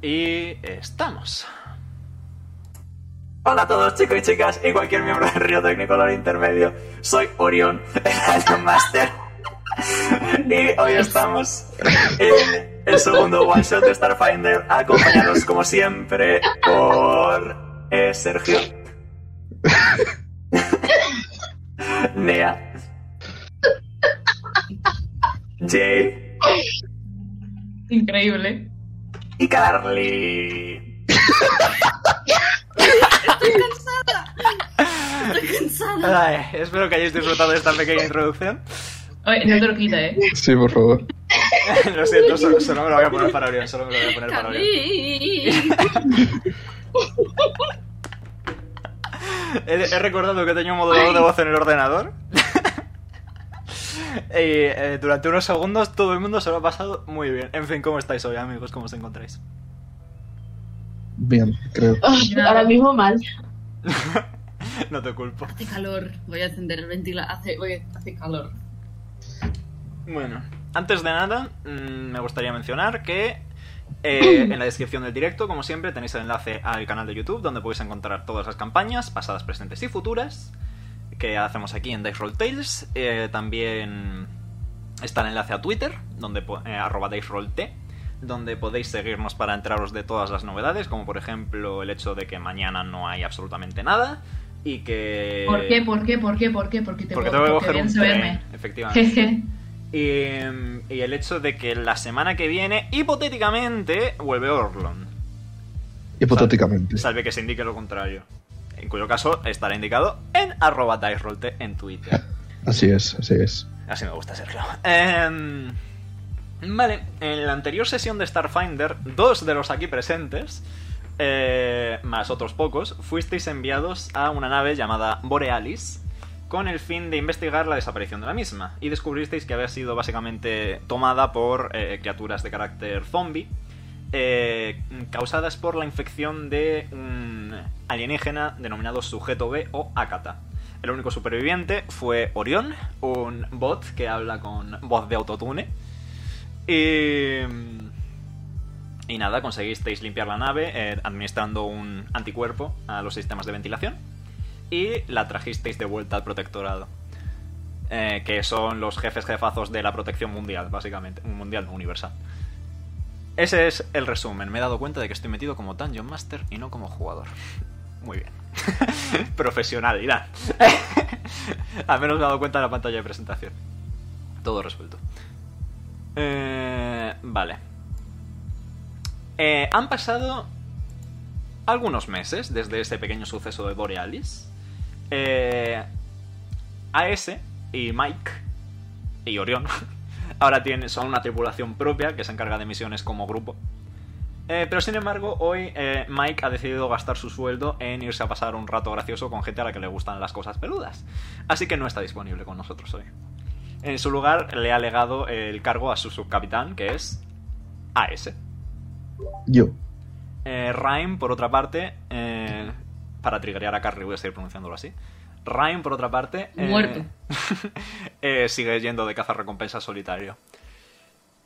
Y estamos. Hola a todos chicos y chicas y cualquier miembro del Río Tecnicolor Intermedio. Soy Orión, el Master. Y hoy estamos en el segundo One Shot de Starfinder, acompañados como siempre por eh, Sergio. Nea. Jay Increíble. y Carly. Ay, espero que hayáis disfrutado de esta pequeña introducción. Oye, no te lo quita, ¿eh? Sí, por favor. Lo siento, solo, solo me lo voy a poner para Orión, solo me lo voy a poner para Orión. He, he recordado que tenía un modulador de voz en el ordenador. y eh, durante unos segundos todo el mundo se lo ha pasado muy bien. En fin, ¿cómo estáis hoy, amigos? ¿Cómo os encontráis? Bien, creo. Ay, Ya. Ahora mismo mal. No te culpo. Hace calor. Voy a encender el ventilador. Hace, oye, hace calor. Bueno, antes de nada, mm, me gustaría mencionar que eh, en la descripción del directo, como siempre, tenéis el enlace al canal de YouTube donde podéis encontrar todas las campañas, pasadas, presentes y futuras, que hacemos aquí en Dice Roll Tales. Eh, también está el enlace a Twitter, donde po- eh, arroba Dice Roll T, donde podéis seguirnos para enteraros de todas las novedades, como por ejemplo el hecho de que mañana no hay absolutamente nada y que... ¿Por qué? ¿Por qué? ¿Por qué? ¿Por qué? Porque te Eh, Porque puedo- tengo que porque coger un vienes a verme. tren, Ah. efectivamente. Jeje. Y, mm, y el hecho de que la semana que viene, hipotéticamente, vuelve Orlon. Hipotéticamente. Salve que se indique lo contrario. En cuyo caso estará indicado en arroba dicerollte en Twitter. Así es, así es. Así me gusta serlo. Em, vale, en la anterior sesión de Starfinder, dos de los aquí presentes, eh, más otros pocos, fuisteis enviados a una nave llamada Borealis con el fin de investigar la desaparición de la misma y descubristeis que había sido básicamente tomada por eh, criaturas de carácter zombie eh, causadas por la infección de un alienígena denominado Sujeto B o Akata. El único superviviente fue Orión, un bot que habla con voz de autotune. Y, y nada, conseguisteis limpiar la nave eh, administrando un anticuerpo a los sistemas de ventilación y la trajisteis de vuelta al protectorado. eh, que son los jefes jefazos de la protección mundial, básicamente. Un mundial no, universal. Ese es el resumen. Me he dado cuenta de que estoy metido como Dungeon Master y no como jugador. Muy bien. Profesionalidad. Al menos me he dado cuenta en la pantalla de presentación. Todo resuelto. Eh, vale. Eh, han pasado algunos meses desde ese pequeño suceso de Borealis. Eh, AS y Mike y Orión ahora tienen, son una tripulación propia que se encarga de misiones como grupo. Eh, pero sin embargo, hoy eh, Mike ha decidido gastar su sueldo en irse a pasar un rato gracioso con gente a la que le gustan las cosas peludas. Así que no está disponible con nosotros hoy. En su lugar, le ha legado el cargo a su subcapitán, que es AS. Yo. Eh, Rhyme, por otra parte, eh, para triggerear a Carly, voy a seguir pronunciándolo así. Rhyme, por otra parte, eh, Muerto. eh, sigue yendo de caza recompensa solitario.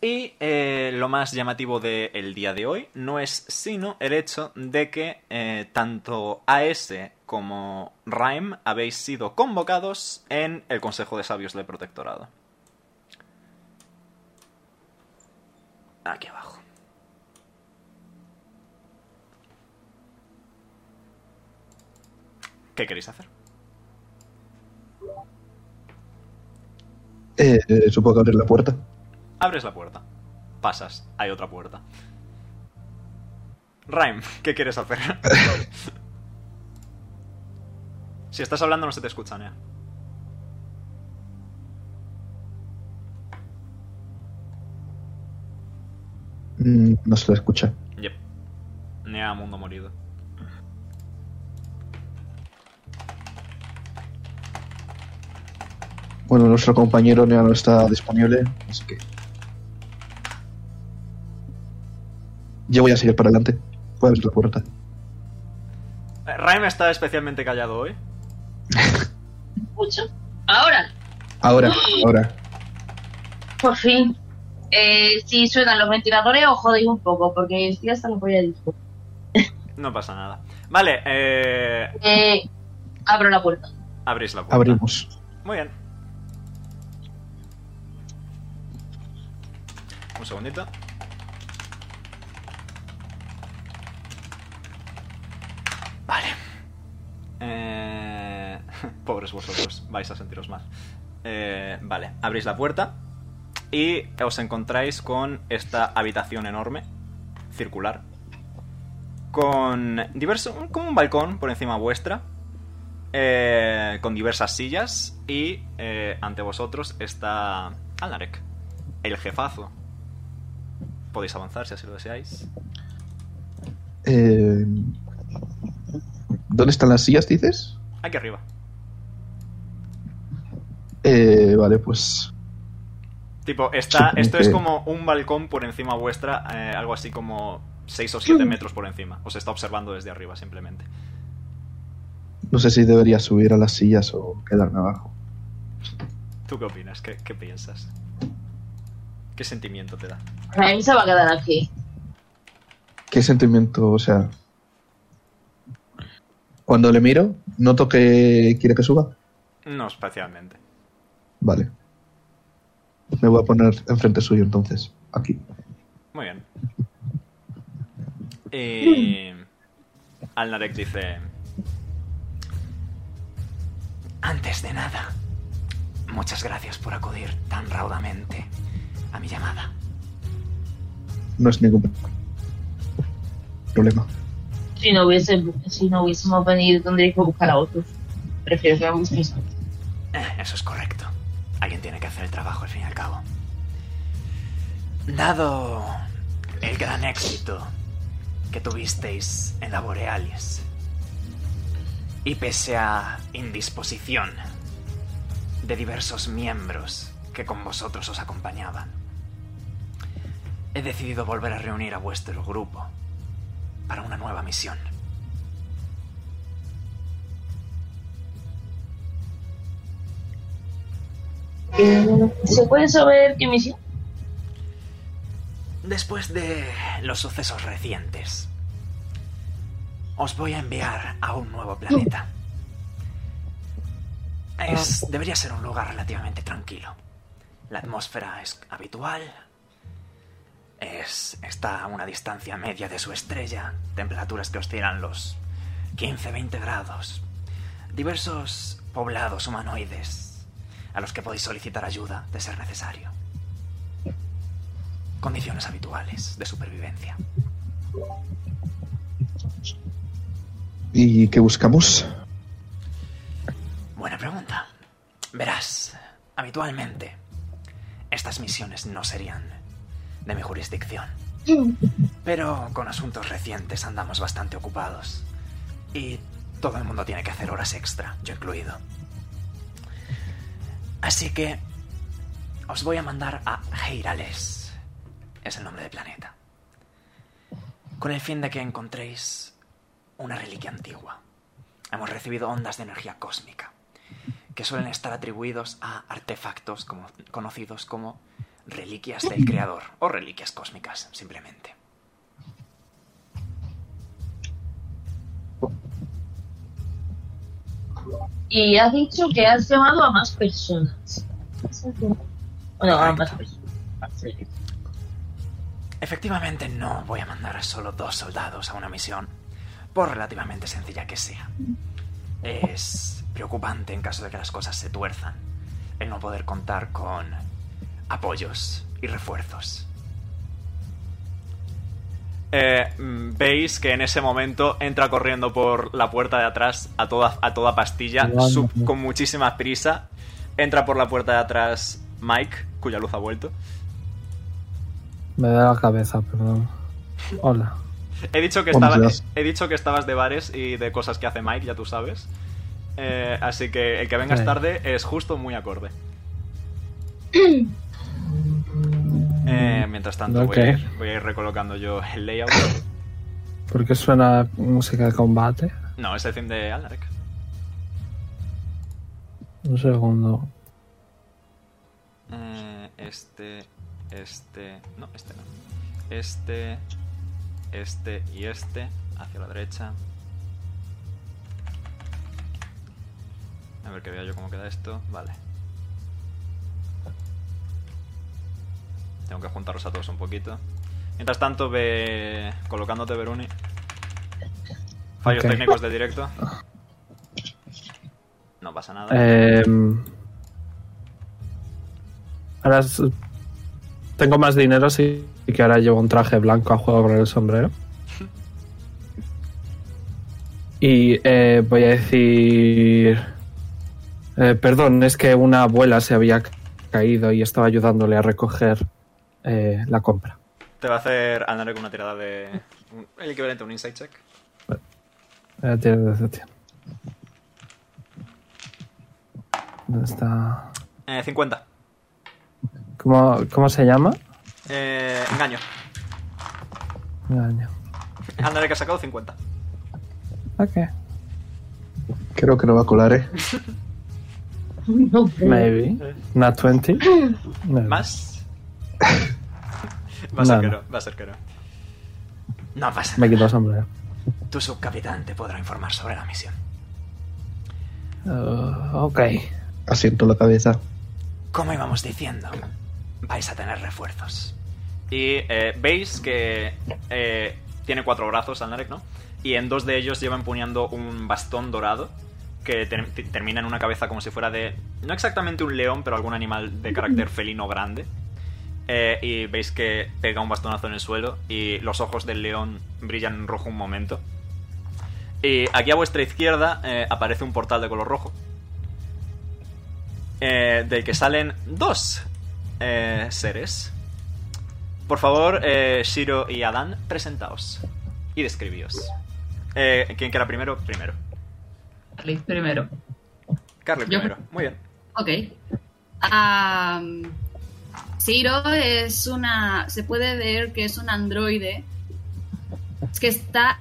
Y eh, lo más llamativo del día de hoy no es sino el hecho de que eh, tanto AS como Rhyme habéis sido convocados en el Consejo de Sabios del Protectorado. Aquí abajo. ¿Qué queréis hacer? Eh, eh, supongo que abrir la puerta. Abres la puerta. Pasas. Hay otra puerta. Rhyme, ¿qué quieres hacer? si estás hablando no se te escucha, Nea. Mm, no se la escucha. Yep. Nea, mundo morido. Bueno, nuestro compañero Nea no está disponible, así que. Yo voy a seguir para adelante. Voy a abrir la puerta. Eh, Rhyme está especialmente callado hoy. Mucho. Ahora. Ahora, ahora. Por fin. Eh, si suenan los ventiladores, os jodéis un poco, porque estoy hasta los voy a disco. No pasa nada. Vale, eh, Eh, abro la puerta. abrís la puerta. Abrimos. Muy bien. Un segundito. Vale. Eh, Pobres vosotros, vais a sentiros mal. Eh, vale, abrís la puerta y os encontráis con esta habitación enorme, circular, con diverso, como un balcón por encima vuestra, eh, con diversas sillas y eh, ante vosotros está Alnarek, el jefazo. Podéis avanzar si así lo deseáis. Eh, ¿Dónde están las sillas, dices? Aquí arriba. Eh, vale, pues. Tipo, está, Supongo esto es que- como un balcón por encima vuestra, eh, algo así como 6 o 7 metros por encima. Os está observando desde arriba simplemente. No sé si debería subir a las sillas o quedarme abajo. ¿Tú qué opinas? ¿Qué, qué piensas? ¿Qué sentimiento te da? A mí se va a quedar aquí. ¿Qué sentimiento? O sea. Cuando le miro, noto que quiere que suba. No especialmente. Vale. Me voy a poner enfrente suyo entonces. Aquí. Muy bien. Y. Eh, Alnarek dice: Antes de nada, muchas gracias por acudir tan raudamente a mi llamada. No es ningún problema. Si no, hubiese, si no hubiésemos venido, tendríais que buscar a otros. Prefiero que me busquéis. Eh, Eso es correcto. Alguien tiene que hacer el trabajo al fin y al cabo. Dado el gran éxito que tuvisteis en la Borealis, y pese a indisposición de diversos miembros que con vosotros os acompañaban, he decidido volver a reunir a vuestro grupo para una nueva misión. Eh, ¿Se puede saber qué misión? Después de los sucesos recientes, os voy a enviar a un nuevo planeta. Es, debería ser un lugar relativamente tranquilo. La atmósfera es habitual. Es, está a una distancia media de su estrella. Temperaturas que oscilan los 15-20 grados. Diversos poblados humanoides a los que podéis solicitar ayuda de ser necesario condiciones habituales de supervivencia. ¿Y qué buscamos? Buena pregunta. Verás, habitualmente estas misiones no serían de mi jurisdicción. Pero con asuntos recientes andamos bastante ocupados. Y todo el mundo tiene que hacer horas extra, yo incluido. Así que os voy a mandar a Heirales. Es el nombre del planeta. Con el fin de que encontréis una reliquia antigua. Hemos recibido ondas de energía cósmica, que suelen estar atribuidos a artefactos como- conocidos como reliquias del creador o reliquias cósmicas, simplemente. Y has dicho que has llamado a más personas. Bueno, a más personas. Efectivamente, no voy a mandar a solo dos soldados a una misión, por relativamente sencilla que sea. Es preocupante en caso de que las cosas se tuerzan, el no poder contar con apoyos y refuerzos. Eh, Veis que en ese momento entra corriendo por la puerta de atrás a toda, a toda pastilla, sub- con muchísima prisa. Entra por la puerta de atrás Mike, cuya luz ha vuelto. Me da la cabeza, perdón. Hola. He dicho que Buenos estaba- días. he dicho que estabas de bares y de cosas que hace Mike, ya tú sabes. Eh, así que el que vengas Sí. tarde es justo muy acorde. Eh, mientras tanto voy, a Ok. ir, voy a ir recolocando yo el layout. ¿Por qué suena música de combate? No, es el theme de Alnarek. Un segundo. Eh, este este, no, este no. Este, este y este hacia la derecha. A ver que vea yo cómo queda esto. Vale. Tengo que juntarlos a todos un poquito. Mientras tanto, ve colocándote, Veruni. Fallos Ok. Ah. técnicos de directo. No pasa nada. Eh, ahora s- tengo más dinero, sí que ahora llevo un traje blanco a juego con el sombrero. Y eh, voy a decir... eh, perdón, es que una abuela se había ca- caído y estaba ayudándole a recoger eh, la compra. Te va a hacer André con una tirada de. un- El equivalente a un insight check. Eh, tira de decepción. ¿Dónde está? Eh, 50. ¿Cómo, cómo se llama? Eh, engaño. Daño. André que ha sacado 50. Ok. Creo que no va a colar, ¿eh? No, creo. Maybe. Not 20. No. ¿Más? Va a ser Nada. que no, va a ser que no. No pasa Me nada. quito el sombrero. Tu subcapitán te podrá informar sobre la misión. Uh, ok. Asiento la cabeza. Como íbamos diciendo, vais a tener refuerzos. Y eh, veis que eh, tiene cuatro brazos Alnarek, ¿no? Y en dos de ellos lleva empuñando un bastón dorado que ter- te- termina en una cabeza como si fuera de... No exactamente un león, pero algún animal de carácter felino grande. Eh, y veis que pega un bastonazo en el suelo y los ojos del león brillan en rojo un momento. Y aquí a vuestra izquierda eh, aparece un portal de color rojo eh, del que salen dos eh, seres. Por favor, eh, Shiro y Adán, presentaos y describíos. Eh, ¿Quién quiera primero? Primero. Carly, primero. Carly Yo. primero. Muy bien. Ok. Am, Ciro es una. Se puede ver que es un androide que está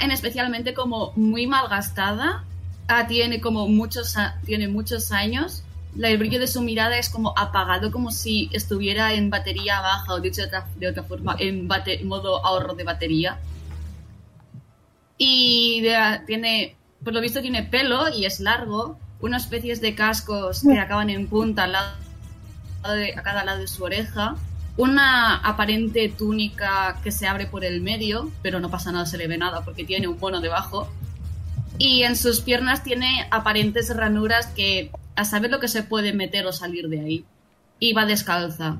en especialmente como muy malgastada. Ah, tiene como muchos, a- tiene muchos años. La- El brillo de su mirada es como apagado, como si estuviera en batería baja, o dicho de otra, de otra forma, en bate- modo ahorro de batería. Y de- tiene, por lo visto tiene pelo y es largo, unas especies de cascos que acaban en punta al lado de- a cada lado de su oreja, una aparente túnica que se abre por el medio, pero no pasa nada, se le ve nada porque tiene un mono debajo. Y en sus piernas tiene aparentes ranuras que a saber lo que se puede meter o salir de ahí. Y va descalza.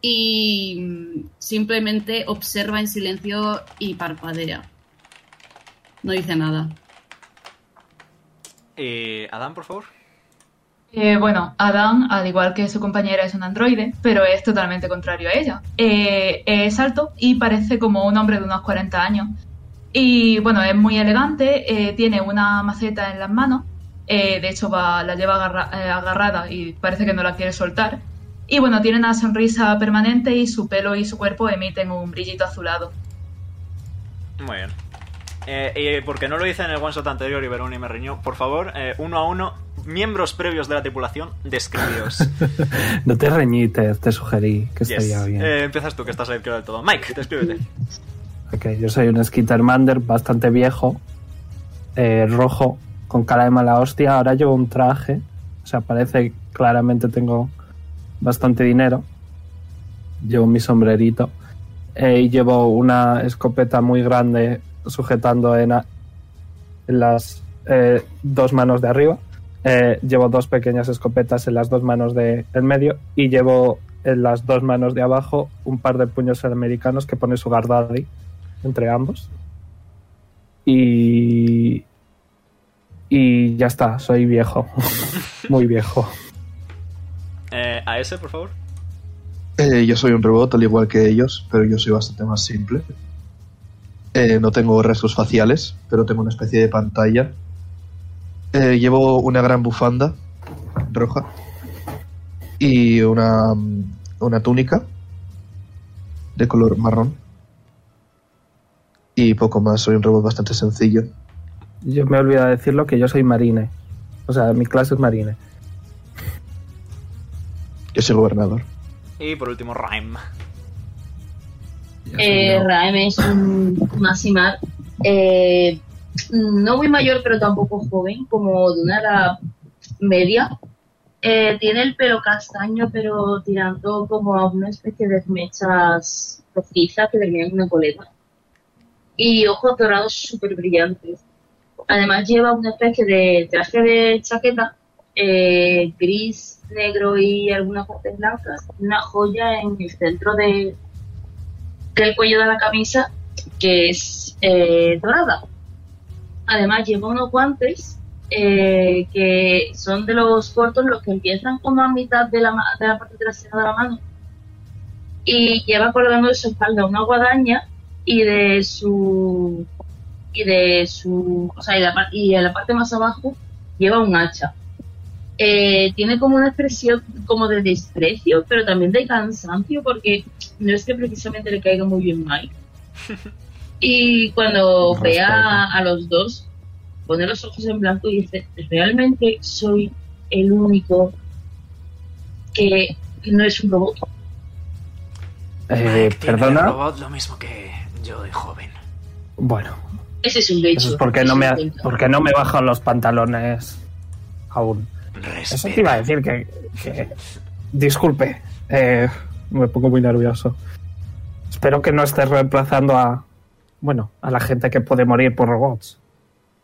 Y mm, simplemente observa en silencio y parpadea. No dice nada. Eh, Adán, por favor. Eh, bueno, Adam, al igual que su compañera, es un androide, pero es totalmente contrario a ella. Eh, es alto y parece como un hombre de unos 40 años. Y bueno, es muy elegante, eh, tiene una maceta en las manos, eh, de hecho va, la lleva agarra- eh, agarrada y parece que no la quiere soltar. Y bueno, tiene una sonrisa permanente y su pelo y su cuerpo emiten un brillito azulado. Muy bien. Eh, eh, porque no lo hice en el one shot anterior y Veroni me riñó. Por favor, eh, uno a uno, miembros previos de la tripulación, describíos. No te reñites, te sugerí que Yes. estaría bien. Eh, empiezas tú, que estás a la izquierda de todo. Mike, descríbete. Ok, yo soy un Skittermander bastante viejo, eh, rojo, con cara de mala hostia. Ahora llevo un traje, o sea, parece claramente tengo bastante dinero. Llevo mi sombrerito eh, y llevo una escopeta muy grande sujetando en, a- en las eh, dos manos de arriba. Eh, llevo dos pequeñas escopetas en las dos manos de en medio y llevo en las dos manos de abajo un par de puños americanos que pone su guardadí entre ambos. Y. Y ya está, soy viejo. Muy viejo. Eh, a ese, por favor. Eh, yo soy un robot, al igual que ellos, pero yo soy bastante más simple. Eh, no tengo rasgos faciales, pero tengo una especie de pantalla. Eh, llevo una gran bufanda roja y una, mm, una túnica de color marrón. Y poco más, soy un robot bastante sencillo. Yo me he olvidado de decirlo que yo soy marine. O sea, mi clase es marine. Yo soy gobernador. Y por último, Rhyme. Ya Eh, se me- Raem es un Maximar eh, no muy mayor, pero tampoco joven, como de una edad media. Eh, tiene el pelo castaño, pero tirando como a una especie de mechas rojizas que terminan en una coleta. Y ojos dorados súper brillantes. Además lleva una especie de traje de chaqueta eh, gris, negro y algunas partes blancas. Una joya en el centro de, del cuello de la camisa que es eh, dorada. Además lleva unos guantes eh, que son de los cortos, los que empiezan como a mitad de la, ma- de la parte trasera de la mano. Y lleva colgando de su espalda una guadaña y de su y de su o sea y, la par- y en la parte más abajo lleva un hacha. Eh, tiene como una expresión como de desprecio, pero también de cansancio porque no es que precisamente le caiga muy bien Mike. Y cuando Respeto. vea a, a los dos, pone los ojos en blanco y dice, realmente soy el único que no es un robot. Eh, Mike tiene el perdona. robot lo mismo que yo de joven. Bueno, Ese es un hecho. eso es porque no me, ha- porque no me bajan los pantalones aún. Eso te iba Respeta. a decir que. que- disculpe, eh, me pongo muy nervioso. Espero que no estés reemplazando a. Bueno, a la gente que puede morir por robots.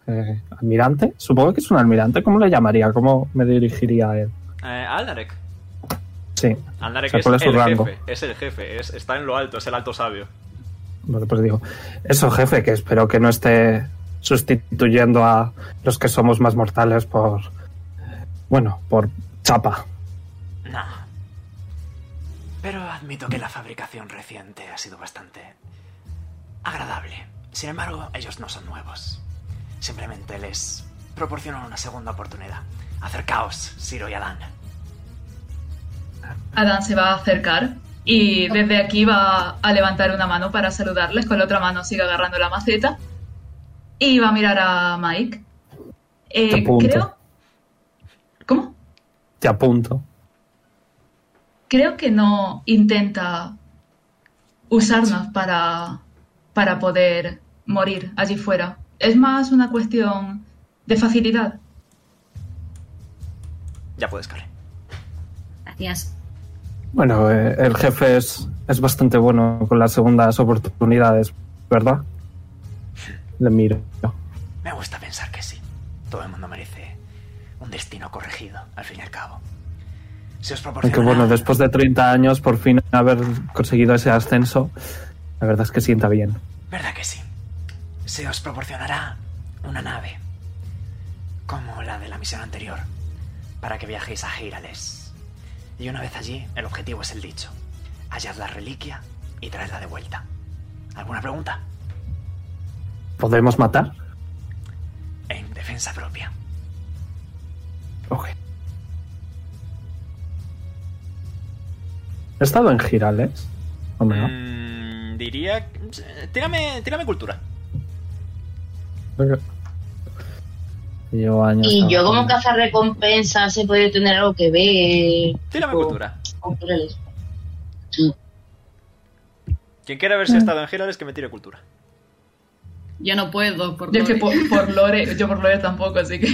Eh, ¿Almirante? Supongo que es un almirante. ¿Cómo le llamaría? ¿Cómo me dirigiría a él? Eh, Aldarek. Sí, Aldarek O sea, es, ¿cuál es su el rango? jefe. Es el jefe. es- está en lo alto. Es el alto sabio. Vale, pues digo, eso jefe, que espero que no esté sustituyendo a los que somos más mortales por, bueno, por chapa. Nah. Pero admito que la fabricación reciente ha sido bastante agradable. Sin embargo, ellos no son nuevos. Simplemente les proporcionan una segunda oportunidad. Acercaos, Ciro y Adán. Adán se va a acercar y desde aquí va a levantar una mano para saludarles, con la otra mano sigue agarrando la maceta y va a mirar a Mike. Eh, Te apunto. creo. ¿Cómo? Te apunto. Creo que no intenta usarnos para, para poder morir allí fuera. Es más una cuestión de facilidad. Ya puedes, Karen. Gracias. Bueno, eh, el jefe es, es bastante bueno con las segundas oportunidades, ¿verdad? Le miro. Me gusta pensar que sí. Todo el mundo merece un destino corregido, al fin y al cabo. Si os Aunque proporcionan... bueno, después de 30 años, por fin haber conseguido ese ascenso, la verdad es que sienta bien. ¿Verdad que sí? Se os proporcionará una nave, como la de la misión anterior, para que viajéis a Girales. Y una vez allí, el objetivo es el dicho. Hallad la reliquia y traedla de vuelta. ¿Alguna pregunta? ¿Podemos matar? En defensa propia. Ok. ¿He estado en Girales? ¿O no? Mm. diría... Tírame, tírame cultura. Creo que Llevo años. Y yo como trabajando. cazarrecompensa se puede tener algo que ver Tírame Oh. cultura. con Turales. Quien Mm. quiera haberse estado en Girales, que me tire cultura. Yo no puedo, porque Yo es que por, por Lore, yo por Lore tampoco, así que.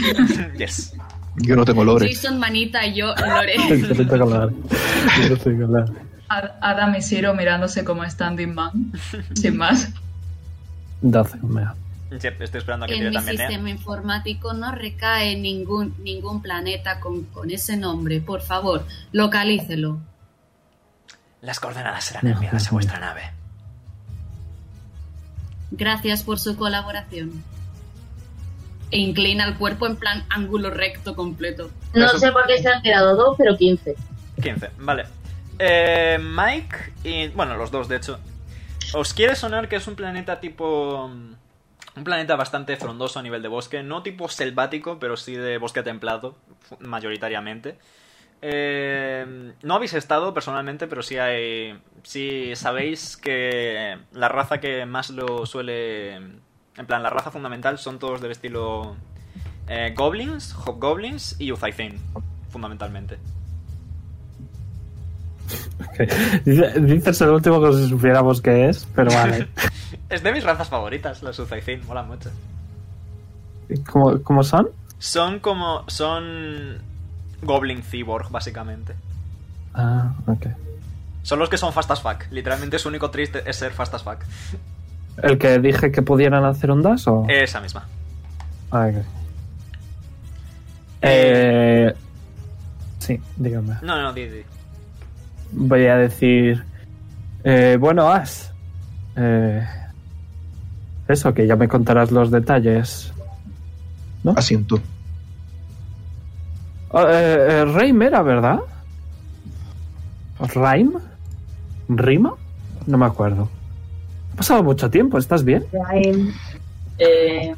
Yes. Yo no tengo lore. Jason Manita y yo Intento Lore. calar. Intento calar. Ad- Adam y Ciro mirándose como standing man, sin más. 12, me da. estoy esperando en mi ¿eh? sistema informático no recae ningún, ningún planeta con, con ese nombre. Por favor, localícelo. Las coordenadas serán No, enviadas a no, vuestra nave. Gracias por su colaboración. E inclina el cuerpo en plan ángulo recto completo. No Eso- sé por qué se han quedado dos, pero 15. 15, vale. Eh, Mike y. Bueno, los dos, de hecho. Os quiere sonar que es un planeta tipo. mm, Un planeta bastante frondoso a nivel de bosque. No tipo selvático, pero sí de bosque templado, fu- mayoritariamente. Eh, no habéis estado personalmente, pero sí hay. Sí sabéis que la raza que más lo suele. mm, En plan, la raza fundamental son todos del estilo. eh, goblins, Hobgoblins y Uzaizin, fundamentalmente. Dice- Dices el último como si supiéramos qué es, pero vale. Es de mis razas favoritas, los Uzaicin, molan mucho. ¿Cómo, cómo son? Son como. Son. Goblin Cyborg, básicamente. Ah, ok. Son los que son fast as fuck. Literalmente su único triste es ser fast as fuck. ¿El que dije que pudieran hacer ondas o...? Esa misma. Ah, ok. Eh, sí, dígame. No, no, no, di, di. Voy a decir... eh, bueno, Ash. eh, eso, que ya me contarás los detalles. Asiento. Oh, eh, eh, Reim era, ¿verdad? ¿Raim? ¿Rima? No me acuerdo. Ha pasado mucho tiempo, ¿estás bien? Eh,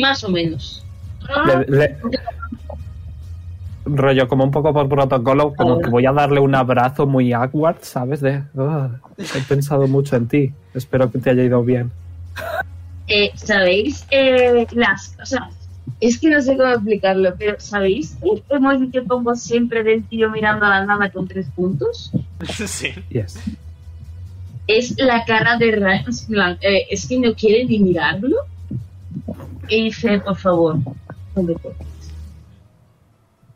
más o menos. Ah, Le- le- rollo como un poco por protocolo, como que voy a darle un abrazo muy awkward, ¿sabes? De, "Ah, he pensado mucho en ti, espero que te haya ido bien. Eh, ¿Sabéis? Eh, las, o sea, es que no sé cómo explicarlo, pero ¿sabéis? El emoji que pongo siempre del tío mirando a la nada con tres puntos. sí. Yes. Es la cara de Ryan. es plan, eh, es que no quiere ni mirarlo. Y dice, por favor, no me toques.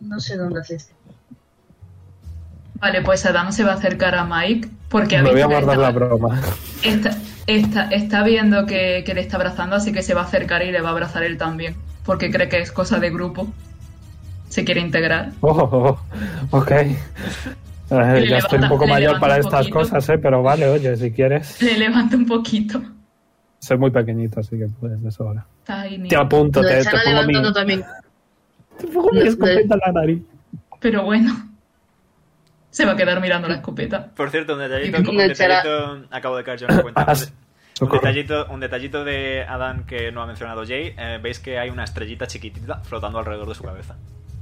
No sé dónde haces. Vale, pues Adam se va a acercar a Mike porque ha Me voy a visto que guardar la está, broma. está, está- está viendo que, que le está abrazando, así que se va a acercar y le va a abrazar él también, porque cree que es cosa de grupo. Se quiere integrar. Oh, oh, oh, ok. Eh, ya estoy un levanta- poco le mayor levanta para un estas poquito. cosas, ¿eh? pero vale, oye, si quieres. Le levanta un poquito. Soy muy pequeñito, así que puedes de sobra. Tiny. Te apunto, Lo te, te están pongo mi, levantando también. te pongo mi Lo- lo- escopeta en la nariz. Pero bueno, se va a quedar mirando la escopeta. Por cierto, un detallito. No, Un detallito acabo de caer yo en la cuenta. As- Un Socorro. detallito, un detallito de Adán que no ha mencionado Jay. eh, Veis que hay una estrellita chiquitita flotando alrededor de su cabeza.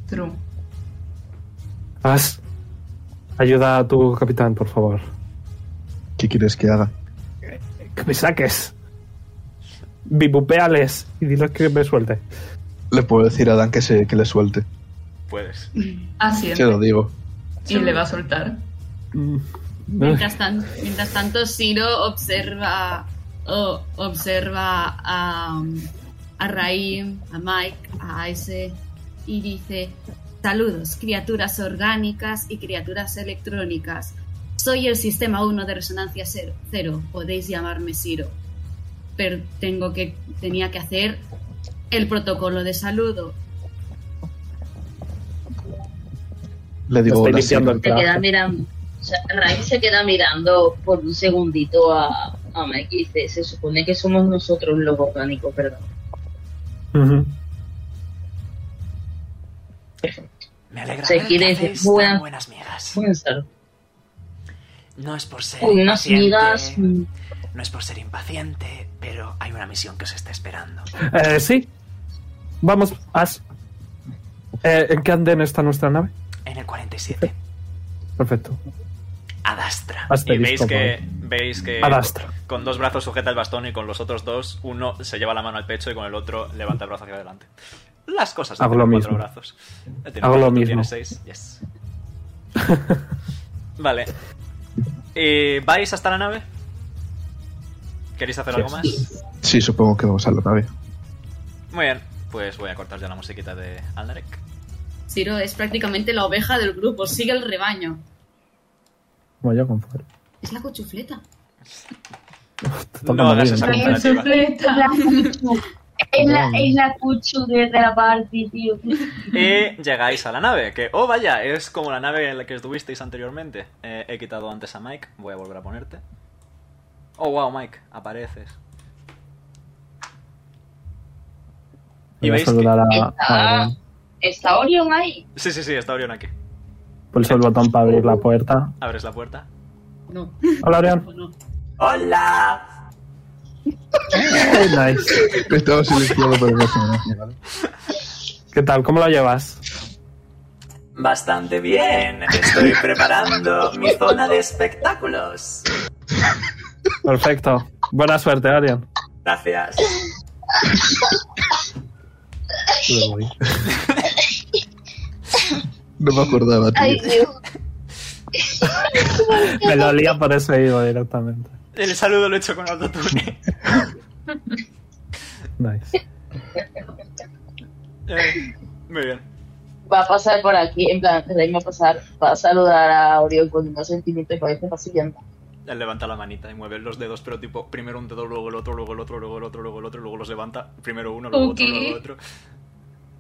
True. As, ayuda a tu capitán, por favor. ¿Qué quieres que haga? que me saques. Bibupeales y diles que me suelte. Le puedo decir a Dan que, se, que le suelte. Puedes. Asiente. Se lo digo. Y le va a soltar. Mientras, tan- mientras tanto, Siro observa, o- observa a, um, a Raim, a Mike, a Aise y dice: Saludos, criaturas orgánicas y criaturas electrónicas. Soy el sistema 1 de resonancia cero. cero. Podéis llamarme Siro. Pero tengo que, tenía que hacer el protocolo de saludo. Le Te digo estoy hola, limpiando el sí. Se queda traje. mirando. O sea, Ryan se queda mirando por un segundito a, a Mike y dice, se supone que somos nosotros los orgánicos, perdón. Ujú. Me alegra Se ver quiere que decir, hacéis buena- tan buenas migas. Piénsalo. No es por ser Uy, unas impaciente, migas. mm, no es por ser impaciente, pero hay una misión que os está esperando. Eh, sí. Vamos, As. Eh, ¿En qué andén está nuestra nave? En el 47, Perfecto. Adastra. y veis Asterisco, que, vale. veis que Adastra. con dos brazos sujeta el bastón y con los otros dos, uno se lleva la mano al pecho y con el otro levanta el brazo hacia adelante. Las cosas de Hago tener lo cuatro mismo. brazos. Él tiene Hago lo tú mismo. tienes seis, yes. vale. Eh, ¿Vais hasta la nave? ¿Queréis hacer algo más? Sí, supongo que vamos a la nave. Muy bien, pues voy a cortar ya la musiquita de Alnarek. Siro es prácticamente la oveja del grupo, sigue el rebaño. Como yo con fuera. Es la cochufleta. Te toca No hagas morir, esa entonces. Ay, comparativa. Es la, es la cuchu de, de la party, tío. Y llegáis a la nave, que, oh vaya, es como la nave en la que estuvisteis anteriormente. Eh, he quitado antes a Mike, voy a volver a ponerte. Oh, wow, Mike, apareces. Y Voy a veis que... saludar a- Ah. a- Está, está Orion ahí. Sí, sí, sí, está Orión aquí. Pulso el botón para abrir la puerta. Abres la puerta. No, Hola, Orión. no. ¡Hola! Hey, nice. Estaba silenciado por el brazo, gracias, ¿vale? ¿Qué tal? ¿Cómo lo llevas? Bastante bien. Estoy preparando mi zona de espectáculos. Perfecto. Buena suerte, Orión. Gracias. Me voy. No me acordaba, tío. Dios. Me lo olía por eso he ido directamente. El saludo lo he hecho con autotune. Nice. Eh, muy bien. Va a pasar por aquí, en plan, de ahí va a pasar, va a saludar a Orión con unos sentimientos y parece siguiente. Él levanta la manita y mueve los dedos, pero tipo, primero un dedo, luego el otro, luego el otro, luego el otro, luego el otro, luego los levanta, primero uno, luego Ok. otro, luego otro.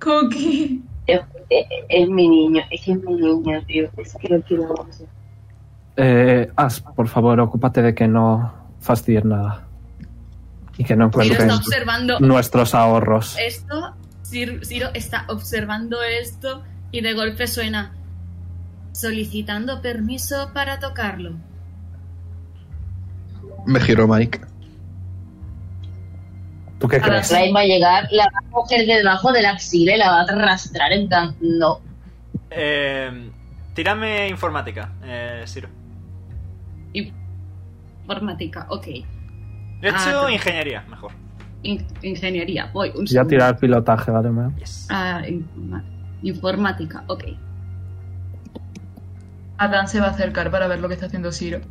Cookie. Es, es- es mi niño, es que es mi niño, tío. Es que lo quiero mucho. Eh, As, por favor, ocúpate de que no fastidies nada. Y que no Pues Ciro encuentren está observando nuestros ahorros. Eh, esto. Ciro, Ciro está observando esto y de golpe suena solicitando permiso para tocarlo. Me giro Mike. ¿Tú qué crees? Clay va a llegar, la va a coger de debajo de la axila y la va a arrastrar en plan, no. Eh, tírame informática, eh, Ciro. Informática, ok. De hecho, Ah, claro. ingeniería, mejor. In- ingeniería, voy. Un Ya segundo. tirar pilotaje, ¿vale? Mel? Yes. Ah, informa- informática, ok. Adán se va a acercar para ver lo que está haciendo Ciro.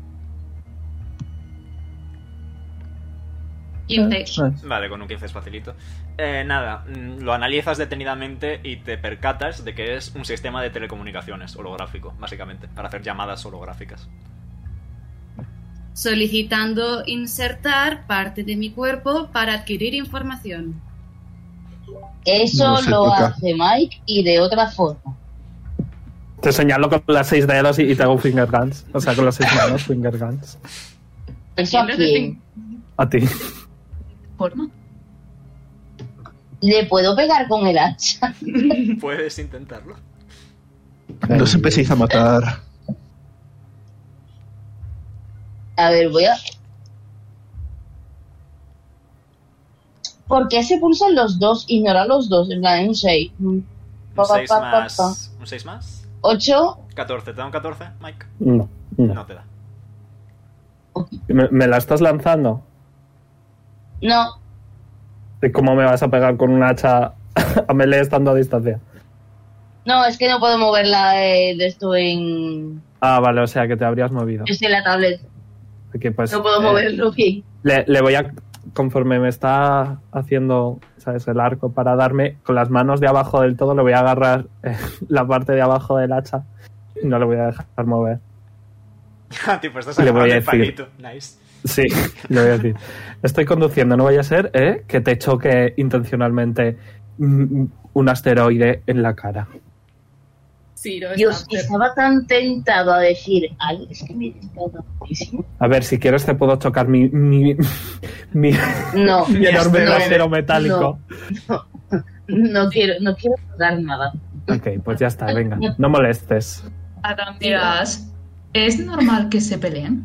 15. Nice. Vale, con un 15 es facilito. Eh, nada, mm, lo analizas detenidamente y te percatas de que es un sistema de telecomunicaciones holográfico, básicamente, para hacer llamadas holográficas. Solicitando insertar parte de mi cuerpo para adquirir información. Eso No se lo toca. hace Mike y de otra forma. Te señalo con las seis dedos y, y te hago finger guns. O sea, con las seis manos, finger guns. Eso a ¿Quién lo hace quién? A ti. Forma. Le puedo pegar con el hacha. Puedes intentarlo. No se empecéis a matar. A ver, voy a. ¿Por qué se pulsan los dos? Ignora los dos, en plan, es un 6. Un 6 más. ¿Un 6 más? 8. 14. ¿Te da un 14, Mike? No, no. No te da. ¿Me, me la estás lanzando? No, ¿De cómo me vas a pegar con un hacha a melee estando a distancia? no, es que no puedo moverla eh, de esto en. Ah, vale, o sea, que te habrías movido. Es en la tablet. Aquí, pues, No puedo eh, moverlo bien. Le, le voy a. Conforme me está haciendo, ¿sabes? El arco para darme con las manos de abajo del todo, le voy a agarrar eh, la parte de abajo del hacha y no le voy a dejar mover. Ah, tipo, estás Le voy agarrando a el decir. palito. Nice. Sí, le voy a decir. Estoy conduciendo, no vaya a ser ¿eh? que te choque intencionalmente mm, un asteroide en la cara. Ciro está Dios, observando. estaba tan tentado a decir algo. Es que me encanta muchísimo. A ver, si quieres te puedo chocar mi, mi, mi, No, mi enorme asteroide. trasero metálico. no quiero, no quiero tocar nada. Ok, pues ya está, venga. No molestes. Adán dirás, ¿es normal que se peleen?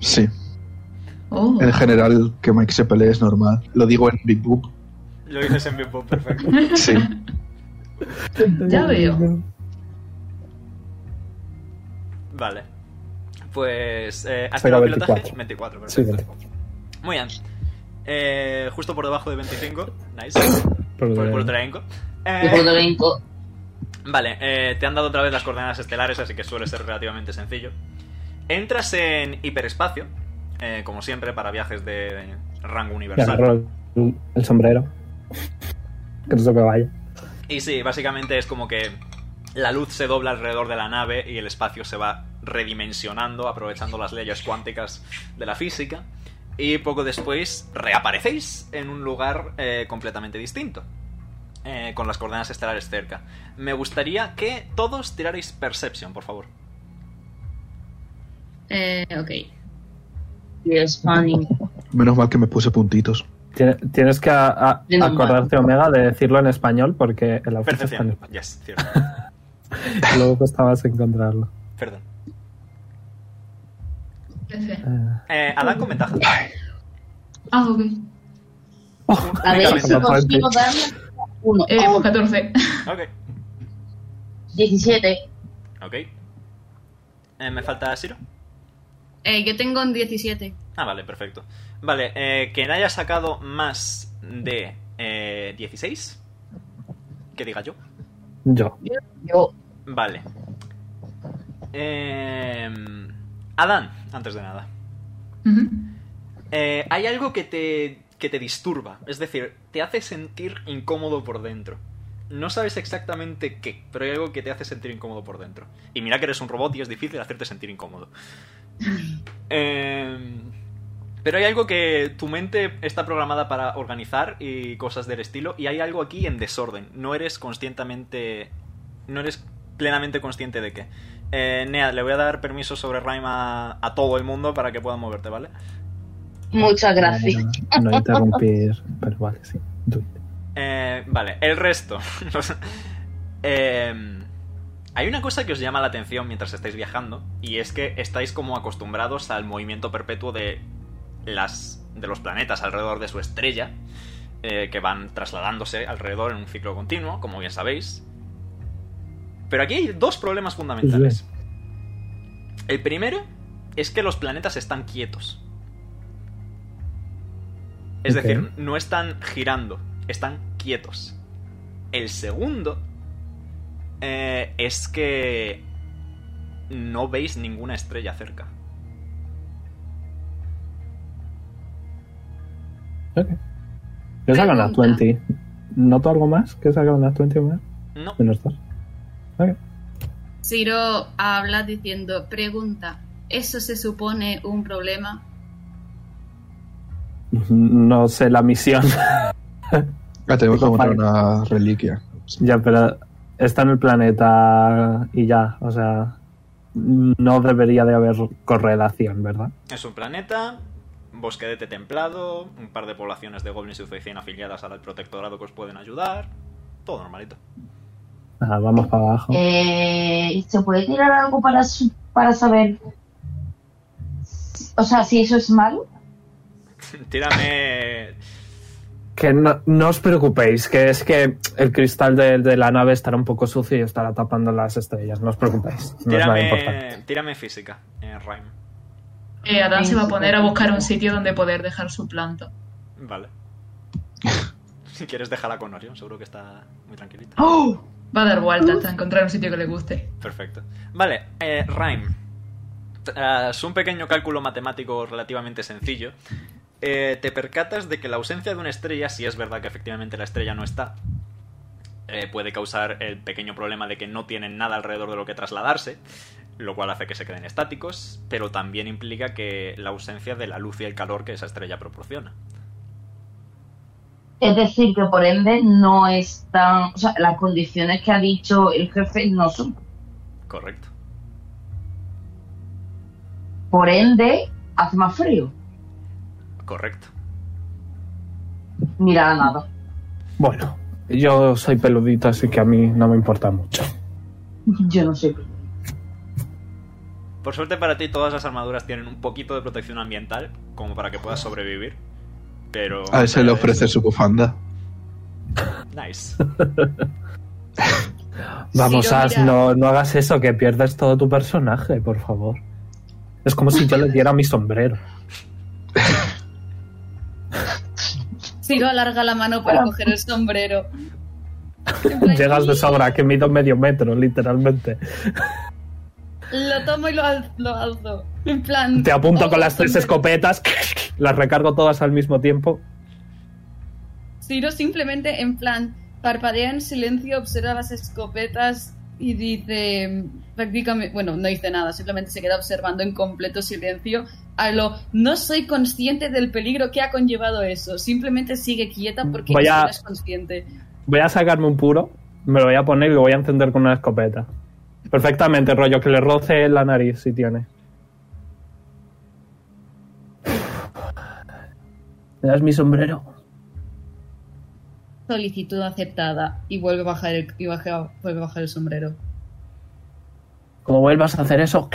Sí. Oh, En general, que Mike se pelee es normal. Lo digo en Big Boop. Lo dices en vivo, perfecto. Sí. ya veo. Vale. Pues. Eh, ¿Has Pero tirado pilotaje? 24, 24. perfecto. Sí, 24. Muy bien. Eh, justo por debajo de 25. Nice. Por por lo el de- Puerto Y cuando vengo, Vale, eh, te han dado otra vez las coordenadas estelares, así que suele ser relativamente sencillo. Entras en hiperespacio, eh, como siempre, para viajes de rango Me universal. agarro el, el sombrero. Que no se me vaya. Y sí, básicamente es como que la luz se dobla alrededor de la nave y el espacio se va redimensionando, aprovechando las leyes cuánticas de la física. Y poco después reaparecéis en un lugar eh, completamente distinto, eh, con las coordenadas estelares cerca. Me gustaría que todos tirarais Perception, por favor. Eh, ok. Dios, funny. Menos mal que me puse puntitos. Tiene- Tienes que a- a- Bien, acordarte, Omega, de decirlo en español porque el autor está en Percepción. español. Yes, cierto. Luego costaba encontrarlo. Perdón. F. Eh, Eh, Adán con ventaja. Ah, ok. A ver si Venga, consigo darle uno. Eh, Oh, 14. Ok. 17. Ok. Eh, me falta Siro. Eh, yo tengo un 17. Ah, vale, perfecto. Vale, eh, quien haya sacado más de eh, 16, que diga yo. yo. Yo, Vale. Eh, Adán, antes de nada. Ujú. Eh, hay algo que te, que te disturba, es decir, te hace sentir incómodo por dentro. No sabes exactamente qué, pero hay algo que te hace sentir incómodo por dentro. Y mira que eres un robot y es difícil hacerte sentir incómodo. Eh, pero hay algo que tu mente está programada para organizar y cosas del estilo, y hay algo aquí en desorden. No eres conscientemente... No eres plenamente consciente de qué. Eh, Nea, le voy a dar permiso sobre Rhyme a, a todo el mundo para que pueda moverte, ¿vale? Muchas gracias. No, no interrumpir, pero vale, sí. Tú. Eh, vale, el resto. Los- Em, hay una cosa que os llama la atención mientras estáis viajando y es que estáis como acostumbrados al movimiento perpetuo de las de los planetas alrededor de su estrella eh, que van trasladándose alrededor en un ciclo continuo, como bien sabéis. Pero aquí hay dos problemas fundamentales. El primero es que los planetas están quietos. Es Ok. decir, no están girando, están quietos. El segundo eh, es que no veis ninguna estrella cerca. Ok. Yo saco las Pregunta. 20. ¿Noto algo más? ¿Qué sacan las 20 más? No, Menos dos. Ciro habla diciendo, pregunta, ¿eso se supone un problema? No sé la misión. Ah, tenemos que encontrar una reliquia. ya, pero está en el planeta y ya. O sea, no debería de haber correlación, ¿verdad? es un planeta, bosquedete templado, un par de poblaciones de goblins y cien afiliadas al protectorado que os pueden ayudar. Todo normalito. Ah, vamos para abajo. Eh, ¿Se puede tirar algo para, su- para saber? O sea, si eso es malo. Tírame. Que no, no os preocupéis, que es que el cristal de, de la nave estará un poco sucio y estará tapando las estrellas. No os preocupéis. No es nada importante. Tírame, tírame física, eh, Rhyme. Eh, Adán se va a poner a buscar un sitio donde poder dejar su planta. Vale. Si quieres, déjala con Orion, seguro que está muy tranquilita. Va a dar vueltas hasta encontrar un sitio que le guste. Perfecto. Vale, eh, Rhyme. Tras un pequeño cálculo matemático relativamente sencillo, eh, te percatas de que la ausencia de una estrella, si es verdad que efectivamente la estrella no está, eh, puede causar el pequeño problema de que no tienen nada alrededor de lo que trasladarse, lo cual hace que se queden estáticos, pero también implica que la ausencia de la luz y el calor que esa estrella proporciona. Es decir, que por ende no están. O sea, las condiciones que ha dicho el jefe no son. Correcto. Por ende, hace más frío. Correcto. Mira la nada. Bueno, yo soy peludito, así que a mí no me importa mucho. Yo no sé. Por suerte para ti todas las armaduras tienen un poquito de protección ambiental, como para que puedas sobrevivir. Pero... A Ah, él se le ofrece su bufanda. Nice. Vamos, Ciro As, mira- no, no hagas eso, que pierdes todo tu personaje, por favor. Es como si yo le diera mi sombrero. Ciro alarga la mano para coger el sombrero. En plan, Ah. Llegas de sobra, que mido medio metro, literalmente. Lo tomo y lo, al- lo alzo. En plan... Te apunto oh, con las tres sombrero. escopetas, las recargo todas al mismo tiempo. Ciro simplemente en plan parpadea en silencio, observa las escopetas y dice prácticamente, bueno, no dice nada, simplemente se queda observando en completo silencio a lo no soy consciente del peligro que ha conllevado eso, simplemente sigue quieta porque Voy a- no es consciente. Voy a sacarme un puro, me lo voy a poner y lo voy a encender con una escopeta. Perfectamente, rollo, que le roce la nariz si tiene. ¿Me das mi sombrero? Solicitud aceptada y vuelve a bajar el, y baja- vuelve a bajar el sombrero. Como vuelvas a hacer eso,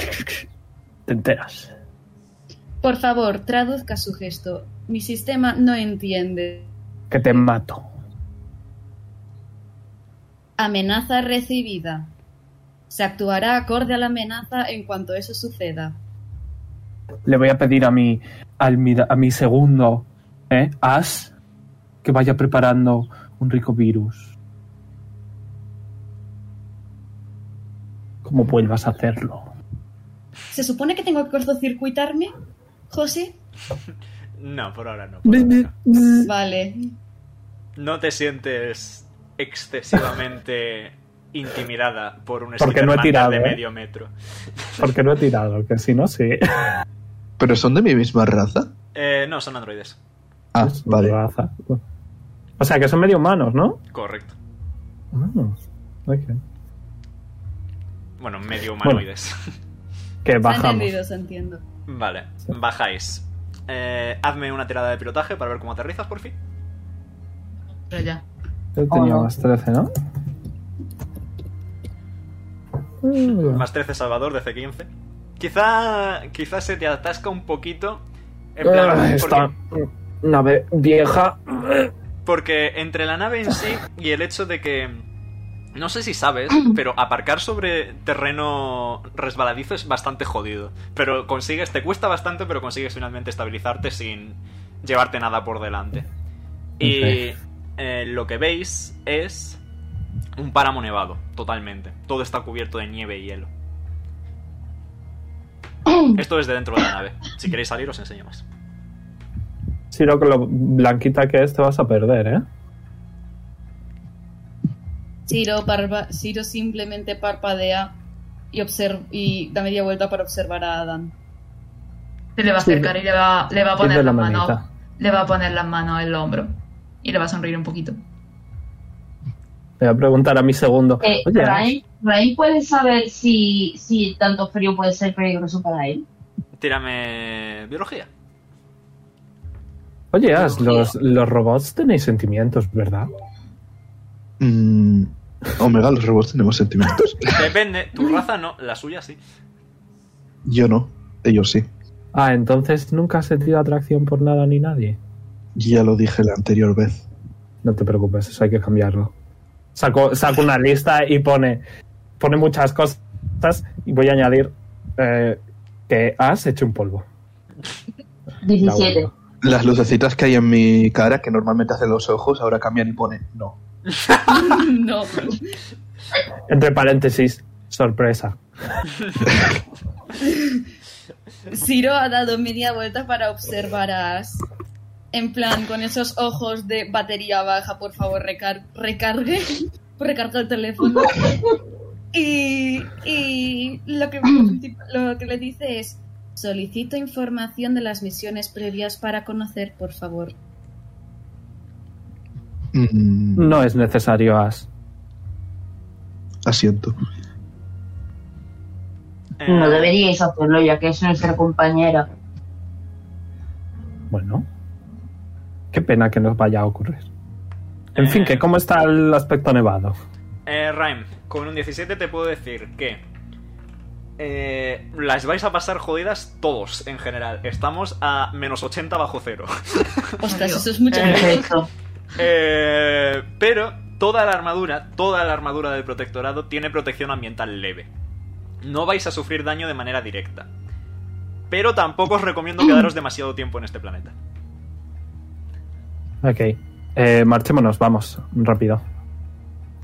te enteras. Por favor, traduzca su gesto. Mi sistema no entiende. Que te mato. Amenaza recibida. Se actuará acorde a la amenaza en cuanto eso suceda. Le voy a pedir a mi, al mi- a mi segundo, ¿eh? As, que vaya preparando un rico virus. ¿Cómo vuelvas a hacerlo? ¿Se supone que tengo que cortocircuitarme, José? No, por ahora no. por ahora no. Vale. No te sientes excesivamente intimidada por un Porque no he Slenderman tirado, de ¿eh? medio metro. Porque no he tirado, que si no, sí. ¿Pero son de mi misma raza? Eh, no, son androides. Ah, Es una vale. raza. O sea, que son medio humanos, ¿no? Correcto. Ah, ok. Bueno, medio humanoides. Que Se ha bajamos. entendido, se entiendo. vale, bajáis. Eh, hazme una tirada de pilotaje para ver cómo aterrizas por fin. Pero ya. Yo tenía Oh, no. más 13, ¿no? Ah, Más 13 Salvador, DC 15. Quizá, quizá se te atasca un poquito. En plan, Ah, porque- Esta nave vieja. Porque entre la nave en sí y el hecho de que. No sé si sabes, pero aparcar sobre terreno resbaladizo es bastante jodido. Pero consigues, te cuesta bastante, pero consigues finalmente estabilizarte sin llevarte nada por delante. Y eh, lo que veis es un páramo nevado, totalmente. Todo está cubierto de nieve y hielo. Esto es de dentro de la nave. Si queréis salir, os enseño más. Si lo, lo blanquita que es, te vas a perder, ¿eh? Ciro, parva- Ciro simplemente parpadea y, observ- y da media vuelta para observar a Adán. Se le va a Sí, acercar y le va, le va a poner Tiende la las manos. manita. Le va a poner las manos en el hombro. Y le va a sonreír un poquito. Le voy a preguntar a mi segundo. Eh, Oye, Rain, Rain puede saber si, si tanto frío puede ser peligroso para él. Tírame biología. oye Ash, los, los robots tenéis sentimientos, ¿verdad? Mm, Omega, los robots tenemos sentimientos. Depende, tu raza no, la suya sí. Yo no, ellos sí. Ah, entonces nunca has sentido atracción por nada ni nadie. Ya lo dije la anterior vez. No te preocupes, eso hay que cambiarlo. Saco, saco una lista y pone, pone muchas cosas y voy a añadir eh, que has hecho un polvo. La 17. última. Las lucecitas que hay en mi cara, que normalmente hacen los ojos, ahora cambian y pone no. no. Entre paréntesis, sorpresa. Ciro ha dado media vuelta para observar a As. En plan, con esos ojos de batería baja, por favor, recar- recargue. Recarga el teléfono. Y, y lo, que, lo que le dice es: Solicito información de las misiones previas para conocer, por favor. Mm, No es necesario, As. asiento. Eh, No deberíais hacerlo ya que es nuestra compañera. Bueno, qué pena que nos vaya a ocurrir. En fin, que cómo está el aspecto nevado. eh, Rhyme, con un 17 te puedo decir que eh, las vais a pasar jodidas todos en general. Estamos a menos 80 bajo cero. Ostras, Adiós. eso es mucho. Perfecto. Eh, pero toda la armadura, toda la armadura del protectorado tiene protección ambiental leve. No vais a sufrir daño de manera directa. Pero tampoco os recomiendo quedaros demasiado tiempo en este planeta. Ok, eh, marchémonos, vamos, rápido.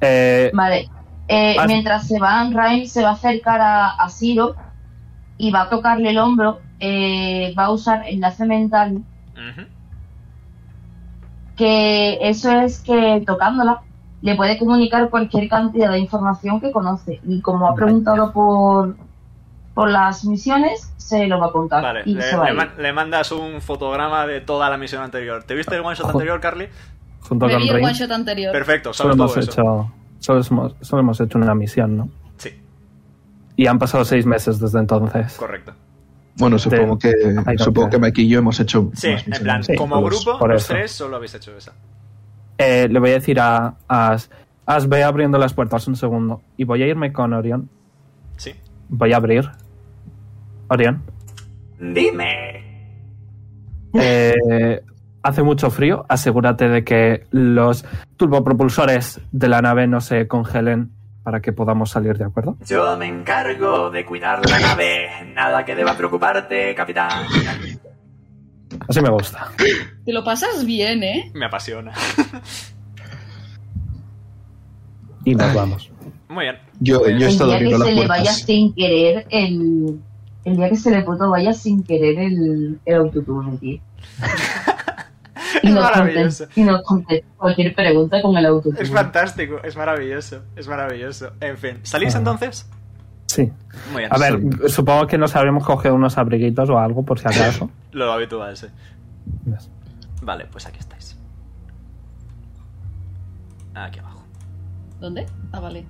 Eh, Vale. Eh, Vas- mientras se van, Rain se va a acercar a, a Ciro y va a tocarle el hombro. eh, va a usar enlace mental, Ujú. que eso es que tocándola le puede comunicar cualquier cantidad de información que conoce. Y como ha Vaya. preguntado por, por las misiones, se lo va a Ah, contar. Vale, y le, se va a le ir. man- le mandas un fotograma de toda la misión anterior. ¿Te viste el one shot Ojo. anterior, Carly? junto Me con vi el Rin, one shot anterior. Perfecto, solo sabes todo hemos, eso. hecho, solo, hemos, solo hemos hecho una misión, ¿no? Sí, Y han pasado seis meses desde entonces. correcto. Bueno, supongo que don't supongo care. que Mike y yo hemos hecho. Sí, más en plan, misiones. como Todos. grupo, por los eso. tres solo habéis hecho esa. Eh, le voy a decir a a As, As, ve abriendo las puertas un segundo. Y voy a irme con Orión. Sí. Voy a abrir. Orión. Dime. Eh, hace mucho frío. Asegúrate de que los turbopropulsores de la nave no se congelen para que podamos salir, ¿de acuerdo? Yo me encargo de cuidar la nave. Nada que deba preocuparte, capitán. Así me gusta. Te lo pasas bien, ¿eh? Me apasiona. Y nos vamos. Muy bien. Yo, yo he El estado día que abriendo las se le vaya puertas. sin querer el, El día que se le puto vaya sin querer el, el autotune, tío. Y Es nos, maravilloso. contesta, y nos contesta cualquier pregunta con el autotune. Es fantástico, es maravilloso, es maravilloso. En fin, ¿salís Ah. entonces? Sí. Muy bien, A ver, supongo que nos habremos cogido unos abriguitos o algo, por si acaso. lo habitual, sí. Vale, pues aquí estáis. Aquí abajo. ¿Dónde? Ah, vale.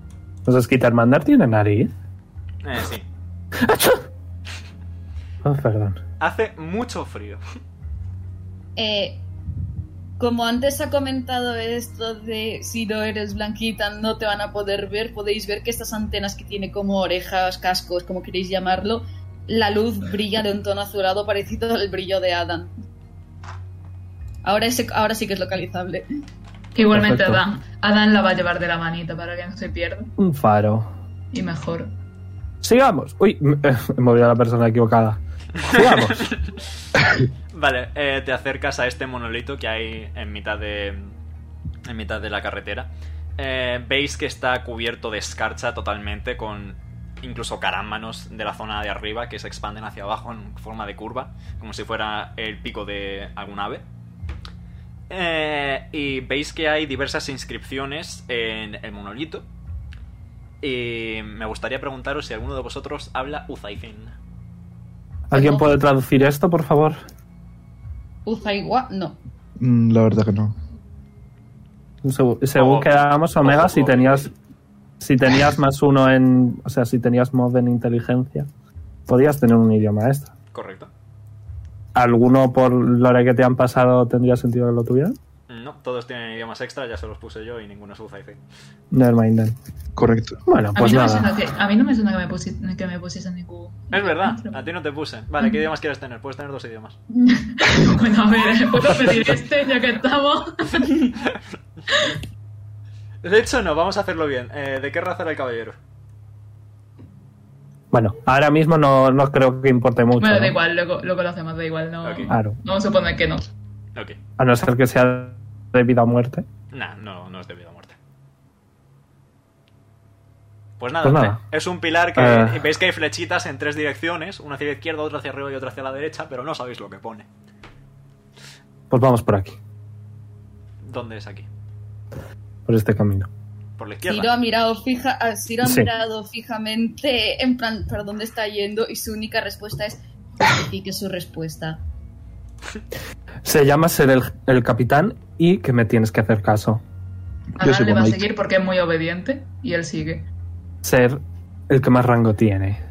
Los Skittermander tienen nariz. Eh, sí. Oh, perdón. Hace mucho frío. Eh, como antes ha comentado esto de si no eres blanquita no te van a poder ver, podéis ver que estas antenas que tiene como orejas, cascos, como queréis llamarlo, la luz brilla de un tono azulado parecido al brillo de Adam. Ahora, ese- ahora sí que es localizable. Igualmente Perfecto. Adán. Adán la va a llevar de la manita para que no se pierda. Un faro. Y mejor. Sigamos. Uy, me- he movido a la persona equivocada. Sigamos. Vale, eh, te acercas a este monolito que hay en mitad de. en mitad de la carretera. Eh, veis que está cubierto de escarcha totalmente, con incluso carámbanos de la zona de arriba que se expanden hacia abajo en forma de curva, como si fuera el pico de algún ave. Eh, y veis que hay diversas inscripciones en el monolito. Y me gustaría preguntaros si alguno de vosotros habla Uzaifin. ¿Alguien puede traducir esto, por favor? Uzaigua, no. Mm, la verdad que no. Segu- Según Ojo. quedábamos, Omega, Ojo, si ojo. tenías si tenías más uno en... O sea, si tenías mod en inteligencia, podías tener un idioma extra. ¿Correcto? ¿Alguno por lore que te han pasado tendría sentido que lo tuviera? No, todos tienen idiomas extra, ya se los puse yo y ninguno es Uzaifin. Nevermind then. Correcto. Bueno, a, mí pues no me nada. suena que, a mí no me suena que me, pusi- que me pusiesen ningún... Es verdad, ningún a otro. ti no te puse. Vale, ¿qué idiomas quieres tener? Puedes tener dos idiomas. Bueno, a ver, ¿puedo pedir este ya que estamos? De hecho, no, vamos a hacerlo bien. Eh, ¿De qué raza era el caballero? Bueno, ahora mismo no, no creo que importe mucho. bueno, da ¿no? igual, luego, luego lo hacemos, da igual, no... Ok. Claro. Vamos a suponer que no. Ok. A no ser que sea de vida o muerte. Nah, no, no es debido a muerte. Pues nada, Pues nada. eh, es un pilar que Eh. veis que hay flechitas en tres direcciones, una hacia la izquierda, otra hacia arriba y otra hacia la derecha, pero no sabéis lo que pone. Pues vamos por aquí, ¿Dónde es aquí? por este camino. Por la izquierda. Ciro ha, mirado fija, ah, Ciro ha Sí. mirado fijamente en plan, ¿para dónde está yendo? Y su única respuesta es, justifique su respuesta. Se llama ser el, el capitán y que me tienes que hacer caso. Yo Adán soy le va a Bonite. seguir porque es muy obediente y él sigue. Ser el que más rango tiene.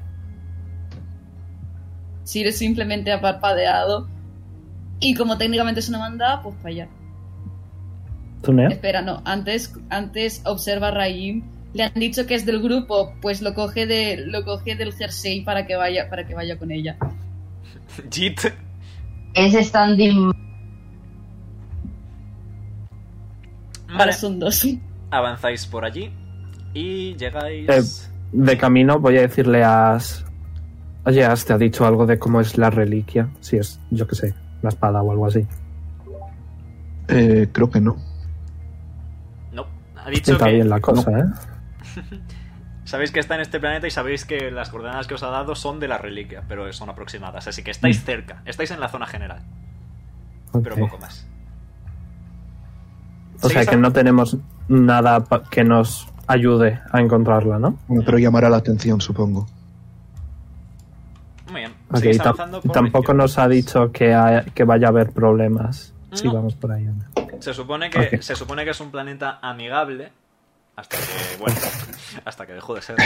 Ciro simplemente ha parpadeado. Y como técnicamente es una mandada, pues para allá. ¿Tú, Neo? Espera, no. Antes, antes observa a Raim. Le han dicho que es del grupo, pues lo coge de, lo coge del jersey para que vaya, para que vaya con ella. Jit. Es standing. Ahora Vale. son dos. Avanzáis por allí y llegáis... Eh, De camino voy a decirle a As... Oye, As, ¿te ha dicho algo de cómo es la reliquia? Si es, yo qué sé, la espada o algo así. Eh, creo que no. No, ha dicho Está que... bien la cosa, ¿eh? Sabéis que está en este planeta y sabéis que las coordenadas que os ha dado son de la reliquia, pero son aproximadas, así que estáis cerca, estáis en la zona general, pero Mm. Ok. poco más. O sea Seguís que a- no tenemos nada pa- que nos ayude a encontrarla, ¿no? Bueno, pero llamará la atención, supongo. Muy bien, Ok, seguís tam- avanzando por la tampoco izquierda. Mm. nos ha dicho que, hay- que vaya a haber problemas si No. vamos por ahí. ¿no? Se supone, que, Ok. se supone que es un planeta amigable, hasta que, bueno, hasta que dejó de ser.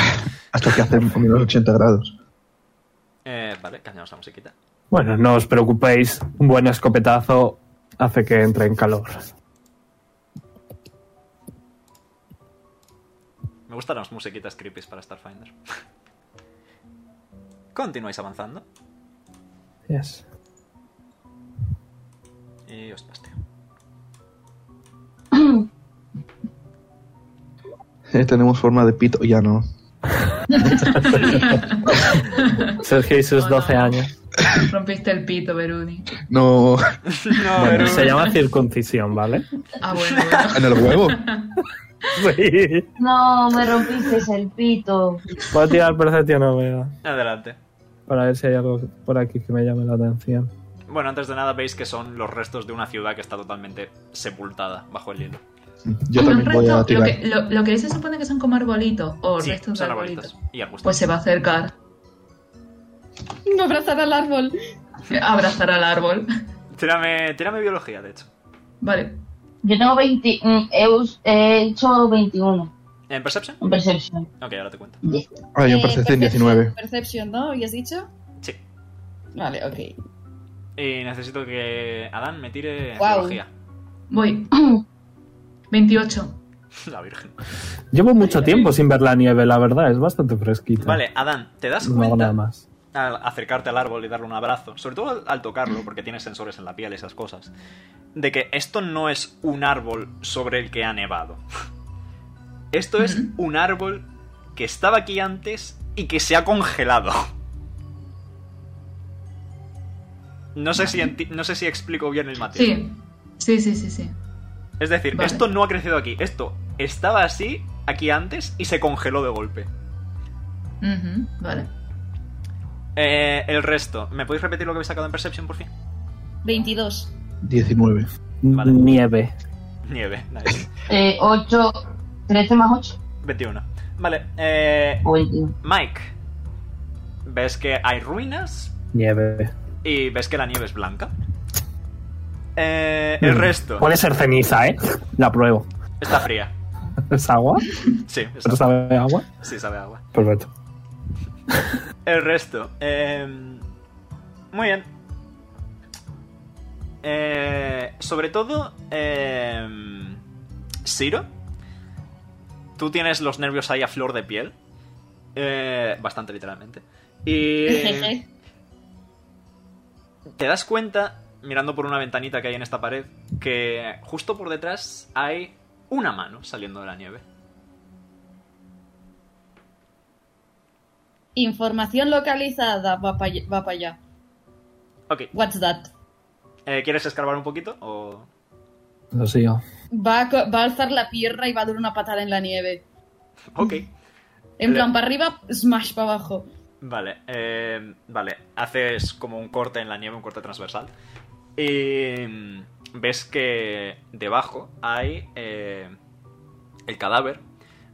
Hasta que hace menos 80 grados. Eh, vale, cambiamos la musiquita. Bueno, no os preocupéis, un buen escopetazo hace que entre en calor. Me gustan las musiquitas creepy para Starfinder. Continuáis avanzando Yes. y os pasteo. Eh, tenemos forma de pito. Ya no. Sergio y sus Hola. 12 años. Rompiste el pito, Beruni. No. No, Bueno, pero- se llama circuncisión, ¿vale? Ah, bueno, bueno. En el huevo. Sí. No, me rompiste el pito. Puedo tirar percepción, Omega. Adelante. para ver si hay algo por aquí que me llame la atención. Bueno, antes de nada veis que son los restos de una ciudad que está totalmente sepultada bajo el hielo. Mm, Yo también Un voy a resto, lo, tirar. que, lo, lo que se supone que son como arbolitos o Sí, restos de son arbolitos. arbolitos y arbustos. Pues se va a acercar, abrazar al árbol. a abrazar al árbol. Tírame, tírame biología, de hecho. Vale. Yo tengo 20. mm, He, us- he hecho 21 ¿En Perception? en Perception. Ok, ahora te cuento. Yes. Ah, yo en Eh, Percepción perception- 19. Perception, ¿no? ¿Habías dicho? Sí. Vale, ok. Y necesito que Adán me tire Guau. biología. Voy. 28. La virgen. Llevo mucho tiempo sin ver la nieve, la verdad, es bastante fresquita. Vale, Adán, ¿te das no hago cuenta nada más. al acercarte al árbol y darle un abrazo, sobre todo al, al tocarlo, porque tiene sensores en la piel y esas cosas, de que esto no es un árbol sobre el que ha nevado. Esto es un árbol que estaba aquí antes y que se ha congelado. No sé si, enti- no sé si explico bien el matiz. Sí. Sí, sí, sí, sí. Es decir, Vale. esto no ha crecido aquí, esto estaba así aquí antes y se congeló de golpe. Ujú, Vale. Eh, el resto, ¿me podéis repetir lo que habéis sacado en Perception por fin? 22. 19. Vale. Nieve. Nieve, nice. Eh, 8. 13 más 8. 21. Vale, eh, O 21. Mike, ves que hay ruinas Nieve. y ves que la nieve es blanca. Eh, el resto Puede ser ceniza, ¿eh? La pruebo. está fría. ¿Es agua? Sí, está- ¿Pero sabe a agua? sí sabe a agua. Perfecto. El resto. eh, muy bien. Eh, sobre todo, eh, Ciro, tú tienes los nervios ahí a flor de piel. Eh, bastante literalmente. Y... Jeje. Te das cuenta, mirando por una ventanita que hay en esta pared, que justo por detrás hay una mano saliendo de la nieve. Información localizada. Va para va pa allá. Ok, What's that? eh, ¿quieres escarbar un poquito? O... Lo sigo. Va a, co- va a alzar la pierna y va a dar una patada en la nieve. Ok, En Le- plan, para arriba, smash para abajo. vale, eh, vale. Haces como un corte en la nieve, un corte transversal. Y mm, ves que debajo hay eh, el cadáver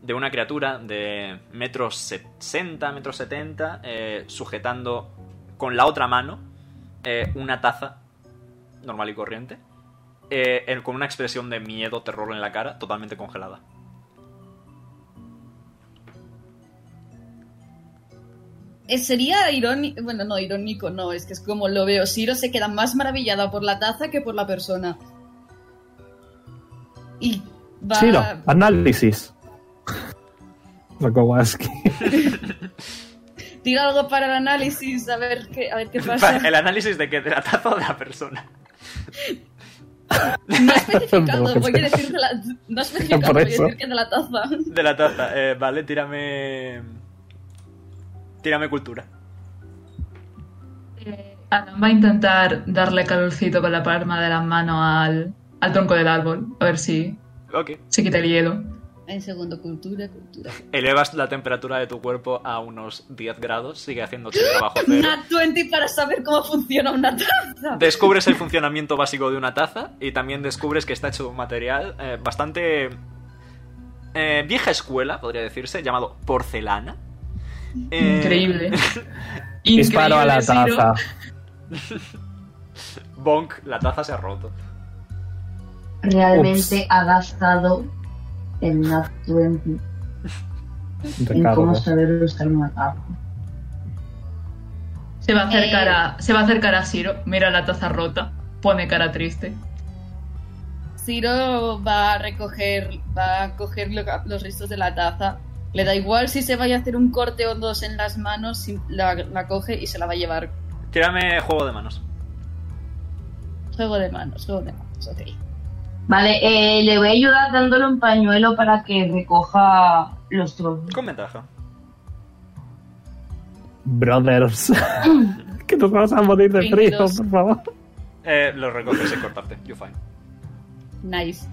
de una criatura de metros 60, metros 70, eh, sujetando con la otra mano eh, una taza normal y corriente, eh, él con una expresión de miedo, terror en la cara, totalmente congelada. Eh, sería irónico, bueno, no irónico, no, es que es como lo veo. Siro se queda más maravillada por la taza que por la persona. Y va. Ciro, análisis. Rokowaski. Tira algo para el análisis, a ver qué, a ver qué pasa. El análisis de que de la taza o de la persona. No he especificado, Tampoco voy a sé. decir de la. No he especificado, Por voy a eso. decir que de la taza. De la taza, eh, vale, tírame. Tírame cultura. Eh, Adam va a intentar darle calorcito con la palma de las manos al, al tronco del árbol. A ver si Ok. se quita el hielo. En segundo, cultura, cultura. Elevas la temperatura de tu cuerpo a unos 10 grados, sigue haciéndote el trabajo cero. Nat 20 para saber cómo funciona una taza. Descubres el funcionamiento básico de una taza y también descubres que está hecho de un material eh, bastante eh, vieja escuela, podría decirse, llamado porcelana. Eh, Increíble. Disparo a la Increíble, Ciro. taza. Bonk, la taza se ha roto. Realmente ha gastado el Nat 20 en Recargo. cómo saber usar una capa. Se va a acercar Eh. a, se va a acercar a Ciro, mira la taza rota, pone cara triste. Ciro va a recoger, va a coger lo- los restos de la taza. Le da igual si se vaya a hacer un corte o dos en las manos, sim- la, la coge y se la va a llevar. Tírame juego de manos. Juego de manos, juego de manos, ok. Vale, eh, le voy a ayudar dándole un pañuelo para que recoja los trozos. Con ventaja. Brothers. que nos vamos a morir de frío, 22. por favor. Eh, lo recoges sin cortarte. You fine. Nice.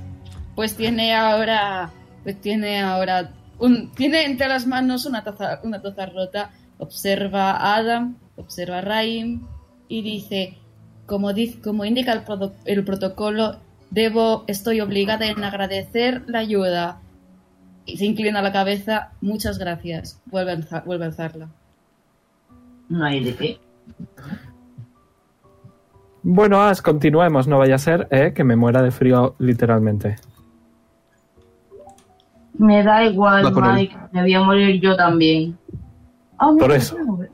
Pues tiene ahora, pues tiene ahora, un, tiene entre las manos una taza, una taza rota. Observa a Adam observa a Raim y dice, como, diz- como indica el, prodo- el protocolo, debo, estoy obligada en agradecer la ayuda. Y se inclina la cabeza, muchas gracias. Vuelve a, alza- vuelve a alzarla. No hay de qué. Bueno, As, continuemos. No vaya a ser eh, que me muera de frío literalmente. Me da Va igual, con él. Mike. Me voy a morir yo también. Ah, Por mira, eso. mira.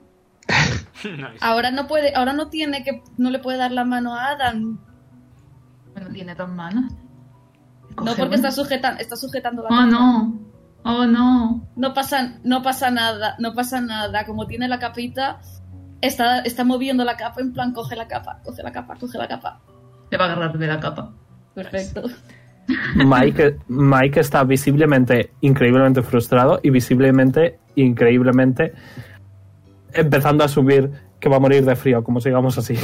Nice. Ahora no puede, ahora no tiene que, no le puede dar la mano a Adam. Bueno, tiene dos manos. No Coge porque una. está sujetando, está sujetando la Oh, no. Oh, no. No pasa, no pasa nada, no pasa nada. Como tiene la capita, está, está moviendo la capa en plan, coge la capa, coge la capa, coge la capa. Te va a agarrar de la capa. Perfecto. Mike, Mike está visiblemente, increíblemente frustrado y visiblemente, increíblemente empezando a subir que va a morir de frío, como sigamos así.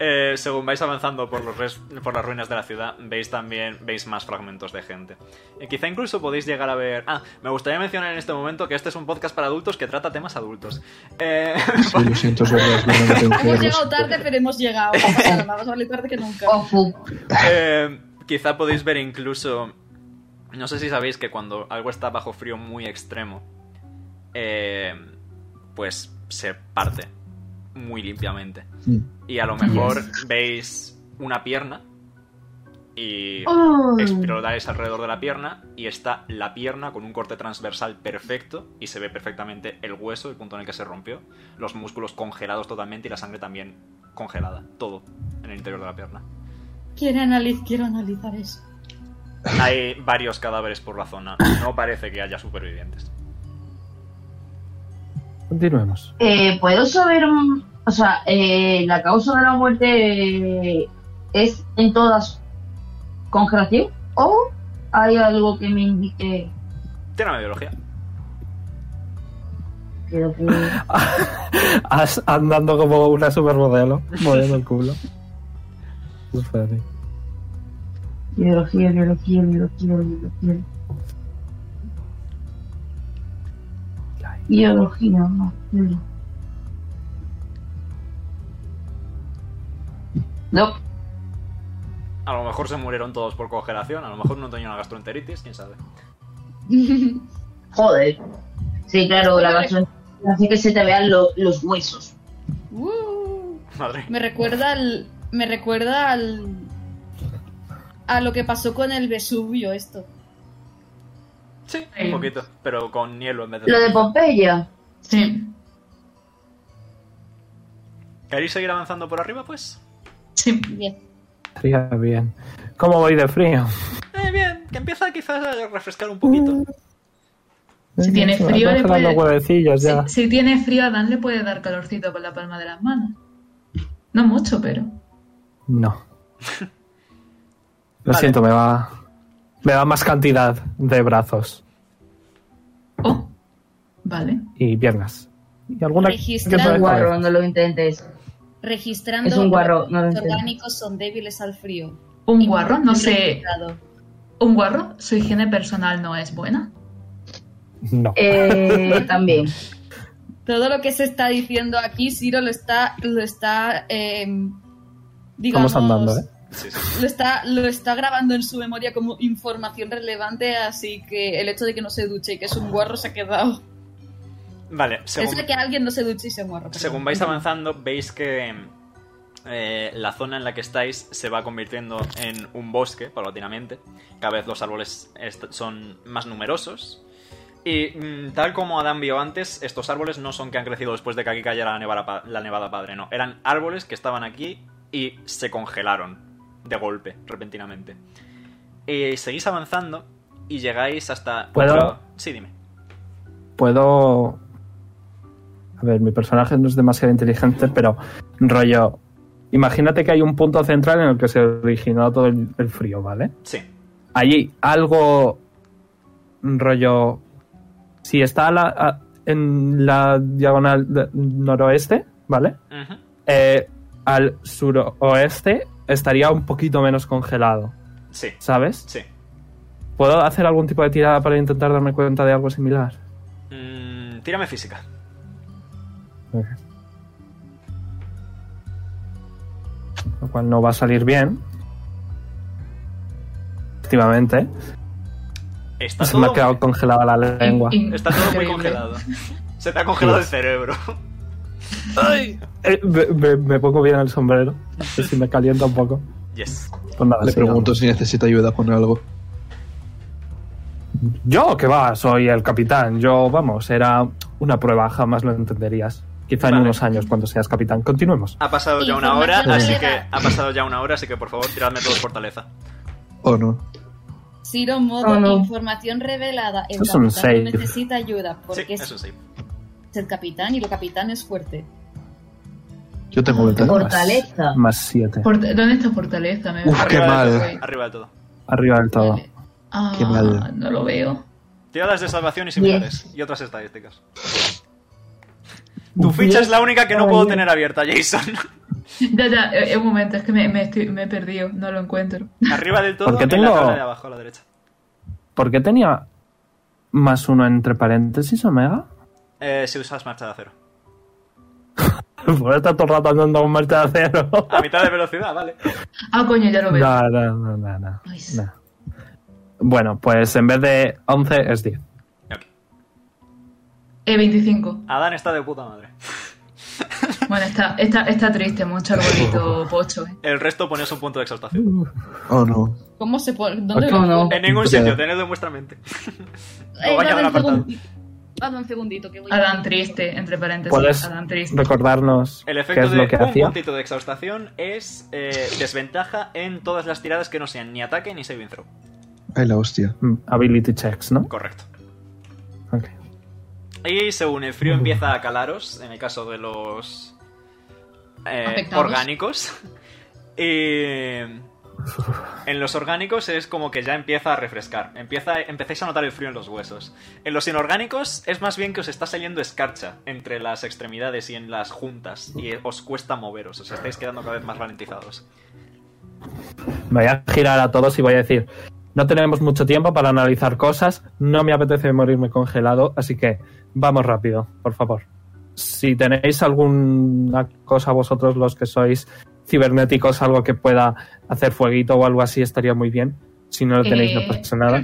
Eh, según vais avanzando por, los res- por las ruinas de la ciudad, veis también veis más fragmentos de gente. Eh, quizá incluso podéis llegar a ver. Ah, me gustaría mencionar en este momento que este es un podcast para adultos que trata temas adultos. Eh, Sí, lo siento, es verdad, es verdad, no tengo que Hemos verlos. llegado tarde, pero hemos llegado. No pasa nada, más vale tarde que nunca. Oh, fu. Eh, quizá podéis ver incluso. No sé si sabéis que cuando algo está bajo frío muy extremo, eh, pues se parte muy limpiamente. Mm. Y a lo mejor veis una pierna y Oh. exploráis alrededor de la pierna y está la pierna con un corte transversal perfecto y se ve perfectamente el hueso, el punto en el que se rompió, los músculos congelados totalmente y la sangre también congelada, todo en el interior de la pierna. Quiero, analiz- quiero analizar eso. Hay varios cadáveres por la zona. No parece que haya supervivientes. Continuemos. Eh, ¿Puedo saber, mm, o sea, eh, la causa de la muerte eh, es en todas congelación o hay algo que me indique? Tiene una biología. Creo que... As andando como una supermodelo, moviendo el culo. No puede ser. Biología, biología, biología, biología. Biología, no. no. No, A lo mejor se murieron todos por congelación. A lo mejor no tenía una gastroenteritis, quién sabe. joder. Sí, claro, la razón hace que se te vean lo- los huesos. Uh, Madre. me recuerda al. Me recuerda al. A lo que pasó con el Vesubio, esto. Sí, un poquito. Pero con hielo en vez de. Lo de Pompeya. Sí. ¿Queréis seguir avanzando por arriba, pues? Sí. Bien. Estaría bien. ¿Cómo voy de frío? Eh, bien. Que empieza quizás a refrescar un poquito. Si tiene Me frío, le están congelando puede- huevecillos Si, ya. si tiene frío, a Dan le puede dar calorcito con la palma de las manos. No mucho, pero. No. Lo Vale. siento, me va. Me da más cantidad de brazos Oh. Vale. y piernas. Y alguna Registra- que otra Es un vez. guarro, no lo intentes. Registrando Es un guarro, no lo los intentes. orgánicos son débiles al frío. Un guarro, no sé. Registrado. Un guarro, su higiene personal no es buena. No. Eh, también. Todo lo que se está diciendo aquí, Ciro lo está, lo está, eh, digamos, Vamos andando, ¿eh? Sí, sí. lo está, lo está grabando en su memoria como información relevante, así que el hecho de que no se duche y que es un guarro se ha quedado. Vale, según. Es de que alguien no se duche y sea un guarro. perdón. Según vais avanzando, veis que eh, la zona en la que estáis se va convirtiendo en un bosque, paulatinamente. Cada vez los árboles est- son más numerosos. Y mm, tal como Adán vio antes, estos árboles no son que han crecido después de que aquí cayera la nevada, pa- la nevada padre, no. Eran árboles que estaban aquí y se congelaron de golpe, repentinamente. Y seguís avanzando y llegáis hasta... ¿Puedo? otro- Sí, dime. Puedo. A ver, mi personaje no es demasiado inteligente, pero rollo. Imagínate que hay un punto central en el que se originó todo el, el frío, ¿vale? Sí. Allí algo. rollo. Si está a la- a- en la diagonal de- noroeste, ¿vale? Ujú. eh, al suroeste estaría un poquito menos congelado, Sí, ¿sabes? sí. ¿Puedo hacer algún tipo de tirada para intentar darme cuenta de algo similar? Mm, tírame física. Me Lo cual no va a salir bien. Efectivamente. Está Se me ha todo, quedado congelada la lengua. In- in- está todo muy increíble. congelado. Se te ha congelado el Sí. cerebro. Eh, me, me- me pongo bien el sombrero. A ver si me calienta un poco. Yes. Pues nada, Le sigamos. pregunto si necesita ayuda con algo. Yo, que va, soy el capitán. Yo, vamos, era una prueba, jamás lo entenderías. Quizá en Vale. unos años cuando seas capitán. Continuemos. Ha pasado ya una hora, Información así que relevante. ha pasado ya una hora, así que por favor tiradme todos fortaleza. ¿O no? Ciro, modo Oh, no. información revelada. El Eso es un capitán no save. necesita ayuda Sí, porque eso es sí. el capitán y el capitán es fuerte. Yo tengo ventaja. Fortaleza. Más 7. Port- ¿Dónde está Fortaleza? Me Uf, qué Arriba mal. Oh, del güey. todo. Arriba del todo. Arriba del todo. Vale. Ah, qué mal. No lo veo. Tiradas de salvación y similares. Y otras estadísticas. Tu ficha es la única que no puedo tener abierta, Jason. Ya, ya, eh, eh, un momento, es que me, me estoy- me he perdido, no lo encuentro. Arriba del todo, Porque en la tengo- tabla de abajo a la derecha. ¿Por qué tenía más uno entre paréntesis, Omega? Eh, si usas marcha de acero. Por estar todo el rato andando con marcha de acero. A mitad de velocidad, vale. Ah, coño, ya lo veo. No, no, no, no, no, Ay, no. Bueno, pues en vez de 11 es 10. Eh, 25. Adán está de puta madre. Bueno, está, está, está triste mucho el bonito pocho. eh. El resto pones un punto de exhaustación. ¿O Oh, no? ¿Cómo se pone? ¿Dónde ¿Cómo no? En ningún Ya. sitio, tenedlo en vuestra mente. Eh, vaya dame un apartado. segun- dame un segundito que voy a- Adán triste, entre paréntesis. ¿Puedes Adán triste. recordarnos El qué efecto es de lo que un hacía? puntito de exhaustación es eh, desventaja en todas las tiradas que no sean ni ataque ni saving throw. Ay, la hostia. Mm, Ability checks, ¿no? Correcto. Ok. Y según el frío empieza a calaros, en el caso de los eh, Afectados. orgánicos. Y en los orgánicos es como que ya empieza a refrescar. Empieza, empezáis a notar el frío en los huesos. En los inorgánicos es más bien que os está saliendo escarcha entre las extremidades y en las juntas. Y os cuesta moveros, os estáis quedando cada vez más ralentizados. Me voy a girar a todos y voy a decir, no tenemos mucho tiempo para analizar cosas, no me apetece morirme congelado, así que vamos rápido, por favor. Si tenéis alguna cosa vosotros los que sois cibernéticos, algo que pueda hacer fueguito o algo así, estaría muy bien. Si no lo tenéis, no Eh, pasa nada.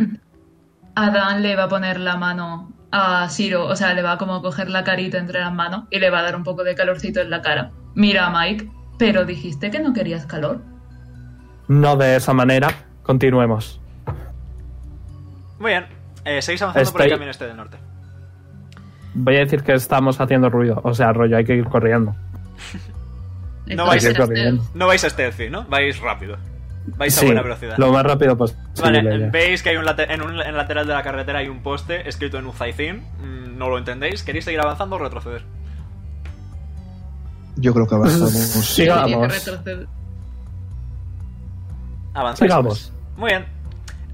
Adán le va a poner la mano a Ciro, o sea, le va como a coger la carita entre las manos y le va a dar un poco de calorcito en la cara. Mira a Mike, pero dijiste que no querías calor. No de esa manera, continuemos. Muy bien, eh, seguís avanzando por el Estoy- camino este del norte. Voy a decir que estamos haciendo ruido, o sea, rollo, hay que ir corriendo. No Entonces, vais a ir corriendo. No vais a Stealthy, ¿no? Vais rápido. Vais Sí, a buena velocidad. Lo más rápido posible. Vale, ya. veis que hay un late- en un en lateral de la carretera hay un poste escrito en Uzaizin. Mm, No lo entendéis. ¿Queréis seguir avanzando o retroceder? Yo creo que avanzamos. Sí. tenía que Vamos. retroceder. Avanzáis. Sigamos. Ah. pues. Muy bien.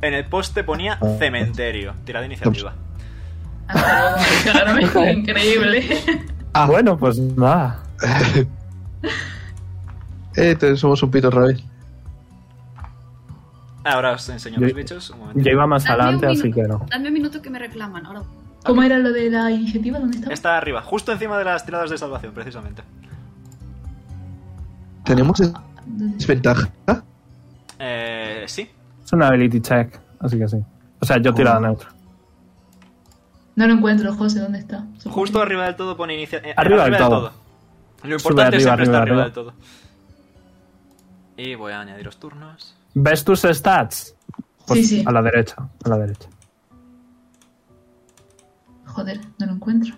En el poste ponía cementerio. Tirada iniciativa. Ah, Increíble. Ah, bueno, pues nada. Eh, te- somos un pito otra vez. Ahora os enseño Yo- los bichos. Un momento. Yo iba más Dame adelante, un así minuto. que no. Dame un minuto que me reclaman. Ahora. ¿Cómo era lo de la iniciativa? ¿Dónde estaba? Está arriba, justo encima de las tiradas de salvación, precisamente. ¿Tenemos desventaja? Eh, sí. Es una ability check, así que sí. O sea, yo tirada neutra. No lo encuentro, José, ¿dónde está? Justo arriba del todo pone inicia. eh, Arriba del todo. Lo importante es siempre arriba, está arriba arriba, del todo. Y voy a añadiros turnos. ¿Ves tus stats? Pues sí, sí. A la derecha, a la derecha. Joder, no lo encuentro.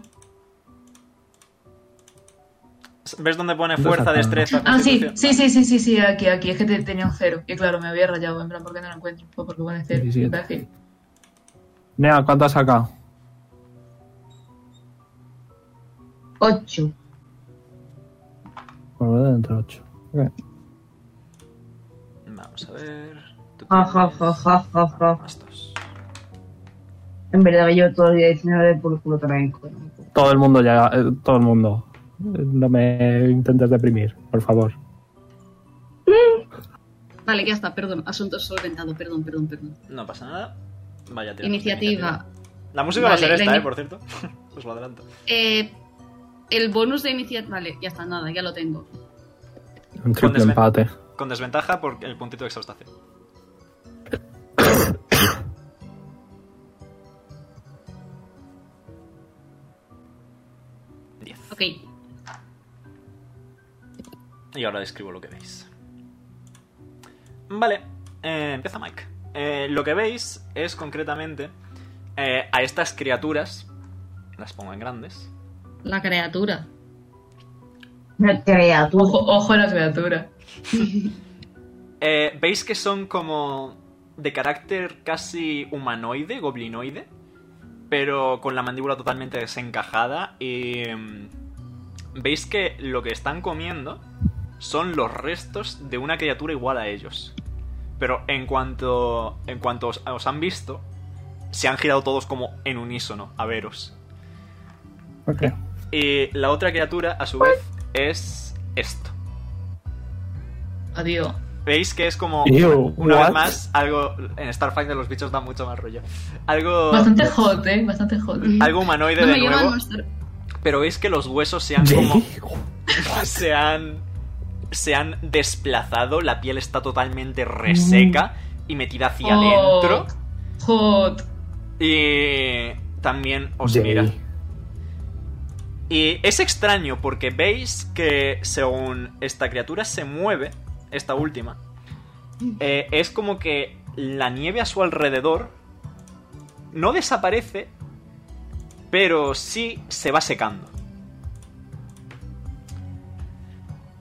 ¿Ves dónde pone Dos fuerza, ataques. destreza? Ah, sí, constitución? sí, sí, sí, sí, sí, aquí, aquí. Es que te- tenía un cero. Y claro, me había rayado, en plan, ¿por qué no lo encuentro? Pues porque pone cero. 17. imbécil. Nea, ¿cuánto has sacado? 8. Bueno, dentro 8. Vamos a ver. Tú Ja, ja, tienes ja, ja, ja, ja. más dos. En verdad que yo todo el día 19 por culo también. coño. Todo el mundo llega, eh, todo el mundo. Eh, No me intentes deprimir, por favor. Vale, ya está, perdón. Asunto solventado, perdón, perdón, perdón. No pasa nada. Vaya tirando. Iniciativa. La música va a Vale, ser esta, la ini- eh, por cierto. Os lo adelanto. Eh, el bonus de iniciativa. Vale, ya está, nada, ya lo tengo. Un triple desven- empate. Con desventaja por el puntito de exhaustación. Diez. Ok. Y ahora describo lo que veis. Vale, eh, empieza Mike. Eh, lo que veis es concretamente eh, a estas criaturas. Las pongo en grandes. La criatura. Una criatura. Ojo, ojo a la criatura. Eh, Veis que son como de carácter casi humanoide, goblinoide, pero con la mandíbula totalmente desencajada y mm, veis que lo que están comiendo son los restos de una criatura igual a ellos. Pero en cuanto en cuanto os, os han visto, se han girado todos como en unísono a veros. Ok. Eh, Y la otra criatura a su vez es esto. Adiós. Veis que es como Ew, Una what? vez más, algo. En Starfinder los bichos dan mucho más rollo. Algo. Bastante hot, eh. Bastante hot. Algo humanoide No me de llevan nuevo. nuestro- Pero veis que los huesos se han como. se han. Se han desplazado. La piel está totalmente reseca y metida hacia Oh. adentro. Hot. Y. También os Yay. mira. Y es extraño porque veis que según esta criatura se mueve, esta última, eh, es como que la nieve a su alrededor no desaparece, pero sí se va secando.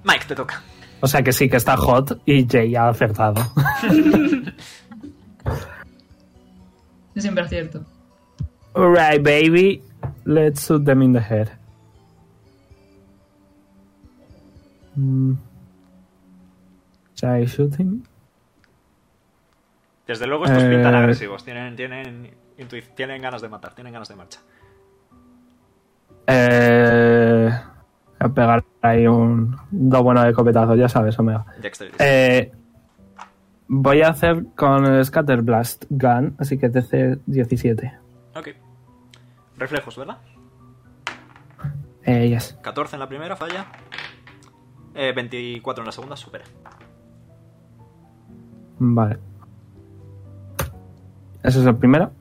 Mike, te toca. O sea que sí que está hot y Jay ha acertado. Yo siempre acierto. Alright, baby. Let's shoot them in the head. Mm. Should I shoot him? Desde luego estos Eh. pintan agresivos, tienen, tienen, intui- tienen ganas de matar, tienen ganas de marcha. Eh, voy a pegar ahí un dos buenos de copetazo, ya sabes, Omega. Dexterity. Eh, voy a hacer con el Scatter Blast Gun, así que DC 17. Ok. Reflejos, ¿verdad? Eh, yes. 14 en la primera, falla. Eh, 24 en la segunda, supera. Vale. Esa es la primera.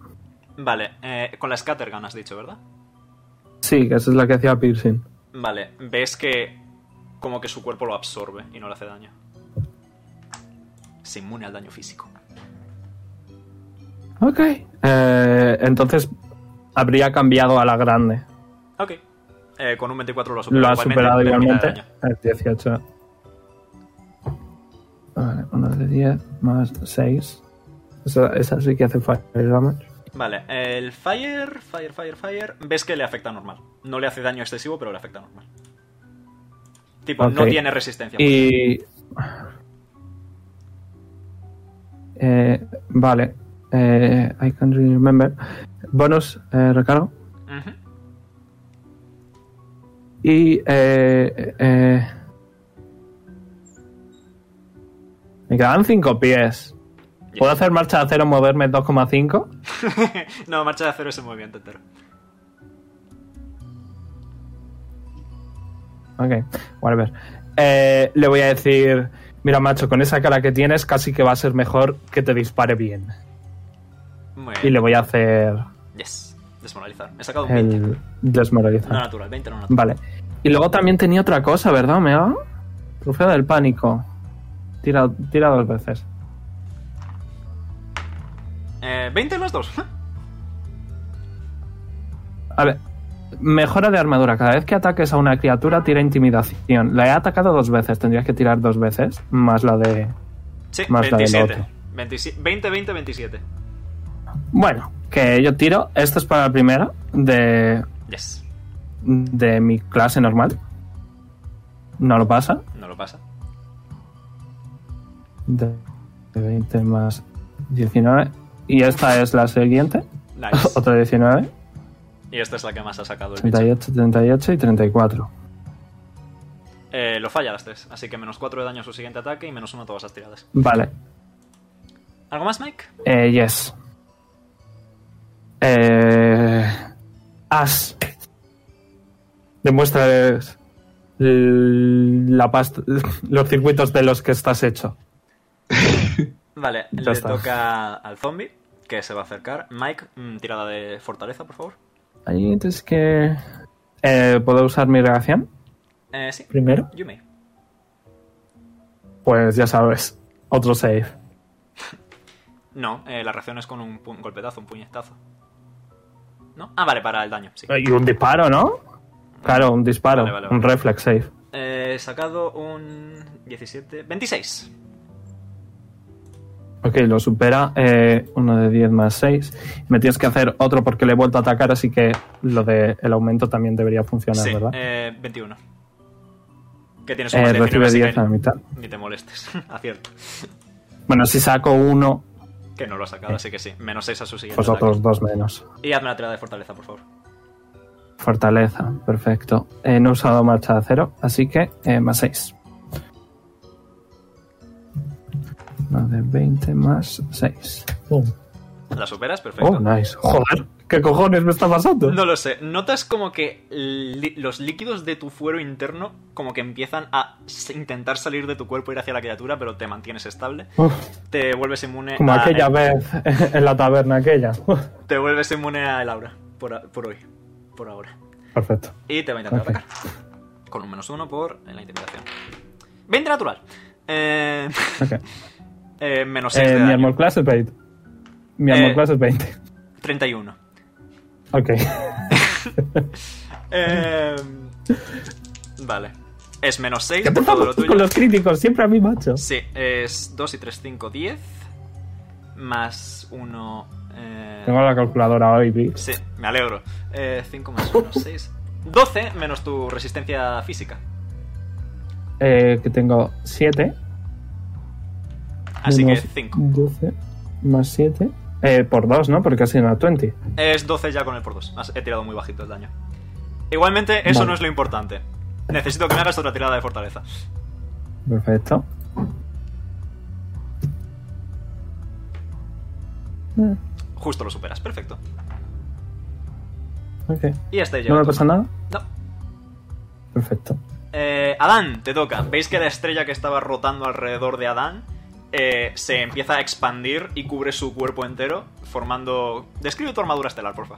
Vale, eh, con la Scattergun has dicho, ¿verdad? Sí, que esa es la que hacía Piercing. Vale, ves que como que su cuerpo lo absorbe y no le hace daño. Se inmune al daño físico. Ok. Eh, entonces habría cambiado a la grande. Ok. Eh, con un 24 lo ha superado. Lo ha igualmente, superado le quita igualmente. daño. Es 18. Vale, 1 de 10 más 6. Esa, esa sí que hace fire damage. Vale, el Fire, Fire, Fire, Fire. Ves que le afecta normal. No le hace daño excesivo, pero le afecta normal. Tipo, no Ok. tiene resistencia. Y. Eh, vale. Eh, I can't really remember. Bonus, eh, recargo. Ujú. Y. Eh, eh, me quedan 5 pies. Yes. ¿Puedo hacer marcha a cero, moverme 2,5? no, marcha de acero ese movimiento entero. Ok, whatever. Eh, le voy a decir: Mira, macho, con esa cara que tienes, casi que va a ser mejor que te dispare bien. Muy Y bien. le voy a hacer Yes. Desmoralizar. Me he sacado un 20. el desmoralizar. No natural, 20 no natural. Vale. Y luego también tenía otra cosa, ¿verdad, Omega? Trofeo del pánico. Tira, tira dos veces. Eh, 20 en los dos. A ver. Mejora de armadura. Cada vez que ataques a una criatura, tira intimidación. La he atacado dos veces. Tendrías que tirar dos veces. Más la de. Sí, Más la del 27. otro. 27. 20, 20, 27. Bueno, que yo tiro. Esto es para la primera de, Yes. de mi clase normal. No lo pasa. No lo pasa. De 20 más 19. Y esta es la siguiente. Nice. Otra 19. y esta es la que más ha sacado el bicho. 38, 38 y 34. Eh, lo falla las tres. Así que menos 4 de daño a su siguiente ataque y menos 1 a todas las tiradas. Vale. ¿Algo más, Mike? Eh, yes. Eh, as. Demuestres el- la past- los circuitos de los que estás hecho. Vale, Ya le está. toca al zombie, que se va a acercar. Mike, mm, tirada de fortaleza, por favor. Ahí es que... Eh, ¿Puedo usar mi reacción Eh, sí, primero? you may. Pues ya sabes, otro save. No, eh, la reacción es con un pu- golpetazo, un puñetazo. ¿No? Ah, vale, para el daño, sí. Y un disparo, ¿no? Claro, un disparo, Vale, vale, un vale. reflex save. Eh, he sacado un 17... 26. Ok, lo supera. eh, uno de 10 más 6. Me tienes que hacer otro porque le he vuelto a atacar, así que lo del el aumento también debería funcionar, sí, ¿verdad? eh, 21. Que tienes un Eh, más recibe 19, así 10 a la que mitad. ni te molestes. Acierto. Bueno, si saco uno, Que no lo ha sacado, así que sí. Menos 6 a su siguiente pues ataque. otros dos menos. Y hazme la tirada de fortaleza, por favor. Fortaleza, perfecto. Eh, no he usado marcha de cero, así que eh, más 6. Uno de 20 más 6. ¿La superas? Perfecto. Oh, nice. Joder, ¿qué cojones me está pasando? No lo sé. Notas como que li- los líquidos de tu fuero interno como que empiezan a s- intentar salir de tu cuerpo e ir hacia la criatura, pero te mantienes estable. Uf, Te vuelves inmune como a... aquella vez en la taberna aquella. Te vuelves inmune a el aura. Por, a- por hoy. Por ahora. Perfecto. Y te va a intentar Ok. atacar. Con un menos uno por la intimidación. 20 natural. Eh... Ok. eh, menos 6 Eh, de mi daño. armor class es 20. Mi Eh, armor class es 20. 31. Ok. Eh... Vale. Es menos 6 ¿Qué por todo lo pasa tuyo. con los críticos? Siempre a mí, macho. Sí, es 2 y 3, 5, 10. Más 1. Eh... Tengo la calculadora hoy, vi. Sí, me alegro. Eh, 5 más 1, 6. 12 menos tu resistencia física. Eh, que tengo 7. Así que 5. 12 más 7. Eh, por 2, ¿no? Porque ha sido una 20. Es 12 ya con el por 2. He tirado muy bajito el daño. Igualmente, eso Vale. no es lo importante. Necesito que me hagas otra tirada de fortaleza. Perfecto. Eh, Justo lo superas, perfecto. ok. Y este ya. ¿No me pasa nada? No. Perfecto. Eh, Adán, te toca. Veis que la estrella que estaba rotando alrededor de Adán eh, se empieza a expandir y cubre su cuerpo entero, formando. Describe tu armadura estelar, porfa.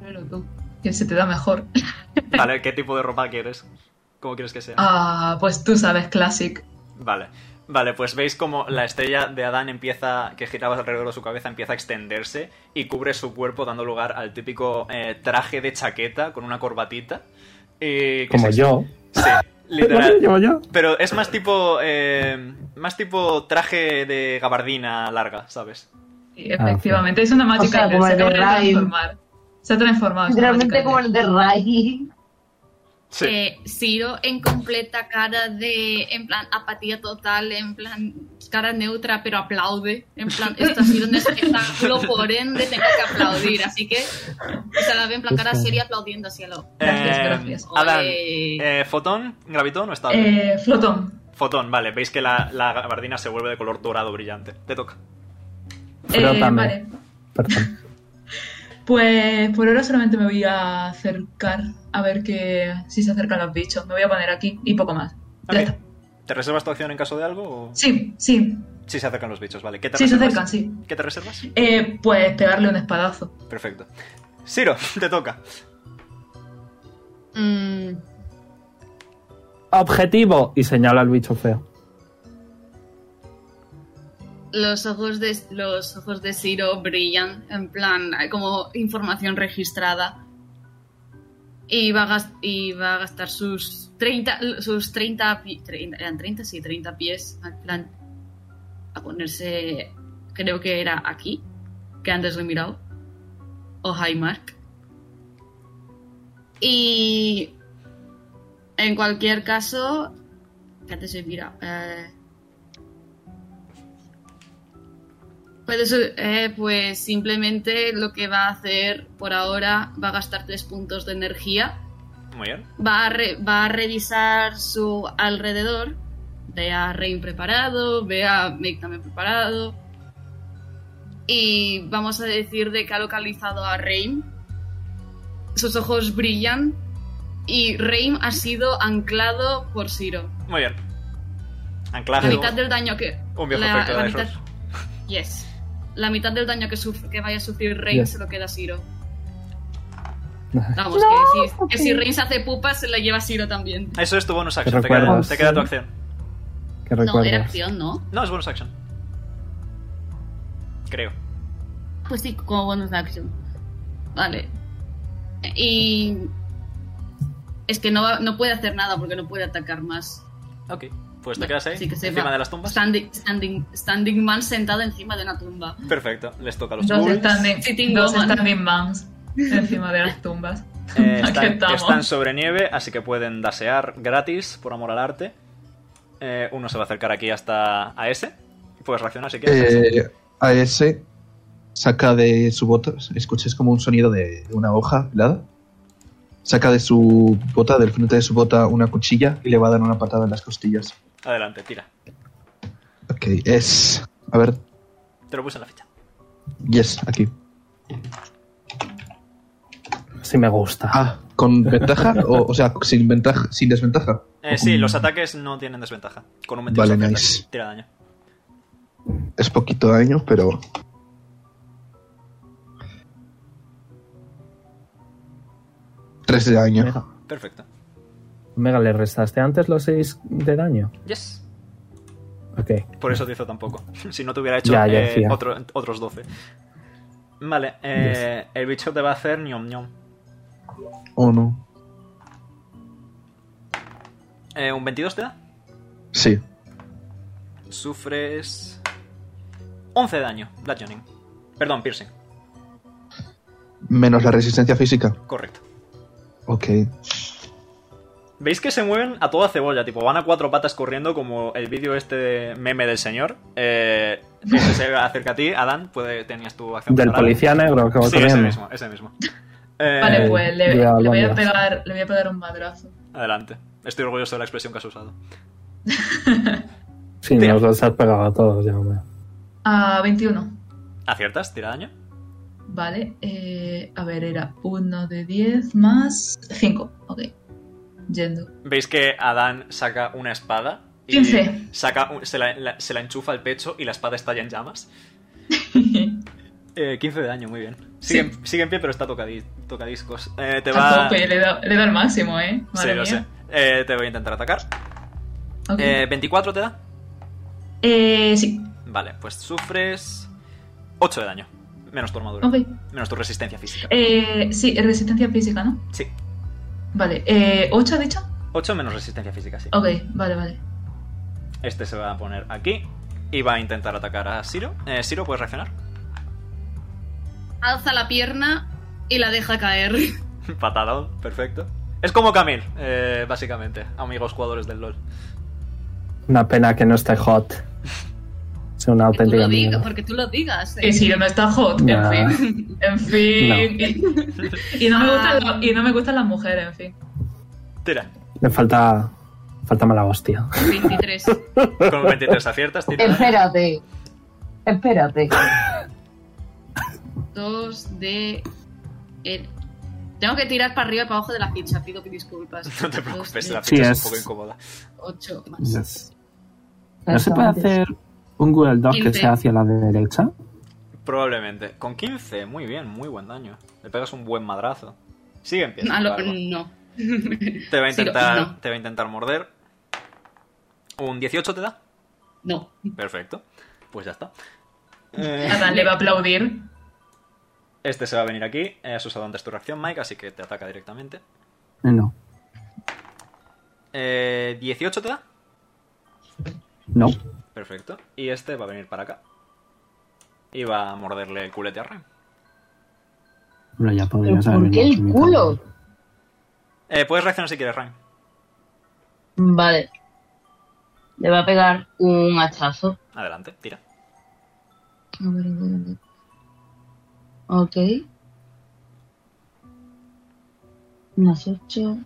Pero tú, que se te da mejor. Vale, ¿qué tipo de ropa quieres? ¿Cómo quieres que sea? Ah, pues tú sabes, Classic. Vale. Vale, pues veis como la estrella de Adán empieza, que giraba alrededor de su cabeza, empieza a extenderse y cubre su cuerpo dando lugar al típico eh, traje de chaqueta con una corbatita. Y que Como se- yo. Sí, Bueno, literal. llevo yo. Pero es más tipo. eh, más tipo traje de gabardina larga, ¿sabes? Sí, efectivamente, es una O sea, mágica como el se de acaba de Rhyme. transformar. Se ha transformado. es una Literalmente Magical como Girl. el de Ray. Sí. Eh, Ciro en completa cara de, en plan, apatía total, en plan, cara neutra, pero aplaude. En plan, esto ha sido un espectáculo, por ende tengo que aplaudir. Así que se la ve en plan cara seria aplaudiendo hacia lo. Gracias, Eh, gracias. Adán, Ole. eh, ¿fotón? ¿Gravitón o estable? Eh, Flotón. Fotón, vale. Veis que la, la gabardina se vuelve de color dorado brillante. Te toca. Eh, Flótame. vale. Perdón. Pues por ahora solamente me voy a acercar a ver que si se acercan los bichos. Me voy a poner aquí y poco más. Ok. Ya está. ¿Te reservas tu acción en caso de algo? O... Sí, sí, Sí, se acercan los bichos, vale. ¿Qué te sí se reservas? acercan, sí. ¿Qué te reservas? Eh, pues pegarle un espadazo. Perfecto. Ciro, te toca. Mm, Objetivo. Y señala al bicho feo. los ojos de los ojos de Ciro brillan en plan hay como información registrada y va a, gas- y va a gastar sus 30 sus 30, pi- 30 eran 30 sí 30 pies al plan a ponerse creo que era aquí que antes lo he mirado o Highmark y en cualquier caso que antes he mirado eh, Pues, eso, eh, pues simplemente lo que va a hacer por ahora va a gastar tres puntos de energía. Muy bien. Va a, re- va a revisar su alrededor. Ve a Rein preparado, ve a Mick también preparado. Y vamos a decir de que ha localizado a Rein. Sus ojos brillan Y Reim ha sido anclado por Siro. Muy bien. La Anclaje. mitad del daño que. Un viejo la, efecto la de mitad, esos. Yes. La mitad del daño que, suf- que vaya a sufrir Reim Yes. se lo queda a Siro. Vamos, que, si, que si Reim se hace pupa, se la lleva Siro también. Eso es tu bonus action. Te queda, recuerdas? te queda tu acción. que No, era recuerdas. acción, ¿no? No, es bonus action. Creo. Pues sí, como bonus action. Vale. Y. Es que no, va- no puede hacer nada porque no puede atacar más. Ok. Pues te quedas ahí, Así que se encima va. de las tumbas. Standing, standing, standing man sentado encima de una tumba. Perfecto. Les toca a los Dos ghouls, standing, Sitting dos woman. standing mans encima de las tumbas. eh, Aquí están, que estamos. están sobre nieve, así que pueden dasear gratis por amor al arte. Eh, uno se va a acercar aquí hasta a ese. Puedes reaccionar si quieres. Eh, a ese saca de su bota, escuches como un sonido de, de una hoja afilada. Saca de su bota, del frente de su bota, una cuchilla y le va a dar una patada en las costillas. Adelante, tira. Ok, es. A ver, Te lo puse en la ficha. yes, aquí. Si me gusta. Ah, ¿con ventaja? o, o sea, sin ventaja, sin desventaja. Eh, sí, los ataques no tienen desventaja. Con un 28 Vale, aciertas. nice. Tira daño. Es poquito daño, pero. Tres de daño. Mega. Perfecto. Mega, ¿le restaste antes los 6 de daño? Yes. Ok. Por eso te hizo tampoco. si no te hubiera hecho Ya, ya eh, decía. otro- otros 12. Vale, eh, el bicho te va a hacer ñom ñom. Oh, no. Eh, ¿Un 22 te da? Sí. Sufres 11 de daño, bludgeoning. Perdón, piercing. Menos la resistencia física. Correcto. Ok. ¿Veis que se mueven a toda cebolla? Tipo, van a cuatro patas corriendo como el vídeo este de meme del señor. Eh, ese se acerca a ti, Adán, puede, tenías tu acción. Del preparada. policía negro que va Sí, ese corriendo. mismo, ese mismo. Eh, Vale, pues le, ya, le voy a vamos. pegar, le voy a pegar un madrazo. Adelante. Estoy orgulloso de la expresión que has usado. Sí, Tira. nos los has pegado a todos, ya, hombre. A 21. ¿Aciertas? ¿Tira daño? Vale, eh, a ver, era 1 de 10 más 5. Ok, yendo. Veis que Adán saca una espada. Y 15. Saca, un- se, la, la- se la enchufa al pecho y la espada estalla en llamas. Eh, 15 de daño, muy bien. Sigue, en- sigue en pie, pero está tocadi- tocadiscos. Eh, te va. A tope, le da, le da el máximo, ¿eh? Sí, Madre lo mía. sé. Eh, te voy a intentar atacar. Ok. Eh, 24 te da. Eh, sí, Vale, pues sufres 8 de daño. Menos tu armadura. ok. Menos tu resistencia física. Eh, sí, resistencia física, ¿no? Sí. Vale, eh, ¿8 ha dicho? 8 menos resistencia física, sí. Ok, vale, vale. Este se va a poner aquí. Y va a intentar atacar a Siro. Eh, Siro, ¿puedes reaccionar? Alza la pierna y la deja caer. Patadón, perfecto. Es como Camille, eh, básicamente. Amigos jugadores del LOL. Una pena que no esté hot. Es una Que tú auténtica lo digas, mierda. porque tú lo digas. ¿eh? Y si no está hot, Ya. en fin. En fin. Y, y no me Ah. gustan lo- y no me gustan las mujeres, en fin. Tira. Le falta. Falta mala hostia. 23. Con un 23 aciertas, Eh. tira. Espérate. Espérate. 2 de. el- Tengo que tirar para arriba y para abajo de la ficha, pido disculpas. No te preocupes, la Sí, ficha es es- un poco incómoda. 8 más. ¿No se puede hacer un Google Doc que Quince. sea hacia la derecha? Probablemente. Con 15, muy bien, muy buen daño. Le pegas un buen madrazo. Sigue en pie, sin Ah, lo- embargo. no. Te va a Sí, lo- intentar, no. te va a intentar morder. ¿Un 18 te da? No. Perfecto. Pues ya está. Eh, Adán le va a aplaudir. este se va a venir aquí. Eh, Has usado antes tu reacción, Mike, así que te ataca directamente. Eh, No. Eh, ¿18 te da? No. Perfecto. Y este va a venir para acá. Y va a morderle el culete a Ren. Hombre, ya Pero podrías haber ¿Por qué venido el tú, culo? Eh, puedes reaccionar si quieres, Ren. Vale. Le va a pegar un hachazo. Adelante, tira. A ver, a ver, a ver. Ok. Más 8.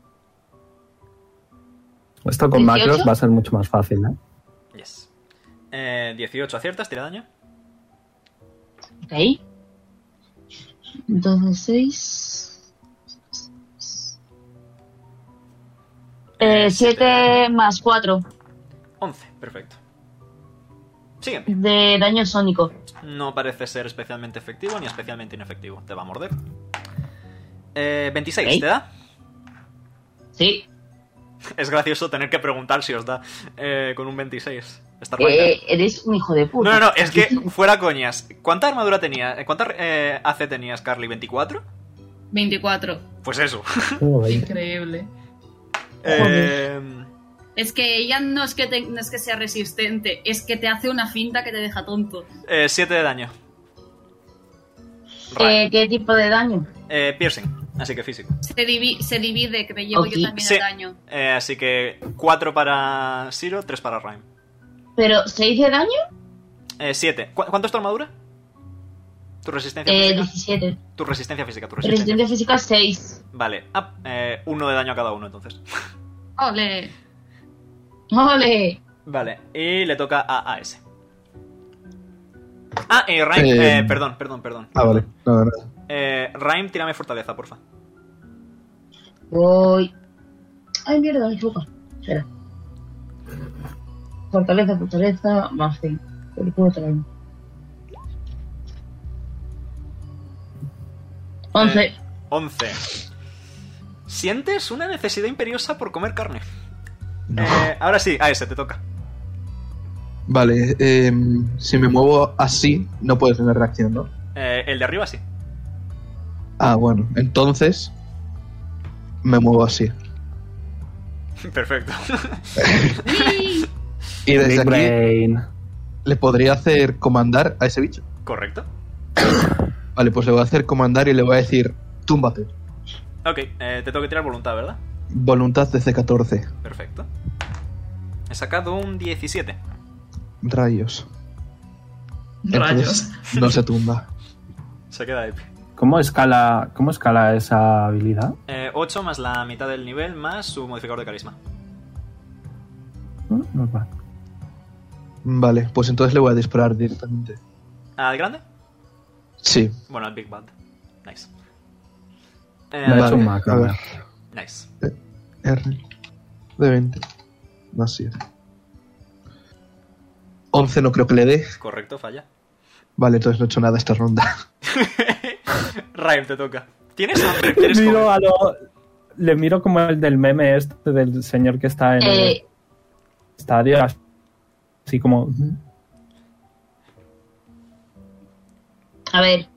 Esto 18. con macros va a ser mucho más fácil, ¿eh? Yes. Eh, 18 aciertas, tira daño. Ok. 2 de 6. Eh, Eh, siete. 7 más 4 11, perfecto. Sigue. de daño sónico. No parece ser especialmente efectivo ni especialmente inefectivo. Te va a morder. Eh, 26, Ok. ¿te da? Sí. Es gracioso tener que preguntar si os da eh, con un 26. Está Eh, eres un hijo de No, puta. no, no, es que fuera coñas. ¿Cuánta armadura tenía? eh, ¿Cuánta eh, AC tenías, Carly? ¿24? 24. Pues eso. Increíble. Eh, Es que ella no es que, te- no es que sea resistente, es que te hace una finta que te deja tonto. eh, 7 de daño. Eh, ¿Qué tipo de daño? Eh, piercing, así que físico. Se, divi- se divide, que me llevo Ok. yo también Sí. el daño. Eh, así que 4 para Siro, 3 para Rhyme. ¿Pero 6 de daño? Eh, 7. ¿Cu- ¿Cuánto es tu armadura? ¿Tu resistencia Eh, física? 17. Tu resistencia física, tu resistencia. Resistencia física 6. Vale, ah, eh, uno de daño a cada uno entonces. Ole. ¡Ole! Vale, y le toca a AS. Ah, eh, Rhyme, Eh, eh, perdón, perdón, perdón. Ah, vale. Nada, nada. Eh, Rhyme, tírame fortaleza, porfa. Voy. Ay, mierda, me equivoco. Espera. Fortaleza, fortaleza, más 5. El culo te lo doy. 11. Eh, 11. Sientes una necesidad imperiosa por comer carne. Eh, ahora sí, AS, te toca. Vale, em, si me muevo así, no puedes tener reacción, ¿no? Eh, el de arriba sí. Ah, bueno, entonces me muevo así. Perfecto. Y desde Big aquí Brain. le podría hacer comandar a ese bicho. Correcto. Vale, pues le voy a hacer comandar y le voy a decir, túmbate. Ok, eh, te tengo que tirar voluntad, ¿verdad? Voluntad de C14. Perfecto. He sacado un 17. Rayos. Rayos. Entonces, no se tumba. Se queda de pie. ¿Cómo escala, ¿Cómo escala esa habilidad? Eh, 8 más la mitad del nivel más su modificador de carisma. Mm, normal. Vale, pues entonces le voy a disparar directamente. ¿Al grande? Sí. Bueno, al Big Bad. Nice. Eh, Me ha hecho Vale, un macro. a ver. Nice. R. De 20. Más 7. 11 no creo que le dé. Correcto, falla. Vale, entonces no he hecho nada esta ronda. Ryan, te toca. ¿Tienes hambre? ¿Quieres Miro comer? a lo- le miro como el del meme este del señor que está en el Eh, estadio. Así como. a ver.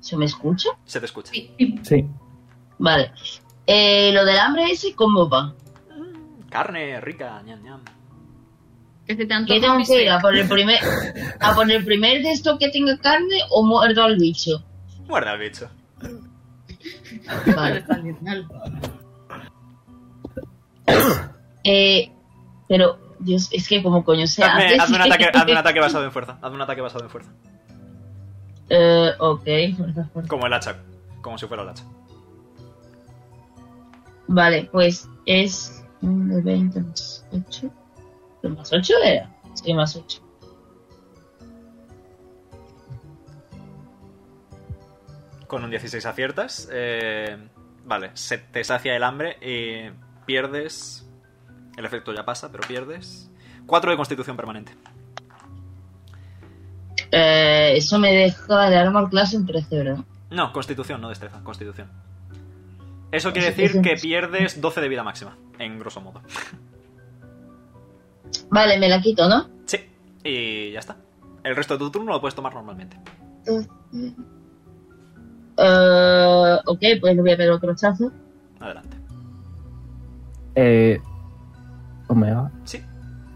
¿Se me escucha? Se te escucha. Sí. Vale. Eh, lo del hambre ese, ¿cómo va? Carne rica, ñam, ñam. Que se te antoja ¿Qué tengo un que ir? bistec. ¿A por el primer, a por el primer de esto que tenga carne o muerdo al bicho? Muerde al bicho. Vale. Eh, pero, Dios, es que como coño se Hazme, hace. hazme un ataque, hazme un ataque basado en fuerza. Hazme un ataque basado en fuerza. Eh, ok, fuerza, fuerza. Como el hacha. Como si fuera el hacha. Vale, pues es un de 20 más 8. ¿Lo más 8 era? Sí, más 8. Con un 16 aciertas. eh, vale, se te sacia el hambre y pierdes. El efecto ya pasa, pero pierdes. 4 de constitución permanente. Eh, eso me deja de armor class en 13, ¿verdad? No, constitución, no destreza, constitución. Eso quiere decir que pierdes 12 de vida máxima, en grosso modo. Vale, me la quito, ¿no? Sí, y ya está. El resto de tu turno lo puedes tomar normalmente. Eh, ok, pues le voy a pegar otro chazo. Adelante. Eh, Omega. Sí,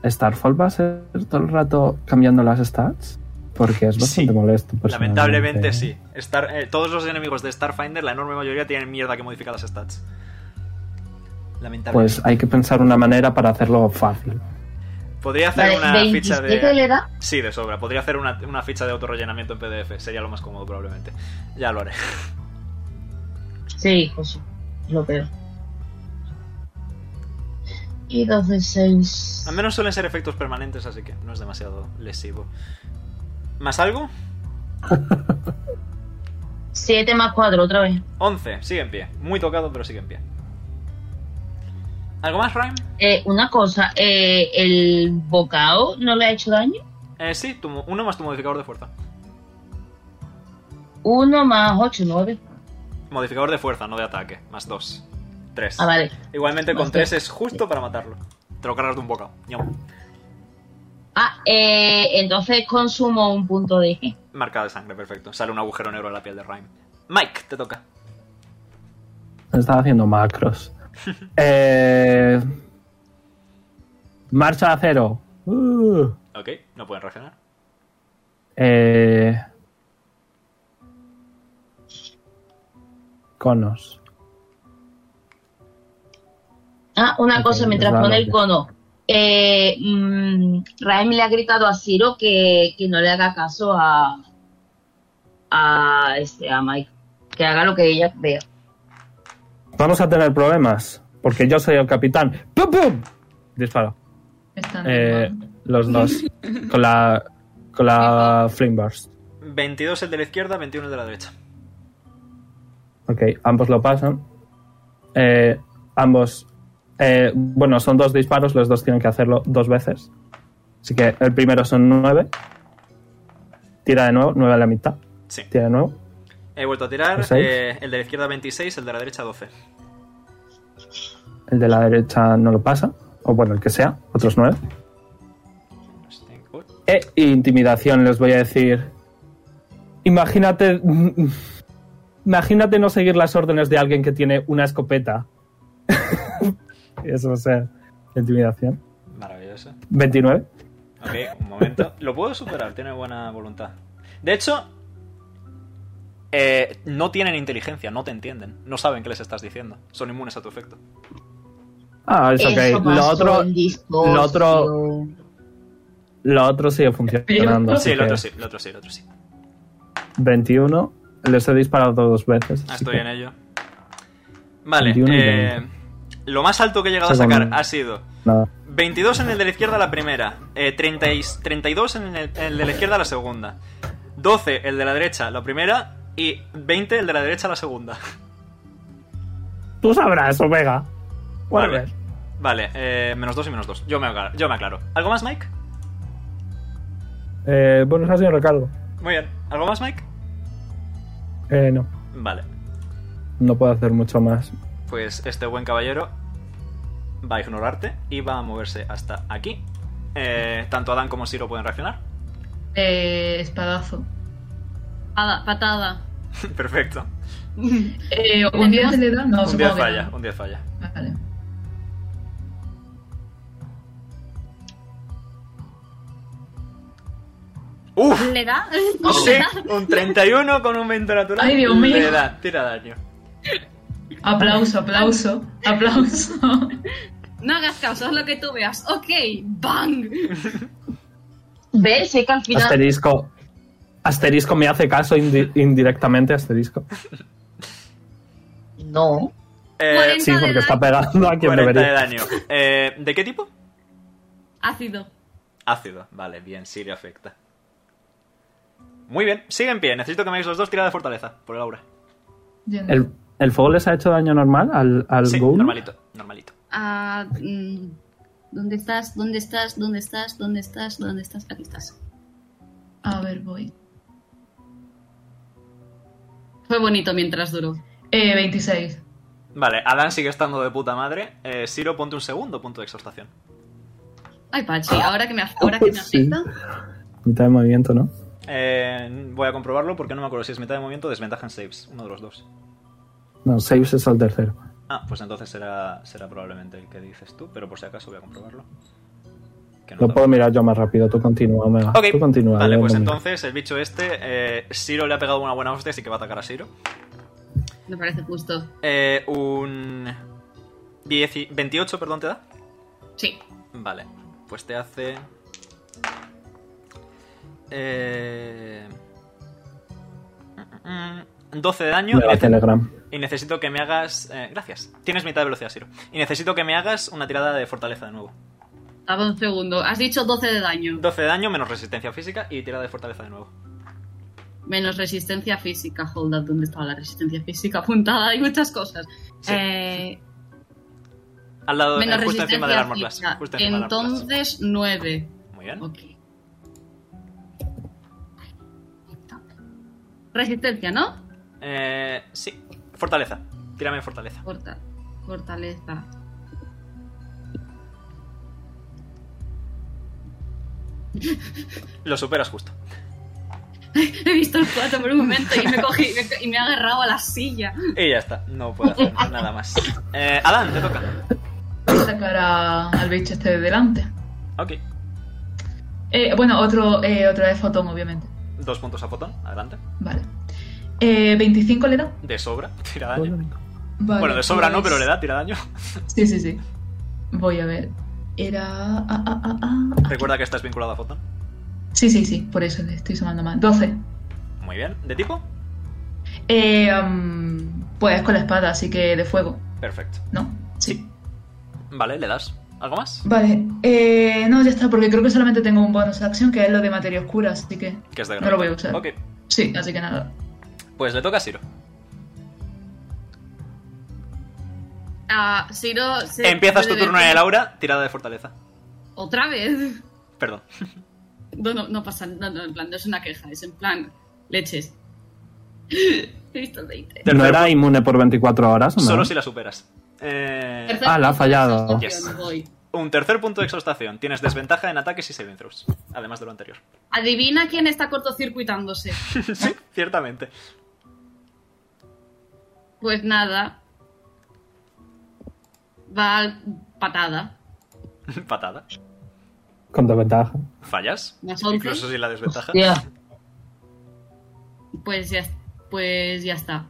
Starfall va a ser todo el rato cambiando las stats. Porque es bastante Sí. molesto. personalmente. lamentablemente sí. Star- eh, todos los enemigos de Starfinder, la enorme mayoría, tienen mierda que modifica las stats. Lamentablemente. Pues hay que pensar una manera para hacerlo fácil. Podría hacer Vale, una ficha 27 de. le da. Sí, de sobra. Podría hacer una, una ficha de autorrellenamiento en PDF. Sería lo más cómodo, probablemente. Ya lo haré. Sí, pues lo peor. Y 2 de 6. Al menos suelen ser efectos permanentes, así que no es demasiado lesivo. ¿Más algo? 7 más 4, otra vez. 11. Sigue en pie. Muy tocado, pero sigue en pie. ¿Algo más, Ryan? Eh, una cosa, eh, ¿el bocado no le ha hecho daño? Eh, sí, tu mo- uno más tu modificador de fuerza. Uno más ocho, nueve. Modificador de fuerza, no de ataque. Más dos. Tres. Ah, vale. Igualmente con Más tres tres. es justo para matarlo. Te lo cargas de un bocado. Ñam. Ah, eh, entonces consumo un punto de G. Marca de sangre, perfecto. Sale un agujero negro en la piel de Ryan. Mike, te toca. Estaba haciendo macros. Eh, marcha a cero. Uh, Ok, no pueden reaccionar. eh, conos. Ah, una Ok, cosa, mientras vale. pone el cono. Eh, mm, Raem le ha gritado a Ciro que, que no le haga caso a a este a Mike. Que haga lo que ella vea. Vamos a tener problemas, porque yo soy el capitán. ¡Pum, pum! Disparo. Están Eh, los dos. Con la, con la Flame Burst. 22 el de la izquierda, 21 el de la derecha. Ok, ambos lo pasan. Eh, ambos. eh, bueno, son dos disparos, los dos tienen que hacerlo dos veces. Así que el primero son nueve. Tira de nuevo, nueve a la mitad. Sí. Tira de nuevo. He vuelto a tirar. ¿Seis? eh, el de la izquierda 26, el de la derecha 12. El de la derecha no lo pasa. O bueno, el que sea, otros nueve. E intimidación, les voy a decir. Imagínate. Imagínate no seguir las órdenes de alguien que tiene una escopeta. Eso va a ser intimidación. Maravilloso. 29. Ok, un momento. Lo puedo superar, tiene buena voluntad. De hecho, eh, no tienen inteligencia, no te entienden. No saben qué les estás diciendo. Son inmunes a tu efecto. Ah, es Eso ok. Lo pasó otro, en Discord, lo otro- tío. lo otro sigue funcionando. así Sí, el otro que sí, el otro sí, el otro sí. 21. Les he disparado dos veces. Ah, así estoy que- en ello. Vale, 21 y eh, 20. lo más alto que he llegado a Saco sacar un- ha sido nada. 22 en el de la izquierda la primera, eh, 30 y- 32 en el, el de la izquierda la segunda, 12 el de la derecha la primera y 20 el de la derecha la segunda. Tú sabrás, Omega. Vale. Vuelve. Vale, eh, menos 2 y menos 2. Yo me, aclaro, yo me aclaro. ¿Algo más, Mike? Eh, bueno, ha sido recargo. Muy bien. ¿Algo más, Mike? Eh, no. Vale. No puedo hacer mucho más. Pues este buen caballero va a ignorarte y va a moverse hasta aquí. Eh, tanto Adán como Siro pueden reaccionar. Eh, espadazo. Patada, patada. Perfecto. Eh, ¿Un 10 le da? un No, 10 supongo que falla, no. un 10 falla. Vale. ¡Uf! ¿Le da? Sí, un 31 con un 20 natural. Ay, Dios Le mío. da, tira daño. Aplauso, aplauso, aplauso. No hagas caso, haz lo que tú veas. Ok, bang. ¿Ves? Sé que al final. Asterisco. Asterisco me hace caso indi- indirectamente, asterisco. No. Eh, Sí, 40 de porque está daño. pegando a quien 40 de debería. daño. Eh, ¿De qué tipo? Ácido. Ácido. Vale, bien, sí le afecta. Muy bien, sigue en pie. Necesito que me hagáis los dos tirada de fortaleza, por el aura. Yo no. ¿El, el fuego les ha hecho daño normal al, al Sí, ghoul? normalito, normalito. Ah, mm, ¿Dónde estás? ¿Dónde estás? ¿Dónde estás? ¿Dónde estás? ¿Dónde estás? Aquí estás. A ver, voy. Fue bonito mientras duró. Eh, 26. Vale, Adán sigue estando de puta madre. Eh, Siro, ponte un segundo punto de exhortación. Ay, Pachi, Ah, ahora que me, ahora que me Sí. afecta. Mitad de movimiento, ¿no? Eh, voy a comprobarlo porque no me acuerdo si es mitad de movimiento o desventaja en saves. Uno de los dos. No, saves es el tercero. Ah, pues entonces será, será probablemente el que dices tú, pero por si acaso voy a comprobarlo. Que no Lo tarda. puedo mirar yo más rápido. Tú continúa, Omega. Ok, Ah, Tú continúa. vale, yo pues lo miro. entonces el bicho este, eh, Siro le ha pegado una buena hostia, así que va a atacar a Siro. Me parece justo. Eh, un... 10 y- 28, perdón, ¿te da? Sí. Vale, pues te hace... Eh... mm, 12 de daño Omega nece- Telegram. y necesito que me hagas... eh, gracias. Tienes mitad de velocidad, Siro. Y necesito que me hagas una tirada de fortaleza de nuevo. Dame un segundo. Has dicho 12 de daño. 12 de daño menos resistencia física y tirada de fortaleza de nuevo. Menos resistencia física. Hold up, ¿dónde estaba la resistencia física apuntada? Hay muchas cosas. Sí. Eh, Al lado, Menos eh, justo encima del resistencia armor class. física. Justo encima del armor class. Entonces, 9. Muy bien. Ok. Resistencia, ¿no? Eh, sí. Fortaleza. Tírame fortaleza. Forta- fortaleza. Lo superas justo. He visto el 4 por un momento y me, cogí, me co- y me he agarrado a la silla. Y ya está. No puedo hacer nada más. Eh, Adán, te toca. Sacar a- al bicho este de delante. Ok. Eh, bueno, otro, eh, otra vez fotón, obviamente. Dos puntos a fotón. Adelante. Vale. Eh, ¿25 le da? De sobra. Tira daño. Vale, bueno, de sobra no, pues- pero le da. Tira daño. Sí, sí, sí. Voy a ver. Era. ah, ah, ah, ah. Recuerda que estás vinculado a fotón. Sí, sí, sí, por eso le estoy sumando más. 12. Muy bien. ¿De tipo? Eh, am, pues con la espada, así que de fuego, Perfecto. ¿no? Sí. Vale, le das. ¿Algo más? Vale. Eh, no, ya está, porque creo que solamente tengo un bonus action que es lo de materia oscura, así que. Que es de No lo voy a gravedad. usar. Ok. Sí, así que nada. Pues le toca a Siro. Ah, Siro se Empiezas tu puede turno decir- en el aura. Tirada de fortaleza. ¿Otra vez? Perdón. No, no, no pasa nada, no, en plan, no es una queja, es en plan, leches. He visto el 20. Tercer ¿No era inmune por 24 horas? ¿no? Solo si la superas. Eh, Tercer Ah, la ha punto de fallado. exhaustación, Yes. voy. un tercer punto de exhaustación. Tienes desventaja en ataques y saving throws. Además de lo anterior. Adivina quién está cortocircuitándose. sí, ciertamente. Pues nada. Va al- patada. Patada. Con desventaja. Fallas. Más once. Incluso sin la desventaja. Hostia. Pues ya, pues ya está.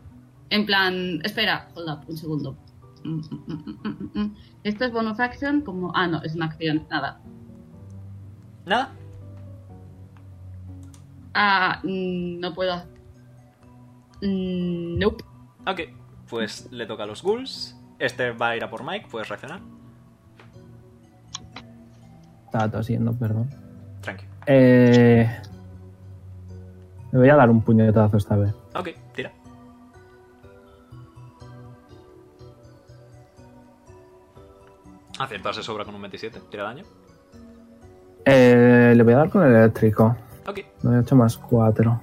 En plan, espera, hold up, un segundo. Mm, mm, mm, mm, mm, mm. Esto es bonus action como... Ah, no, es una acción, nada. Nada. Ah, mm, no puedo. Mm, Nope. Ok. Pues le toca a los ghouls. Este va a ir a por Mike. Puedes reaccionar. Estaba tosiendo, perdón. Tranqui. Eh, le voy a dar un puñetazo esta vez. Ok, tira. Aciertarse sobra con un 27. Tira daño. Eh, le voy a dar con el eléctrico. Ok. 8 más 4.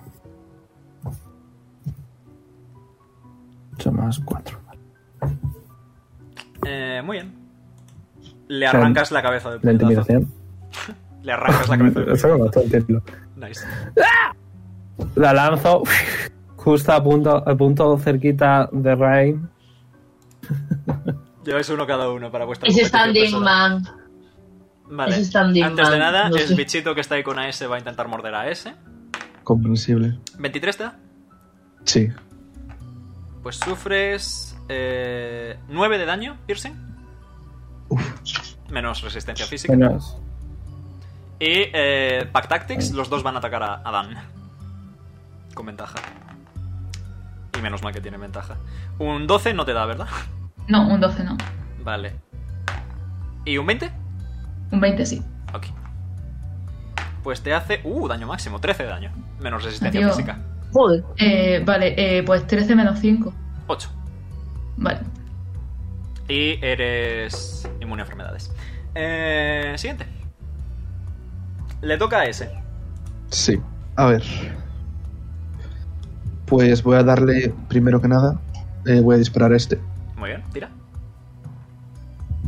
8 más 4. Eh, muy bien. Le arrancas la cabeza del La puñetazo. intimidación. Le arrancas la cabeza del Eso me gustó el título. puñetazo. Nice. La lanzo justo a punto, a punto cerquita de Rain. Lleváis uno cada uno para vuestra Es competición standing personal. man. Vale. es standing Antes de man, nada, no el sé. bichito que está ahí con AS va a intentar morder a AS. Comprensible. 23 te da. Sí. Pues sufres eh, 9 de daño, piercing. Menos resistencia física. Menos. Y eh, Pack Tactics, los dos van a atacar a, a Dan. Con ventaja. Y menos mal que tiene ventaja. Un 12 no te da, ¿verdad? No, un 12 no. Vale. ¿Y un 20? Un 20 sí. Ok. Pues te hace... Uh, daño máximo, 13 de daño. Menos resistencia Adiós. física. Joder. Eh, vale, eh, pues 13 menos 5. 8. Vale. Y eres inmune a enfermedades. Eh, siguiente. Le toca a ese. Sí. A ver. Pues voy a darle, primero que nada, eh, voy a disparar a este. Muy bien, tira.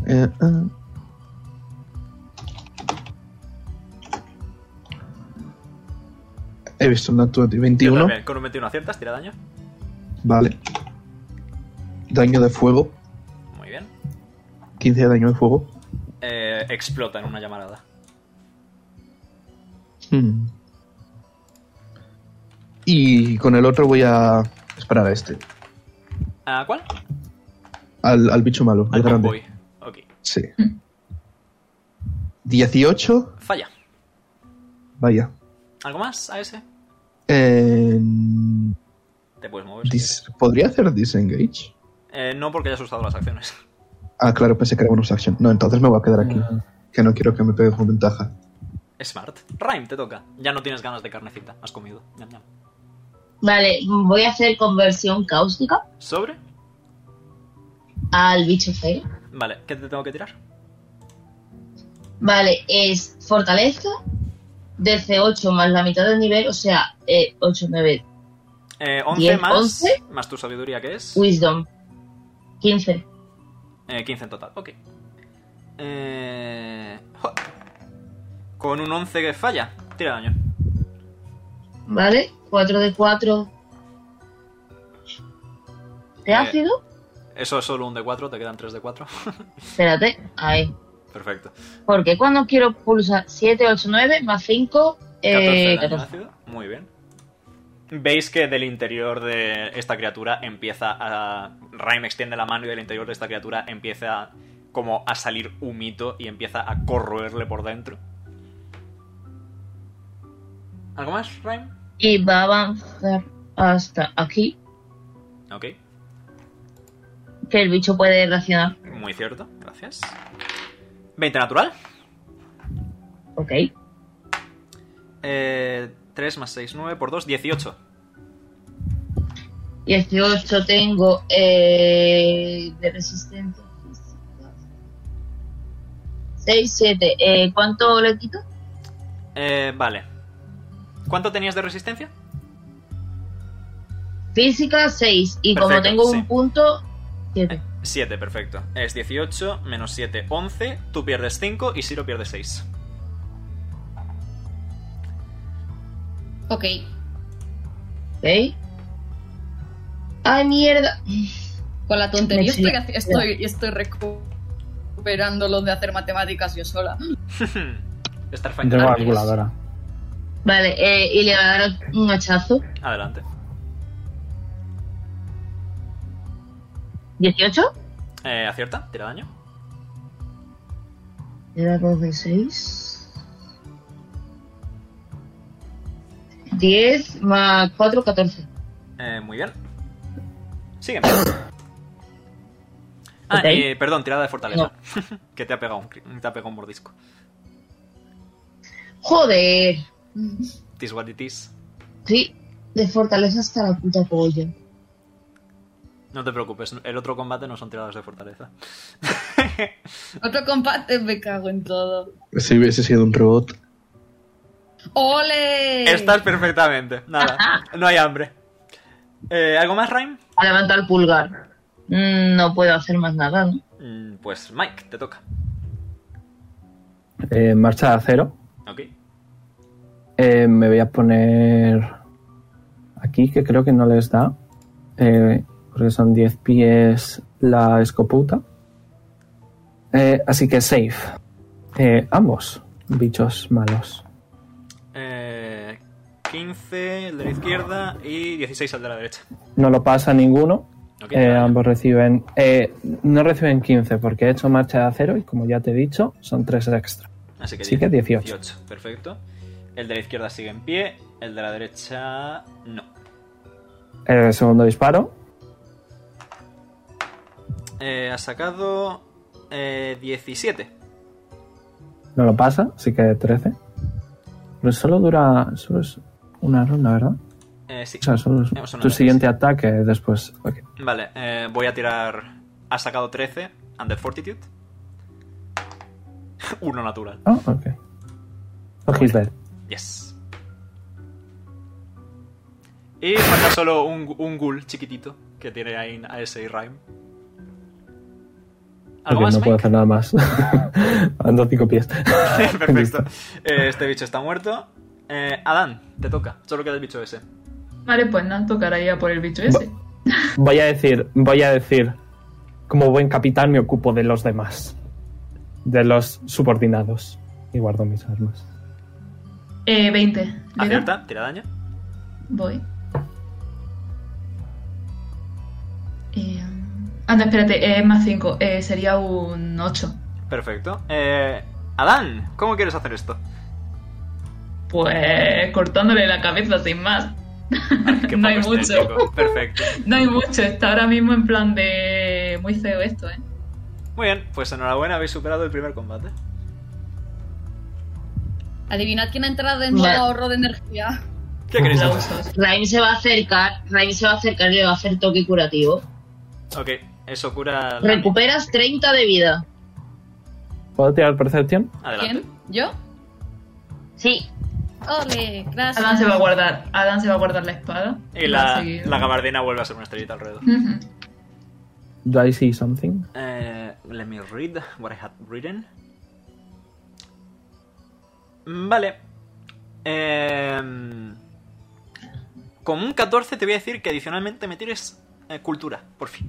Eh, ah. He visto un Nat 20, Yo 21. también, Con un 21 aciertas, tira daño. Vale. Daño de fuego. Muy bien. 15 de daño de fuego. Eh, explota en una llamarada. Hmm. Y con el otro voy a disparar a este. ¿A cuál? Al, al bicho malo, al, Al grande. convoy. Ok. Sí. 18. Falla. Vaya. ¿Algo más a ese? Eh, Te puedes mover. si quieres. dis- ¿Podría hacer disengage? Eh, no porque hayas usado las acciones. Ah, claro, pensé que era bonus action. No, entonces me voy a quedar aquí. Que no quiero que me pegue con ventaja. Smart. Rhyme, te toca. Ya no tienes ganas de carnecita. Has comido. Ñam, ñam. Vale, voy a hacer conversión cáustica Sobre. al bicho feo. Vale, ¿qué te tengo que tirar? Vale, es fortaleza, DC8 más la mitad del nivel, o sea, eh, 8, 9, Eh, 11 Diez, más, once. más tu sabiduría, que es Wisdom, 15. eh, 15 en total. Ok. Eh, jo. Con un 11 que falla, tira daño. ¿Vale? 4 de 4. ¿De Eh. ácido? Eso es solo un D4, te quedan 3 D4. Espérate, ahí. Perfecto. Porque cuando quiero pulsar 7, 8, 9 más 5, 14 de eh, daño 14. ácido. Muy bien. Veis que del interior de esta criatura empieza a. Raim extiende la mano y del interior de esta criatura empieza como a salir humito y empieza a corroerle por dentro. ¿Algo más, Raim? Y va a avanzar hasta aquí, Ok, que el bicho puede reaccionar. muy cierto, gracias. 20 natural. Ok. Eh, 3 más 6, 9 por 2, 18. 18 tengo eh, de resistencia. 6, 7. Eh, ¿Cuánto le quito? Eh, vale. ¿Cuánto tenías de resistencia? Física 6. Y como Perfecto, tengo sí. un punto, 7. 7, perfecto. Es 18, menos 7, 11. Tú pierdes 5 y Siro pierde 6. Ok. ¿Ok? ¡Ay, mierda! Con la tontería Me estoy, chilla. estoy, estoy recuperando lo de hacer matemáticas yo sola. Starfinder. Tengo la Atlas. calculadora. Vale, eh, y le va a dar un hachazo. Adelante. ¿18? Eh, acierta, tira daño. Era 2 de 6. 10 más 4, 14. Eh, muy bien. Sigue. Ah, Ok. eh, perdón, tirada de fortaleza. que te ha pegado un, cri- te ha pegado un mordisco. Joder. Tis what it is. Sí, de fortaleza hasta la puta polla. No te preocupes, el otro combate no son tiradas de fortaleza. Otro combate, me cago en todo. Si hubiese sido un robot. ¡Ole! Estás perfectamente. Nada, no hay hambre. Eh, ¿Algo más, Rhyme? A levantar el pulgar. Mm, No puedo hacer más nada, ¿no? Mm, Pues Mike, te toca. Eh, marcha de acero. Ok. Eh, me voy a poner aquí, que creo que no les da. eh, porque son 10 pies la escoputa. Eh, así que safe. Eh, ambos bichos malos. Eh, 15, el de la izquierda, y 16 al de la derecha. No lo pasa ninguno. Ok, eh, vale. ambos reciben. eh, no reciben 15 porque he hecho marcha de acero y como ya te he dicho, son 3 extra. Así que, sí que 18. Perfecto. El de la izquierda sigue en pie, el de la derecha no. El segundo disparo. Eh, ha sacado eh, 17. No lo pasa, así que 13. Pero solo dura. Solo es una ronda, ¿verdad? Eh, sí. O sea, solo es- Hemos sonado Ah, tu antes. siguiente ataque después. Ok. Vale, eh, voy a tirar... Ha sacado 13, Under Fortitude. Uno natural. Ah, ok. Oh, he's dead. Yes. Y falta solo un, un ghoul chiquitito que tiene ahí a ese rhyme. ¿Algo Ok, más, no puedo Mike? hacer nada más. Ando cinco pies. Perfecto. Eh, este bicho está muerto. Eh, Adán, te toca. Solo queda el bicho ese. Vale, pues nada, tocaría por el bicho ese. Voy a decir, voy a decir, como buen capitán me ocupo de los demás. De los subordinados. Y guardo mis armas. Eh, 20. ¿le da? Acierta, tira daño. Voy. Eh, ah, no, espérate, es más 5. sería un 8. Perfecto. Eh, Adán, ¿cómo quieres hacer esto? Pues cortándole la cabeza sin más. Qué no hay poco mucho. estético. Perfecto. No hay mucho, está ahora mismo en plan de... Muy feo esto, ¿eh? Muy bien, pues enhorabuena, habéis superado el primer combate. Adivinad quién ha entrado en modo Vale. ahorro de energía. ¿Qué queréis hacer? Aplausos. Raim se va a acercar, Raim se va a acercar y le va a hacer toque curativo. Ok, Eso cura. la- Recuperas 30 de vida. ¿Puedo tirar percepción? Adelante. ¿Quién? ¿Yo? Sí. Ole, gracias. Adán se va a guardar. Adán se va a guardar la espada. Y va a la, seguir. la gabardina vuelve a ser una estrellita alrededor. Ujú. Do I see something? Eh, let me read what I had written. Mm, Vale. Em, con un 14 te voy a decir que adicionalmente me tires eh, cultura, por fin.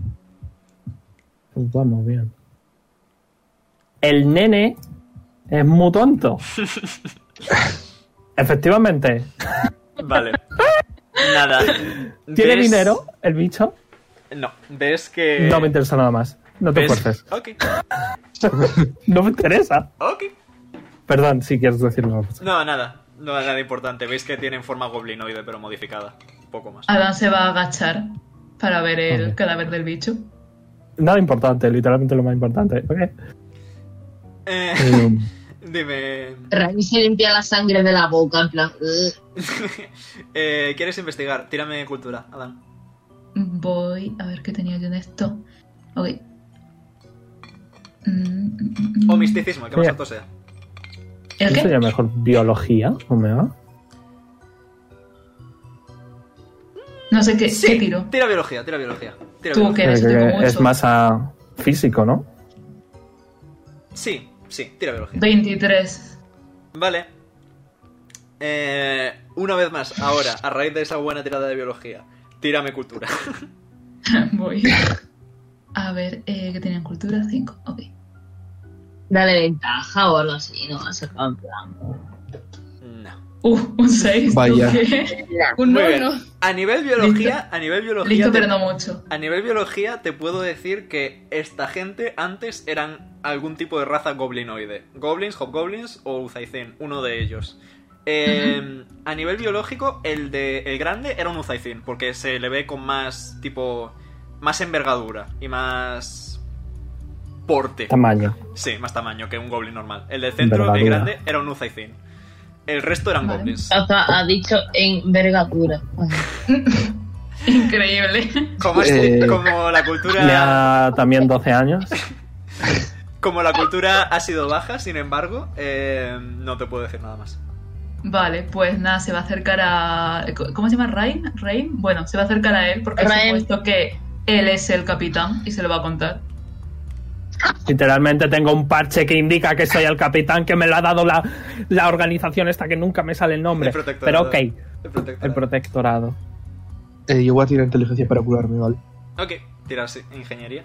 Pues vamos, bien. El nene es muy tonto. Efectivamente. Vale. Nada. ¿Tiene Ves- dinero el bicho? No, ves que. No me interesa nada más. No te ves- esfuerces. Ok, No me interesa. ok. Perdón, si quieres decirlo. No, nada. No nada importante. Veis que tienen forma goblinoide, pero modificada. Poco Ah. más. Adán se va a agachar para ver el Ok. cadáver del bicho. Nada importante, literalmente lo más importante. Ok. Eh, Um, dime. Rani se limpia la sangre de la boca, en plan. "Ugh". Eh, ¿Quieres investigar? Tírame cultura, Adán. Voy a ver qué tenía yo en esto. Ok. Mm, mm, mm, O mm. misticismo, el que más Mira. alto sea. ¿El ¿No qué? sería mejor biología? ¿O me va? No sé Eh, qué, qué tiro. Tira biología, tira biología. Tira Tú, biología. que eres Creo tipo Eh, que es mucho. más a físico, ¿no? Sí, sí, tira biología. 23. Vale. Eh, una vez más, ahora, a raíz de esa buena tirada de biología, tírame cultura. Voy. A ver, eh, ¿qué tenía en cultura? 5. Ok. Dale ventaja o algo así, ¿no? Se acaba en plan. No. Uh, un 6. Vaya. Un Muy bien. uno. A nivel biología, a nivel biología. Listo, te- pero no mucho. A nivel biología te puedo decir que esta gente antes eran algún tipo de raza goblinoide. Goblins, hobgoblins o Uzaicin, uno de ellos. Eh, a nivel biológico, el de el grande era un Uzaicin, porque se le ve con más tipo. más envergadura y más. porte. Tamaño. Sí, más tamaño que un goblin normal. El del centro, el Envergadura. grande, era un Uzaicin. El resto eran Vale. goblins. O sea, ha dicho envergadura. Increíble. Como, es- Eh, como la cultura. Le da también 12 años. Como la cultura ha sido baja, sin embargo, eh, no te puedo decir nada más. Vale, pues nada, se va a acercar a. ¿Cómo se llama? ¿Rain? ¿Rain? Bueno, se va a acercar a él porque Rain. he supuesto que él es el capitán y se lo va a contar. Literalmente tengo un parche que indica que soy el capitán que me lo ha dado la, la organización esta que nunca me sale el nombre. El Pero protectorado. ok, El protector. el protectorado. Eh, yo voy a tirar inteligencia para curarme, ¿vale? ok, tira sí, ingeniería.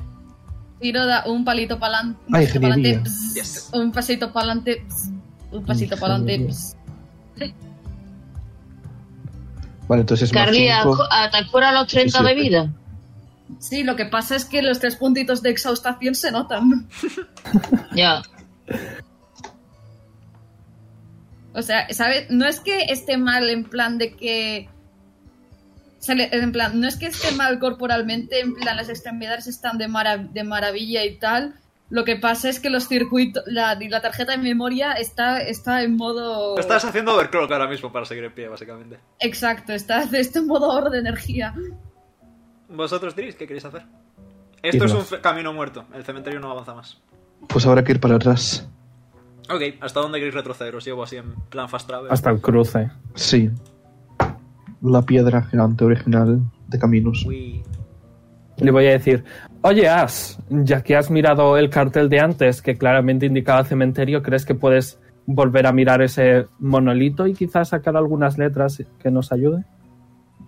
Tiro da un palito para adelante. Ah, ingeniería. Yes. Un pasito para adelante. Un pasito para adelante. Ingeniería. Vale, entonces es más Carly, cinco. ¿atacura los 30 de Siete. vida? Sí, lo que pasa es que los tres puntitos de exhaustación se notan. Ya. O sea, ¿sabes? No es que esté mal en plan de que. se le- En plan, no es que esté mal corporalmente, en plan, las extremidades están de, mara- de maravilla y tal. Lo que pasa es que los circuitos, la, la tarjeta de memoria está, está en modo. Estás haciendo overclock ahora mismo para seguir en pie, básicamente. Exacto, está, está en modo ahorro de energía. ¿Vosotros diréis qué queréis hacer? Esto es Irnos. un fe- camino muerto. El cementerio no avanza más. Pues habrá que ir para atrás. Ok, ¿hasta dónde queréis retroceder? Os llevo así en plan fast travel. Hasta el cruce. Sí. La piedra gigante original de caminos. Uy. Le voy a decir, oye As, ya que has mirado el cartel de antes que claramente indicaba cementerio, ¿crees que puedes volver a mirar ese monolito y quizás sacar algunas letras que nos ayuden?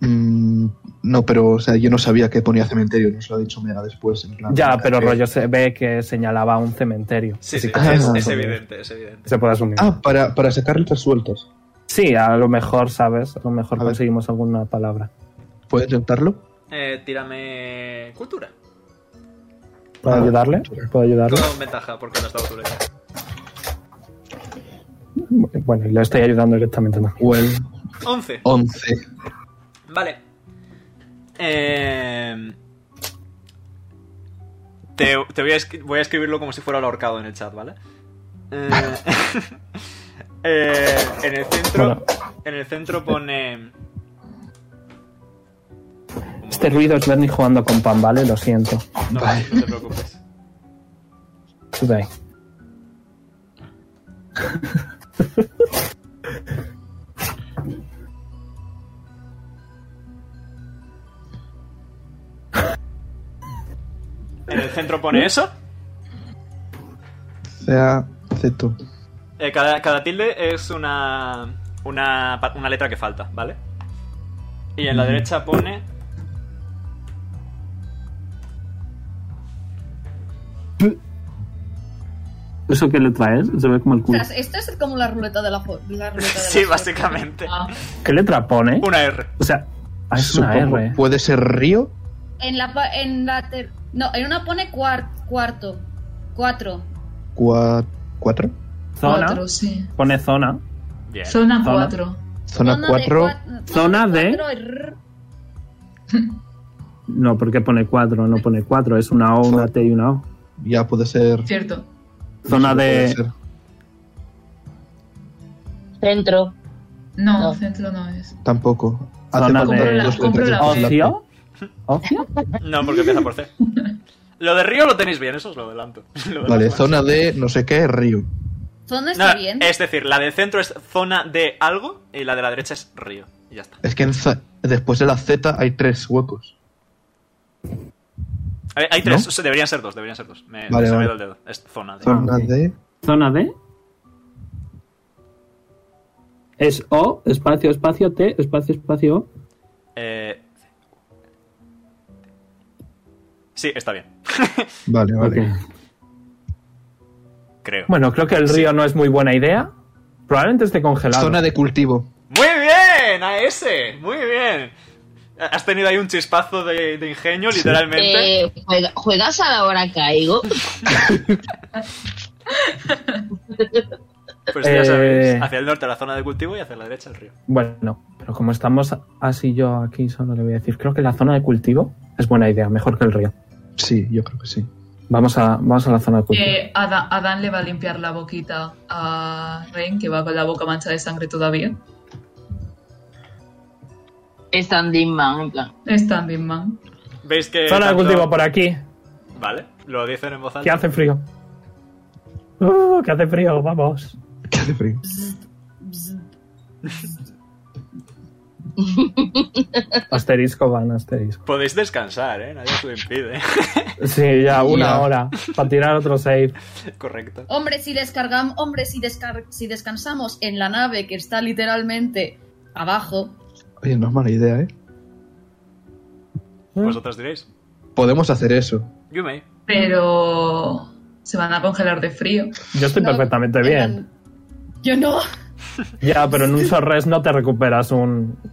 Mm, no, pero o sea, yo no sabía que ponía cementerio, nos lo ha dicho Mega después. en plan- Ya, pero rollo se ve que señalaba un cementerio. Sí, Así sí, que es, Ah. es evidente, es evidente. se puede asumir. Ah, para, para sacar letras sueltas. Sí, a lo mejor, ¿sabes? A lo mejor A ver. conseguimos alguna palabra. ¿Puedo intentarlo? Eh, tírame cultura. ¿Puedo Ah, ayudarle? cultura. ¿Puedo ayudarle? Con ventaja, porque no estaba tu ley. Bueno, y le estoy ayudando directamente también. Well, 11. 11. Vale. Eh, te te voy, a escri- voy a escribirlo como si fuera el ahorcado en el chat, ¿vale? Eh, eh, en el centro. Bueno. En el centro pone. este ruido es Bernie jugando con pan, ¿vale? Lo siento. No, no te preocupes. Today. ¿En el centro pone eso? Sea Z. Eh, cada, cada tilde es una, una, pa- una letra que falta, ¿vale? Y en la derecha pone... ¿Eso qué le traes? Se ve como el O culo. sea, esto es como la ruleta de la, jo- la ruleta de la Sí, suerte. básicamente. Ah. ¿Qué letra pone? Una R. O sea, ah, es una Supongo, R. ¿Puede ser Río? En la, pa- en la ter- no, en una pone cuar- cuarto, cuatro. Cua- ¿Cuatro? Zona. Cuatro, sí. Pone zona. Bien. Zona Zona. 4. Zona de 4. cuat- Zona de- cuatro, rrr. No, porque pone cuatro, no pone cuatro. Es una O, una T y una O. Ya puede ser. Cierto. Zona puede de. ser. Centro. No, No. centro no es. Tampoco. Zona falta de- dos letras Compro la- de compro la clave. ¿Ocio? ¿Ocio? No, porque empieza por C. Lo de Río lo tenéis bien, eso os lo adelanto. Lo de Vale, las- zona de no sé qué, Río. Zona está No, eh. bien. es decir, la del centro es zona de algo y la de la derecha es Río. Y ya está. Es que en za- después de la Z hay tres huecos. Hay, hay tres, se- deberían ser dos, deberían ser dos. Me, Vale, se me ha vale. ido el dedo. Es Ah, zona de. Zona. Zona ok. de. ¿Zona de? Es O, espacio, espacio, T, espacio, espacio, O. Eh, Sí, está bien, Vale, vale. Ok. creo. Bueno, creo que el río no es muy buena idea. Probablemente esté congelado. Zona de cultivo. Muy bien, a ese, muy bien. Has tenido ahí un chispazo de, de ingenio, literalmente. Eh, juega- ¿Juegas a la hora caigo? Pues ya sabes, Eh. hacia el norte la zona de cultivo y hacia la derecha el río. Bueno, pero como estamos así yo aquí, solo le voy a decir, creo que la zona de cultivo es buena idea, mejor que el río. Sí, yo creo que sí. Vamos a, vamos a la zona de cultivo. Eh, Ada- Adán le va a limpiar la boquita a Rain, que va con la boca mancha de sangre todavía. Standing man, en plan. Standing man. ¿Veis que.? zona de tanto- cultivo por aquí, Vale, lo dicen en voz que alta. hace frío. Uh, que hace frío, vamos. ¿Qué hace frío? Asterisco van, asterisco. Podéis descansar, ¿eh? Nadie os lo impide. Sí, ya una Ya. hora para tirar otro save. Correcto. Hombre, si descargamos, hombre, si, descar- si descansamos en la nave que está literalmente abajo, Oye, no es mala idea, ¿eh? Vosotros diréis. Podemos hacer eso. You may. Pero se van a congelar de frío. Yo estoy No, perfectamente bien. eran- yo no. Ya, pero en un sorres no te recuperas un, un,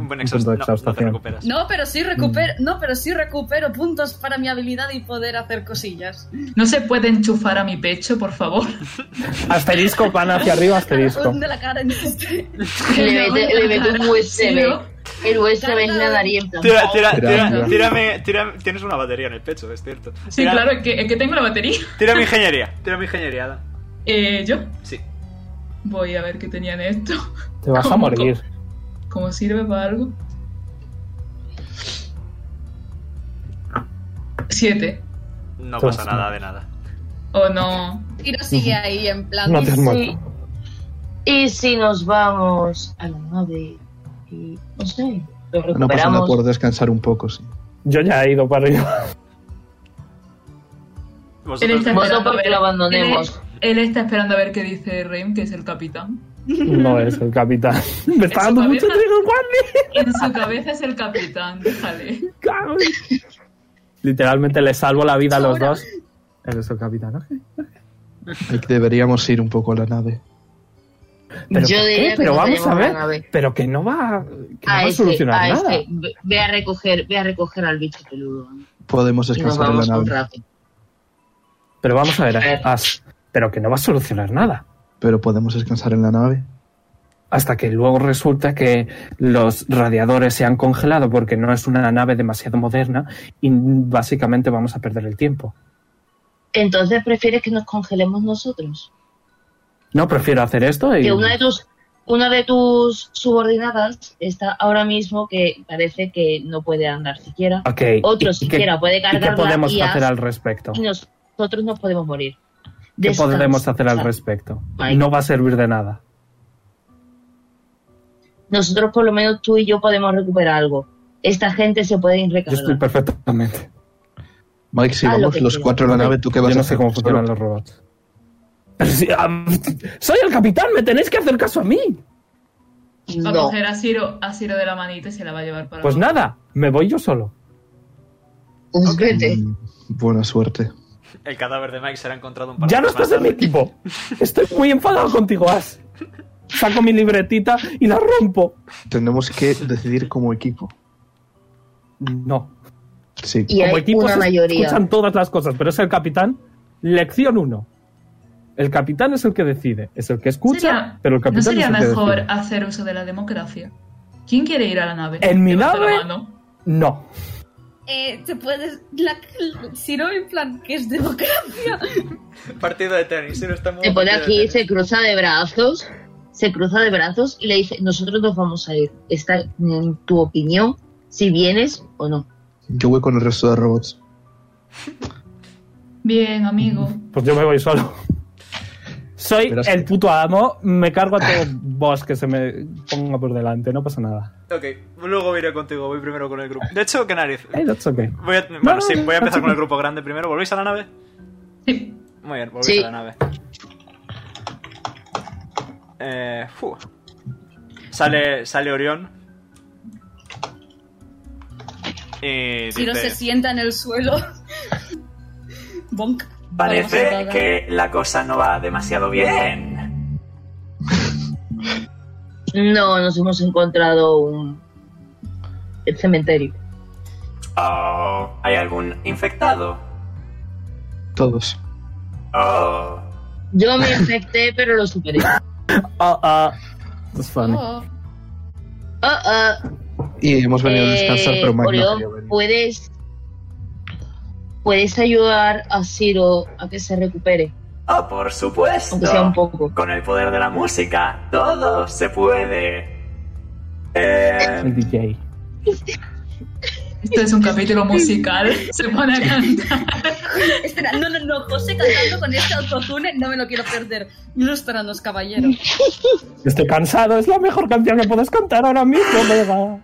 Un buen un exhausto. punto No, no de te exhaustación. recuperas. No, pero Mm. sí recupero, no, pero sí recupero puntos para mi habilidad y poder hacer cosillas. No se puede enchufar a mi pecho, por favor. asterisco van hacia arriba, asterisco. Hunde la cara en este. Le mete, le mete un USB. El USB en la nariz, en plan. Tira, tira, Espera, tira, espera. tírame, tírame- Tienes una batería en el pecho, es cierto. Sí, Tira- claro, es que, es que tengo la batería. Tira mi ingeniería. Tira mi ingeniería, Adam. Eh, yo Sí. voy a ver qué tenían esto. Te vas a ¿Cómo? morir. ¿Cómo sirve para algo? Siete. No Pues pasa no. nada de nada. O no. Tiro sigue ahí en plan. No te has Sí. muerto. Y si nos vamos a la nave y no sé, lo No pasa nada recuperamos. por descansar un poco, sí. Yo ya he ido para arriba. Él Vosotros está Bueno, esperando porque a ver- lo abandonemos. Él, él está esperando a ver qué dice Reim, que es el capitán. No es el capitán. Me está Eso dando me mucho avisa. trigo, Juan. En su cabeza es el capitán, déjale. Literalmente le salvo la vida a los dos. Eres el capitán, ¿no? Hay que- Deberíamos ir un poco a la nave. ¿Pero Yo por qué? diría que Pero no vamos tenemos a la ver. nave. Pero que no va, que no va A a este, solucionar a nada. este. Ve- Ve a recoger, ve a recoger al bicho peludo. Podemos Y nos descansar en la vamos un nave. rato. Pero vamos a ver, ver. As, Pero que no va a solucionar nada. Pero podemos descansar en la nave. Hasta que luego resulta que los radiadores se han congelado porque no es una nave demasiado moderna y básicamente vamos a perder el tiempo. Entonces prefieres que nos congelemos nosotros. No, prefiero hacer esto y... Que una de tus Una de tus subordinadas está ahora mismo que parece que no puede andar siquiera. Ah, Ok. Otro ¿y siquiera qué- puede y cargar ¿Qué podemos la IA hacer al respecto? y nosotros no podemos morir. ¿Qué podremos Descansa. hacer al respecto? Ay. No va a servir de nada. Nosotros por lo menos tú y yo podemos recuperar algo. Esta gente se puede ir Yo estoy recargar. perfectamente. Mike, si Haz Ah, lo vamos que los quieras. cuatro en la Ok. nave, ¿tú qué vas a Yo no hacer? sé cómo funcionan los robots. Pero si- ah, soy el capitán, me tenéis que hacer caso a mí. Va a No. coger a Ciro, a Ciro de la manita y se la va a llevar para Pues abajo. nada, me voy yo solo. Pues vete. Mm, Buena suerte. El cadáver de Mike será encontrado un par de Ya no horas más estás en mi tarde. equipo. Estoy muy enfadado contigo, As. Saco mi libretita y la rompo. Tenemos que decidir como equipo. No. Sí. Y Como hay equipo una se mayoría. escuchan todas las cosas, pero es el capitán. Lección 1. El capitán es el que decide, es el que escucha, ¿Sería- pero el ¿No capitán sería es el que mejor decide. hacer uso de la democracia? ¿Quién quiere ir a la nave? ¿En mi Levanta la nave? mano. No. Eh, te puedes. La, Ciro, en plan, que es democracia. Partido de tenis, si no estamos. Se pone partido de aquí, tenis. se cruza de brazos, se cruza de brazos y le dice, nosotros nos vamos a ir. Está en tu opinión si vienes o no. Yo voy con el resto de robots. Bien, amigo. Pues yo me voy solo. Soy Verás el que- puto amo, me cargo a todo vos que se me ponga por delante, no pasa nada. Ok, luego iré contigo, voy primero con el grupo. De hecho, qué nariz. Hey, that's okay. Voy a- bueno, Eh, no, sí, no, voy a empezar no, con el grupo grande primero. ¿Volvéis a la nave? Sí. Muy bien, volvéis Sí. a la nave. Eh, fu. Sale, sale Orión. Y Ciro se dice, sienta en el suelo. Bonk. Parece Vamos a que la cosa no va demasiado bien. No, nos hemos encontrado un el cementerio. Oh, ¿Hay algún infectado? Todos. Oh, Yo me infecté, pero lo superé. Ah, ah. That's funny. Oh, Ah, ah, Y hemos venido a descansar, eh, pero Mike no Orión, quería venir. puedes puedes ayudar a Ciro a que se recupere, oh, por supuesto. aunque sea un poco. Con el poder de la música, todo se puede. Eh, El DJ. Esto Este es un capítulo musical. Se pone a cantar. Espera, no, no, no, José cantando con este autotune, no me lo quiero perder. Ilústranos, caballero. Estoy cansado, es la mejor canción que puedes cantar ahora mismo, Vega.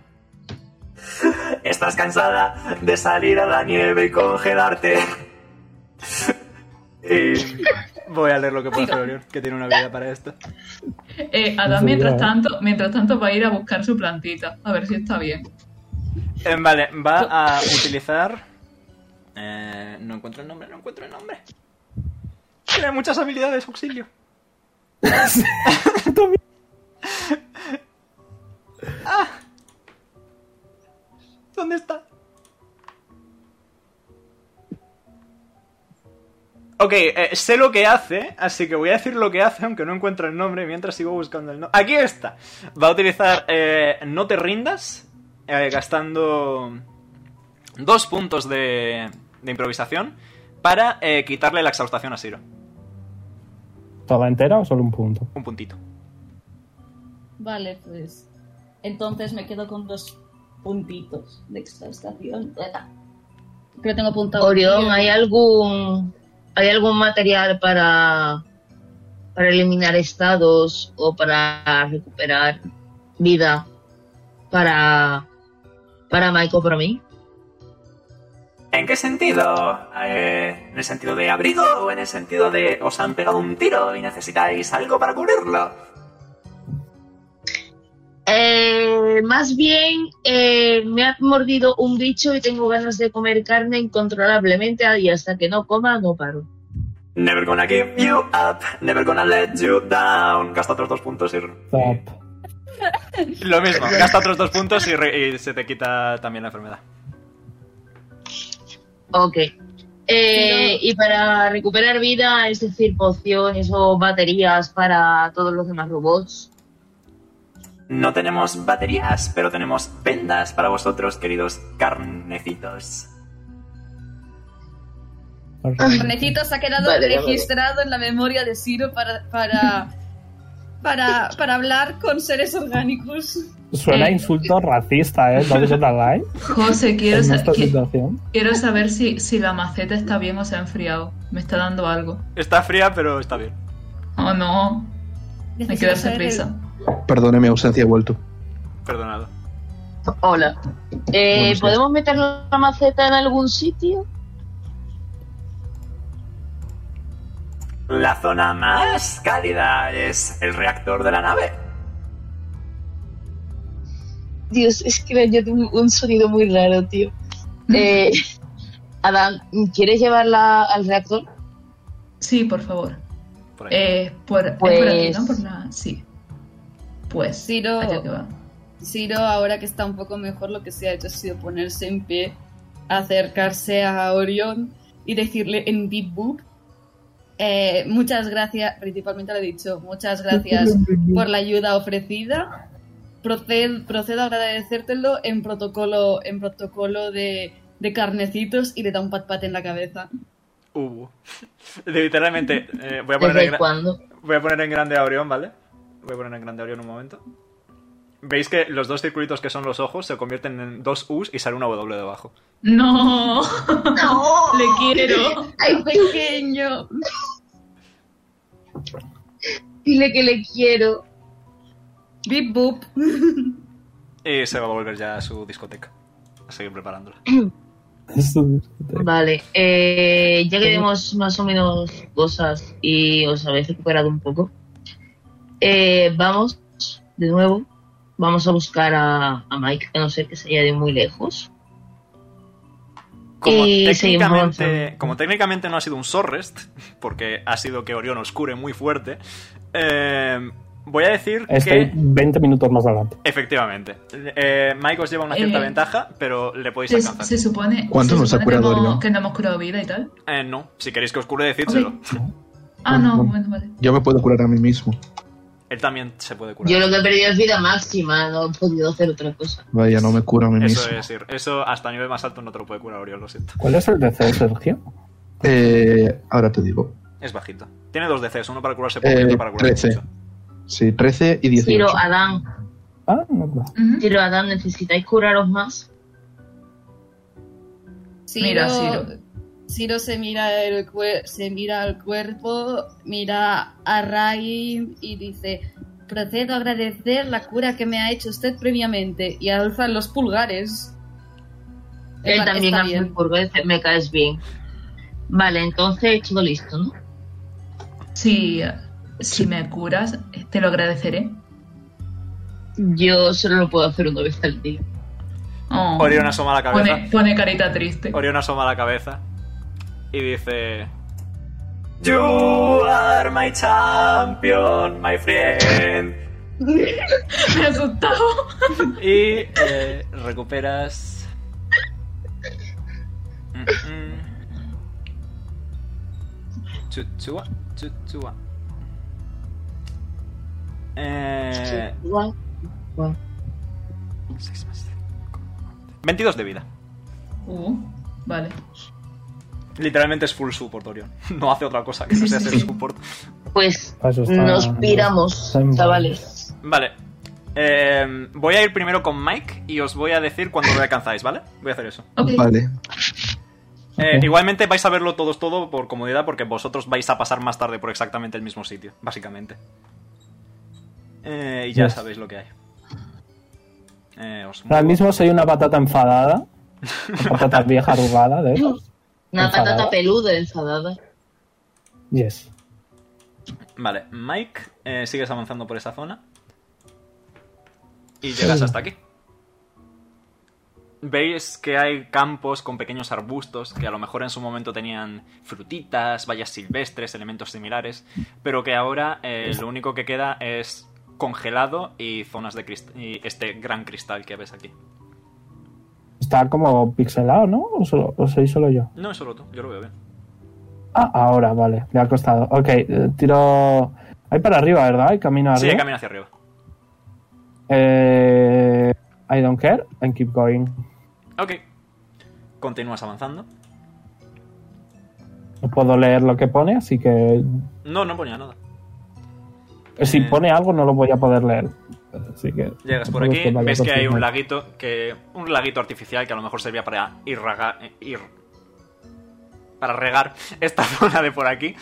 ¿Estás cansada de salir a la nieve y congelarte? Y- voy a leer lo que puede hacer Orión, que tiene una vida para esto. Eh, Adán, mientras tanto, mientras tanto, va a ir a buscar su plantita. A ver si está bien. Eh, vale, va a utilizar... Eh, no encuentro el nombre, no encuentro el nombre. Tiene muchas habilidades, auxilio. Ah. ¿Dónde está? Ok, eh, sé lo que hace, así que voy a decir lo que hace, aunque no encuentro el nombre, mientras sigo buscando el nombre. Aquí está. Va a utilizar eh, No te rindas, eh, gastando dos puntos de, de improvisación para eh, quitarle la exhaustación a Siro. ¿Toda entera o solo un punto? Un puntito. Vale, pues. Entonces me quedo con dos puntitos de exhaustación. Creo que tengo apuntado. Orión, ¿hay algún hay algún material para para eliminar estados o para recuperar vida para para Mike o para mí? ¿En qué sentido? Eh, ¿En el sentido de abrigo o en el sentido de os han pegado un tiro y necesitáis algo para cubrirlo? Eh, más bien eh, me ha mordido un bicho y tengo ganas de comer carne incontrolablemente y hasta que no coma no paro. Never gonna give you up, never gonna let you down. Gasta otros dos puntos y... Zap. Lo mismo, gasta otros dos puntos y, re- y se te quita también la enfermedad. Ok. Eh, Y para recuperar vida, es decir, pociones o baterías para todos los demás robots. No tenemos baterías, pero tenemos vendas para vosotros, queridos carnecitos. Carnecitos ha quedado Vale, ya lo veo. registrado en la memoria de Ciro para, para para, para hablar con seres orgánicos. Eh. Suena a insulto racista, ¿eh? Todo online. José, quiero, En sa- esta qui- situación. quiero saber si, si la maceta está bien o se ha enfriado. Me está dando algo. Está fría, pero está bien. Oh no, hay que Necesito darse saber el- prisa. Perdone mi ausencia, he vuelto. Perdonado. Hola. Eh, Buenos días. ¿Podemos meter la maceta en algún sitio? La zona más cálida es el reactor de la nave. Dios, es que me añade un, un sonido muy raro, tío. Eh, Adán, ¿quieres llevarla al reactor? Sí, por favor. Por ahí. Eh, por, es por aquí, Pues- ¿no? Por la- sí. Pues Ciro- allá que va. Ciro, ahora que está un poco mejor, lo que se ha hecho ha sido ponerse en pie, acercarse a Orión y decirle en Deep Book. eh, muchas gracias, principalmente le he dicho, muchas gracias por la ayuda ofrecida. Proced- procedo a agradecértelo en protocolo, en protocolo de, de carnecitos y le da un pat pat en la cabeza. Hubo. Literalmente, eh, voy, a poner en ¿Desde gra- cuándo? voy a poner en grande a Orión, ¿vale? Voy a poner en grande a Orión un momento. Veis que los dos circulitos que son los ojos se convierten en dos U's y sale una W debajo. No, le quiero. ¡Ay, pues pequeño! Dile que le quiero. Bip boop. Y se va a volver ya a su discoteca. A seguir preparándola. Es un- Vale, eh, ya que vemos más o menos cosas y os habéis recuperado un poco, eh, vamos de nuevo, vamos a buscar a, a Mike, a no ser que se haya ido muy lejos. Como, Y seguimos técnicamente, avanzando. como técnicamente no ha sido un sorrest, porque ha sido que Orión os cure muy fuerte, eh, voy a decir Estoy que... 20 minutos más adelante. Efectivamente. Eh, Mike os lleva una cierta Eh, ventaja, pero le podéis Se, alcanzar. se supone, ¿Cuánto se nos ha supone que curado hemos- Orión? que no hemos curado vida y tal. Eh, no, si queréis que os cure, decídselo. Ok. Ah, no, Ujú. bueno, vale. Yo me puedo curar a mí mismo. Él también se puede curar. Yo lo que he perdido es vida máxima, no he podido hacer otra cosa. Vaya, no me curo a mí Eso mismo. es decir, eso hasta nivel más alto no te lo puede curar Orión, lo siento. ¿Cuál es el DC, Sergio? Eh, ahora te digo. Es bajito. Tiene dos DCs, uno para curarse poco y Eh, otro para curarse 13. mucho. Sí, 13 y 18. Ciro, Adán, Ah, no, no. Ujú. Ciro, Adán, ¿necesitáis curaros más? Ciro, Mira, Ciro. Ciro se mira el cuer- se mira al cuerpo, mira a Ray y dice: Procedo a agradecer la cura que me ha hecho usted previamente y alza los pulgares. Él Está- también está hace bien. hamburguesas, me caes bien. Vale, entonces todo listo, ¿no? Si, si me curas, te lo agradeceré. Yo solo lo puedo hacer una vez al día. Oh. Orión asoma la cabeza. pone, pone carita triste. Orión asoma la cabeza y dice... You are my champion, my friend. Me ha asustado. Y eh, recuperas... Mm, mm. Chu- chua, chu- chua. Eh, Guau. 6 más 22 de vida. Uh, vale. Literalmente es full support, Orión. No hace otra cosa que no sea ser support. Pues Ah, Eso está- nos piramos, está en chavales. Vale. Eh, voy a ir primero con Mike y os voy a decir cuándo lo alcanzáis, ¿vale? Voy a hacer eso. Ok. Vale. Eh, Ok. igualmente vais a verlo todos todo por comodidad porque vosotros vais a pasar más tarde por exactamente el mismo sitio, básicamente. Eh, y ya Yes. sabéis lo que hay. Eh, os Ahora muevo. mismo soy una patata enfadada. Una patata vieja arrugada, de esas. Una Enfadada. patata peluda enfadada. Yes. Vale, Mike, eh, sigues avanzando por esa zona. Y llegas hasta aquí. Veis que hay campos con pequeños arbustos que a lo mejor en su momento tenían frutitas, vallas silvestres, elementos similares, pero que ahora eh, lo único que queda es congelado y zonas de crist- y este gran cristal que ves aquí. Está como pixelado, ¿no? ¿O, solo- o soy solo yo? No es solo tú, yo lo veo bien. Ah, ahora, vale. Le ha costado. Ok, eh, tiro... Hay para arriba, ¿verdad? Hay camino Sí, arriba. camina hacia arriba. Eh, I don't care and keep going. Ok. Continúas avanzando. No puedo leer lo que pone, así que No, no ponía nada. Pero si Eh. pone algo no lo voy a poder leer. Así que... pues Llegas por tampoco es aquí, que vaya ves a que hay un confirmar. laguito que un laguito artificial que a lo mejor servía para irraga- eh, ir para regar esta zona de por aquí.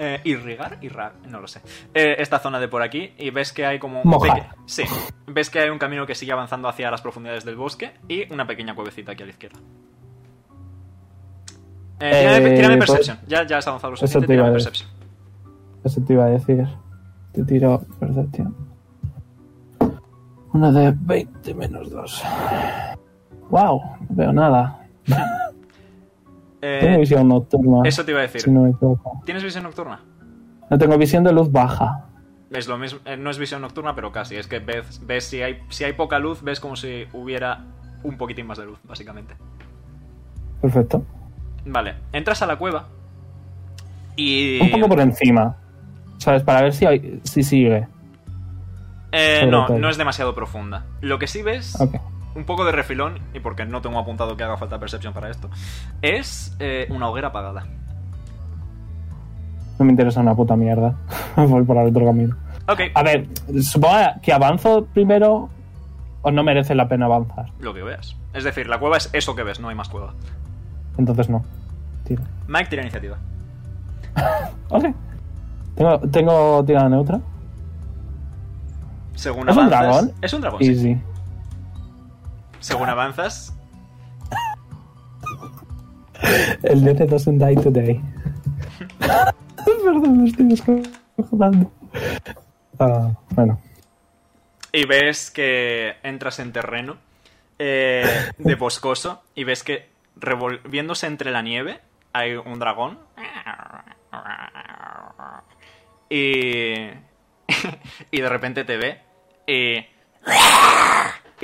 Eh, irrigar, irrar, no lo sé. Eh, esta zona de por aquí y ves que hay como un Mojar. peque- sí, ves que hay un camino que sigue avanzando hacia las profundidades del bosque y una pequeña cuevecita aquí a la izquierda. Eh, tírame, Eh, tírame pues- Perception. Ya, ya has avanzado lo Eso te suficiente, iba a tírame decir. Perception. Eso te iba a decir. Te tiro percepción. Una de 20 menos 2. ¡Wow! No veo nada. Eh, Tengo visión nocturna. eso te iba a decir. Si no me equivoco. ¿Tienes visión nocturna? No tengo visión de luz baja. Es lo mismo, eh, no es visión nocturna, pero casi. Es que ves, ves si, hay, si hay poca luz, ves como si hubiera un poquitín más de luz, básicamente. Perfecto. Vale, entras a la cueva y... Un poco por encima. ¿Sabes? Para ver si, hay- si sigue. Eh, sobre no, todo. Ah. no es demasiado profunda. Lo que sí ves, Ok. un poco de refilón, y porque no tengo apuntado que haga falta percepción para esto, es eh, una hoguera apagada. No me interesa una puta mierda. Voy por el otro camino. Ok, A ver, supongo que avanzo primero o no merece la pena avanzar. lo que veas. Es decir, la cueva es eso que ves, no hay más cueva. Entonces no. Tiro. Mike tira iniciativa. Ok. Tengo, tengo tirada neutra. Según ¿Es un avanzas... dragón? Es un dragón, sí. Easy. Según avanzas, El nene doesn't die today. Perdón, me estoy descojonando. Ah, bueno. Y ves que entras en terreno eh, de boscoso y ves que revolviéndose entre la nieve hay un dragón. Y, y de repente te ve y,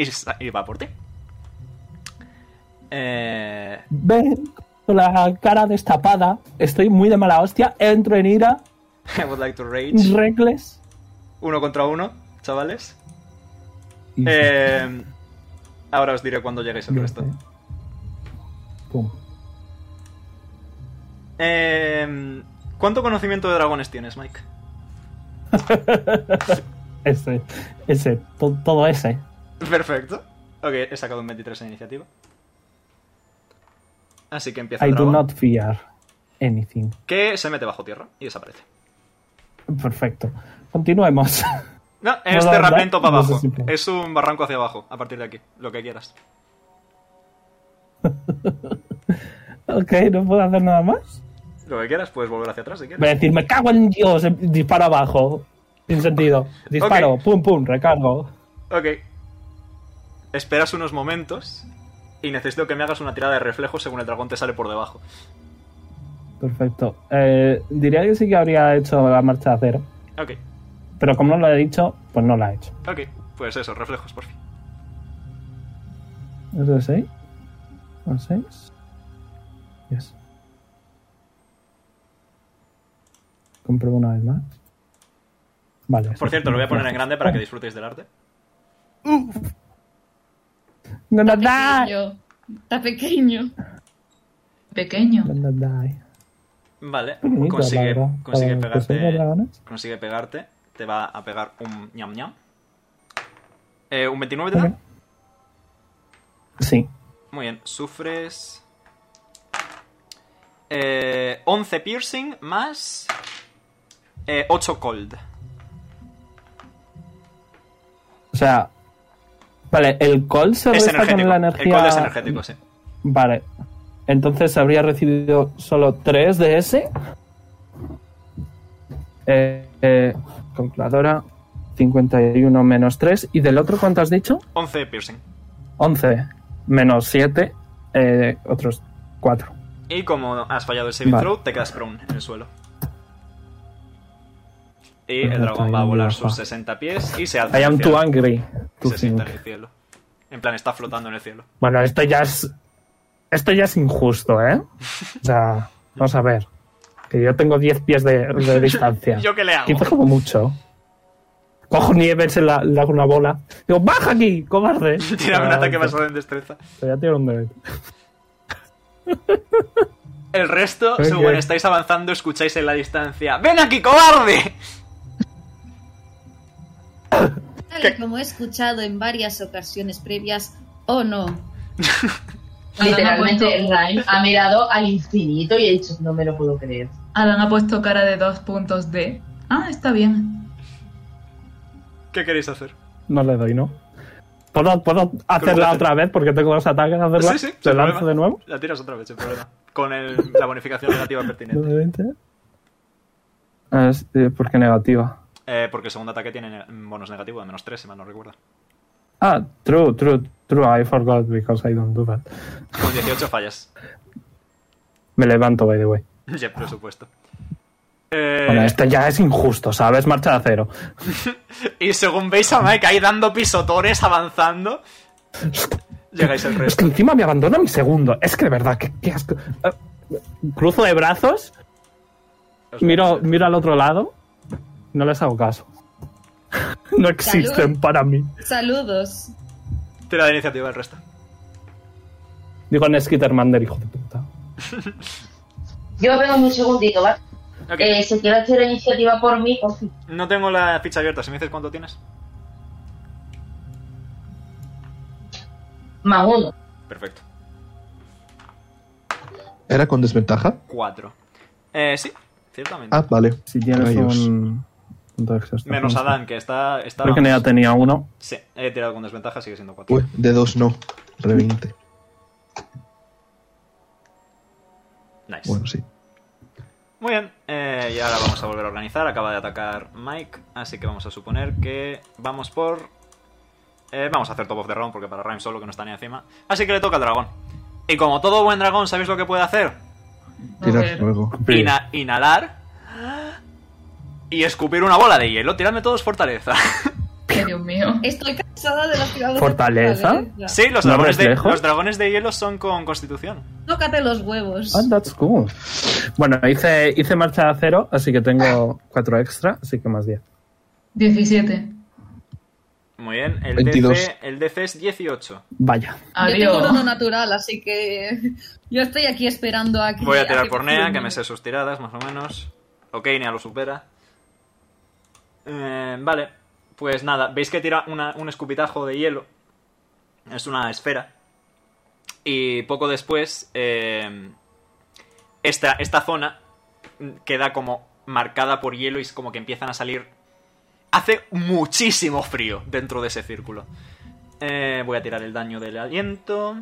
y, sa- y va por ti. Eh, Ven, con la cara destapada, estoy muy de mala hostia, entro en ira, I would like to rage. regles. Uno contra uno, chavales. Eh, ahora os diré cuando lleguéis al resto. Pum. Eh, ¿Cuánto conocimiento de dragones tienes, Mike? Ese, ese, to- todo ese. Perfecto. Ok, he sacado un 23 en iniciativa. Así que empieza I el do dragón. not fear anything. Que se mete bajo tierra y desaparece. Perfecto. Continuemos. No, es la verdad, terraplento para no sé abajo. si puedo. Es un barranco hacia abajo, a partir de aquí. Lo que quieras. ok, no puedo hacer nada más. Lo que quieras, puedes volver hacia atrás si Voy quieres. a decir, me cago en Dios, em- disparo abajo. Sin sentido. Disparo, pum, pum, recargo. Ok. Esperas unos momentos y necesito que me hagas una tirada de reflejo según el dragón te sale por debajo. Perfecto. Eh, diría que sí que habría hecho la marcha de acero. Ok, Pero como no lo he dicho, pues no la he hecho. ok. Pues eso, reflejos, por fin. ¿Es de 6? ¿Un 6? Yes. Compruebo una vez más. Vale. Por sí. cierto, lo voy a poner en grande para que disfrutéis del arte. No, no, Está die. pequeño. Está pequeño. Pequeño. No, no, die. Vale, Bonito, la consigue, verdad. consigue Para los que son de pegarte. dragones. Consigue pegarte. Te va a pegar un ñam ñam. Eh, ¿Un 29 te da? Ok. Sí. Muy bien, sufres. eh, 11 piercing más. eh, 8 cold. O sea. Vale, el call se Es resta energético. con la energía. El cold es energético, sí. Vale. Entonces habría recibido solo 3 de ese. Eh, eh, calculadora. 51 menos 3. ¿Y del otro cuánto has dicho? 11 piercing. 11 menos 7. eh, otros 4. Y como has fallado el saving Vale. throw, te quedas prone en el suelo. Y el Perfecto, dragón va a ahí volar baja. sus 60 pies y se alza. I en el am too cielo. angry. to Se sienta en think. el cielo. En plan, está flotando en el cielo. Bueno, esto ya es. Esto ya es injusto, ¿eh? O sea, vamos a ver. Que yo tengo 10 pies de, de distancia. ¿Yo qué le hago? 15 como mucho. Cojo nieve, se la, le hago una bola. Digo, ¡baja aquí, cobarde! Tírame un Ah, ataque te- basado en destreza. Te voy a tirar un dado. El resto, Ok. según estáis avanzando, escucháis en la distancia. ¡Ven aquí, cobarde! Tal y como he escuchado en varias ocasiones previas, o no. Literalmente, el Adam Rhyme ha mirado al infinito y he dicho, no me lo puedo creer. Adán ha puesto cara de dos puntos de. Ah, está bien. ¿Qué queréis hacer? No le doy, ¿no? ¿Puedo, puedo hacerla hacer. otra vez? Porque tengo los ataques a hacerla. Sí, sí, ¿Te sin lanzo problema. de nuevo? La tiras otra vez, sin problema. Con el- la bonificación negativa pertinente. ¿De 20? Ah, es- eh, porque negativa. Eh, porque el segundo ataque tiene ne- bonus negativo de menos 3, si mal no recuerdo. Ah, true, true, true. I forgot because I don't do that. Con 18 fallas. Me levanto, by the way. Ya, por supuesto. Eh, Bueno, esto ya es injusto, ¿sabes? Marcha a cero. Y según veis a Mike ahí dando pisotones, avanzando, llegáis el Es resto. que encima me abandona mi segundo. Es que de verdad, qué, qué asco. Ah, cruzo de brazos, miro, miro al otro lado, no les hago caso. No existen para mí. Saludos. Tira la iniciativa el resto. Digo en Skittermander, hijo de puta. Yo vengo en un segundito, ¿vale? Ok. Eh, si quieres hacer la iniciativa por mí, por fin. No tengo la ficha abierta, si me dices cuánto tienes. Más uno. Perfecto. ¿Era con desventaja? 4. Eh, sí, ciertamente. Ah, pues vale. Si tienes Rayos. un. punto de exhaustión. menos Adán, que está... está Creo que ya tenía uno. Sí, he tirado con desventaja, sigue siendo 4. Uy, de dos no. Revinte. Nice. Bueno, sí. Muy bien, eh, y ahora vamos a volver a organizar. Acaba de atacar Mike, así que vamos a suponer que vamos por... eh, vamos a hacer top of the round porque para Rhyme solo que no está ni encima. Así que le toca al dragón. Y como todo buen dragón, ¿sabéis lo que puede hacer? Tirar ver. fuego. Ina- inhalar y escupir una bola de hielo. Tiradme todos fortaleza. Ay, Dios mío. Estoy cansada de las tiradas. de ¿Fortaleza? fortaleza. Sí, los ¿No dragones, de, reflejo? los dragones de hielo son con constitución. Tócate los huevos. Ah, that's cool. Bueno, hice, hice marcha a cero, así que tengo cuatro extra, así que más diez. 17. Muy bien, el, 22. DC, el DC es 18. Vaya. Yo tengo uno Adiós. natural, así que yo estoy aquí esperando a que... Voy a tirar que por Nea, que firme. me sé sus tiradas, más o menos. Ok, Nea lo supera. Eh, vale, pues nada, veis que tira una- un escupitajo de hielo. Es una esfera. Y poco después, eh, esta, esta zona queda como marcada por hielo y es como que empiezan a salir... Hace muchísimo frío dentro de ese círculo. Eh, voy a tirar el daño del aliento.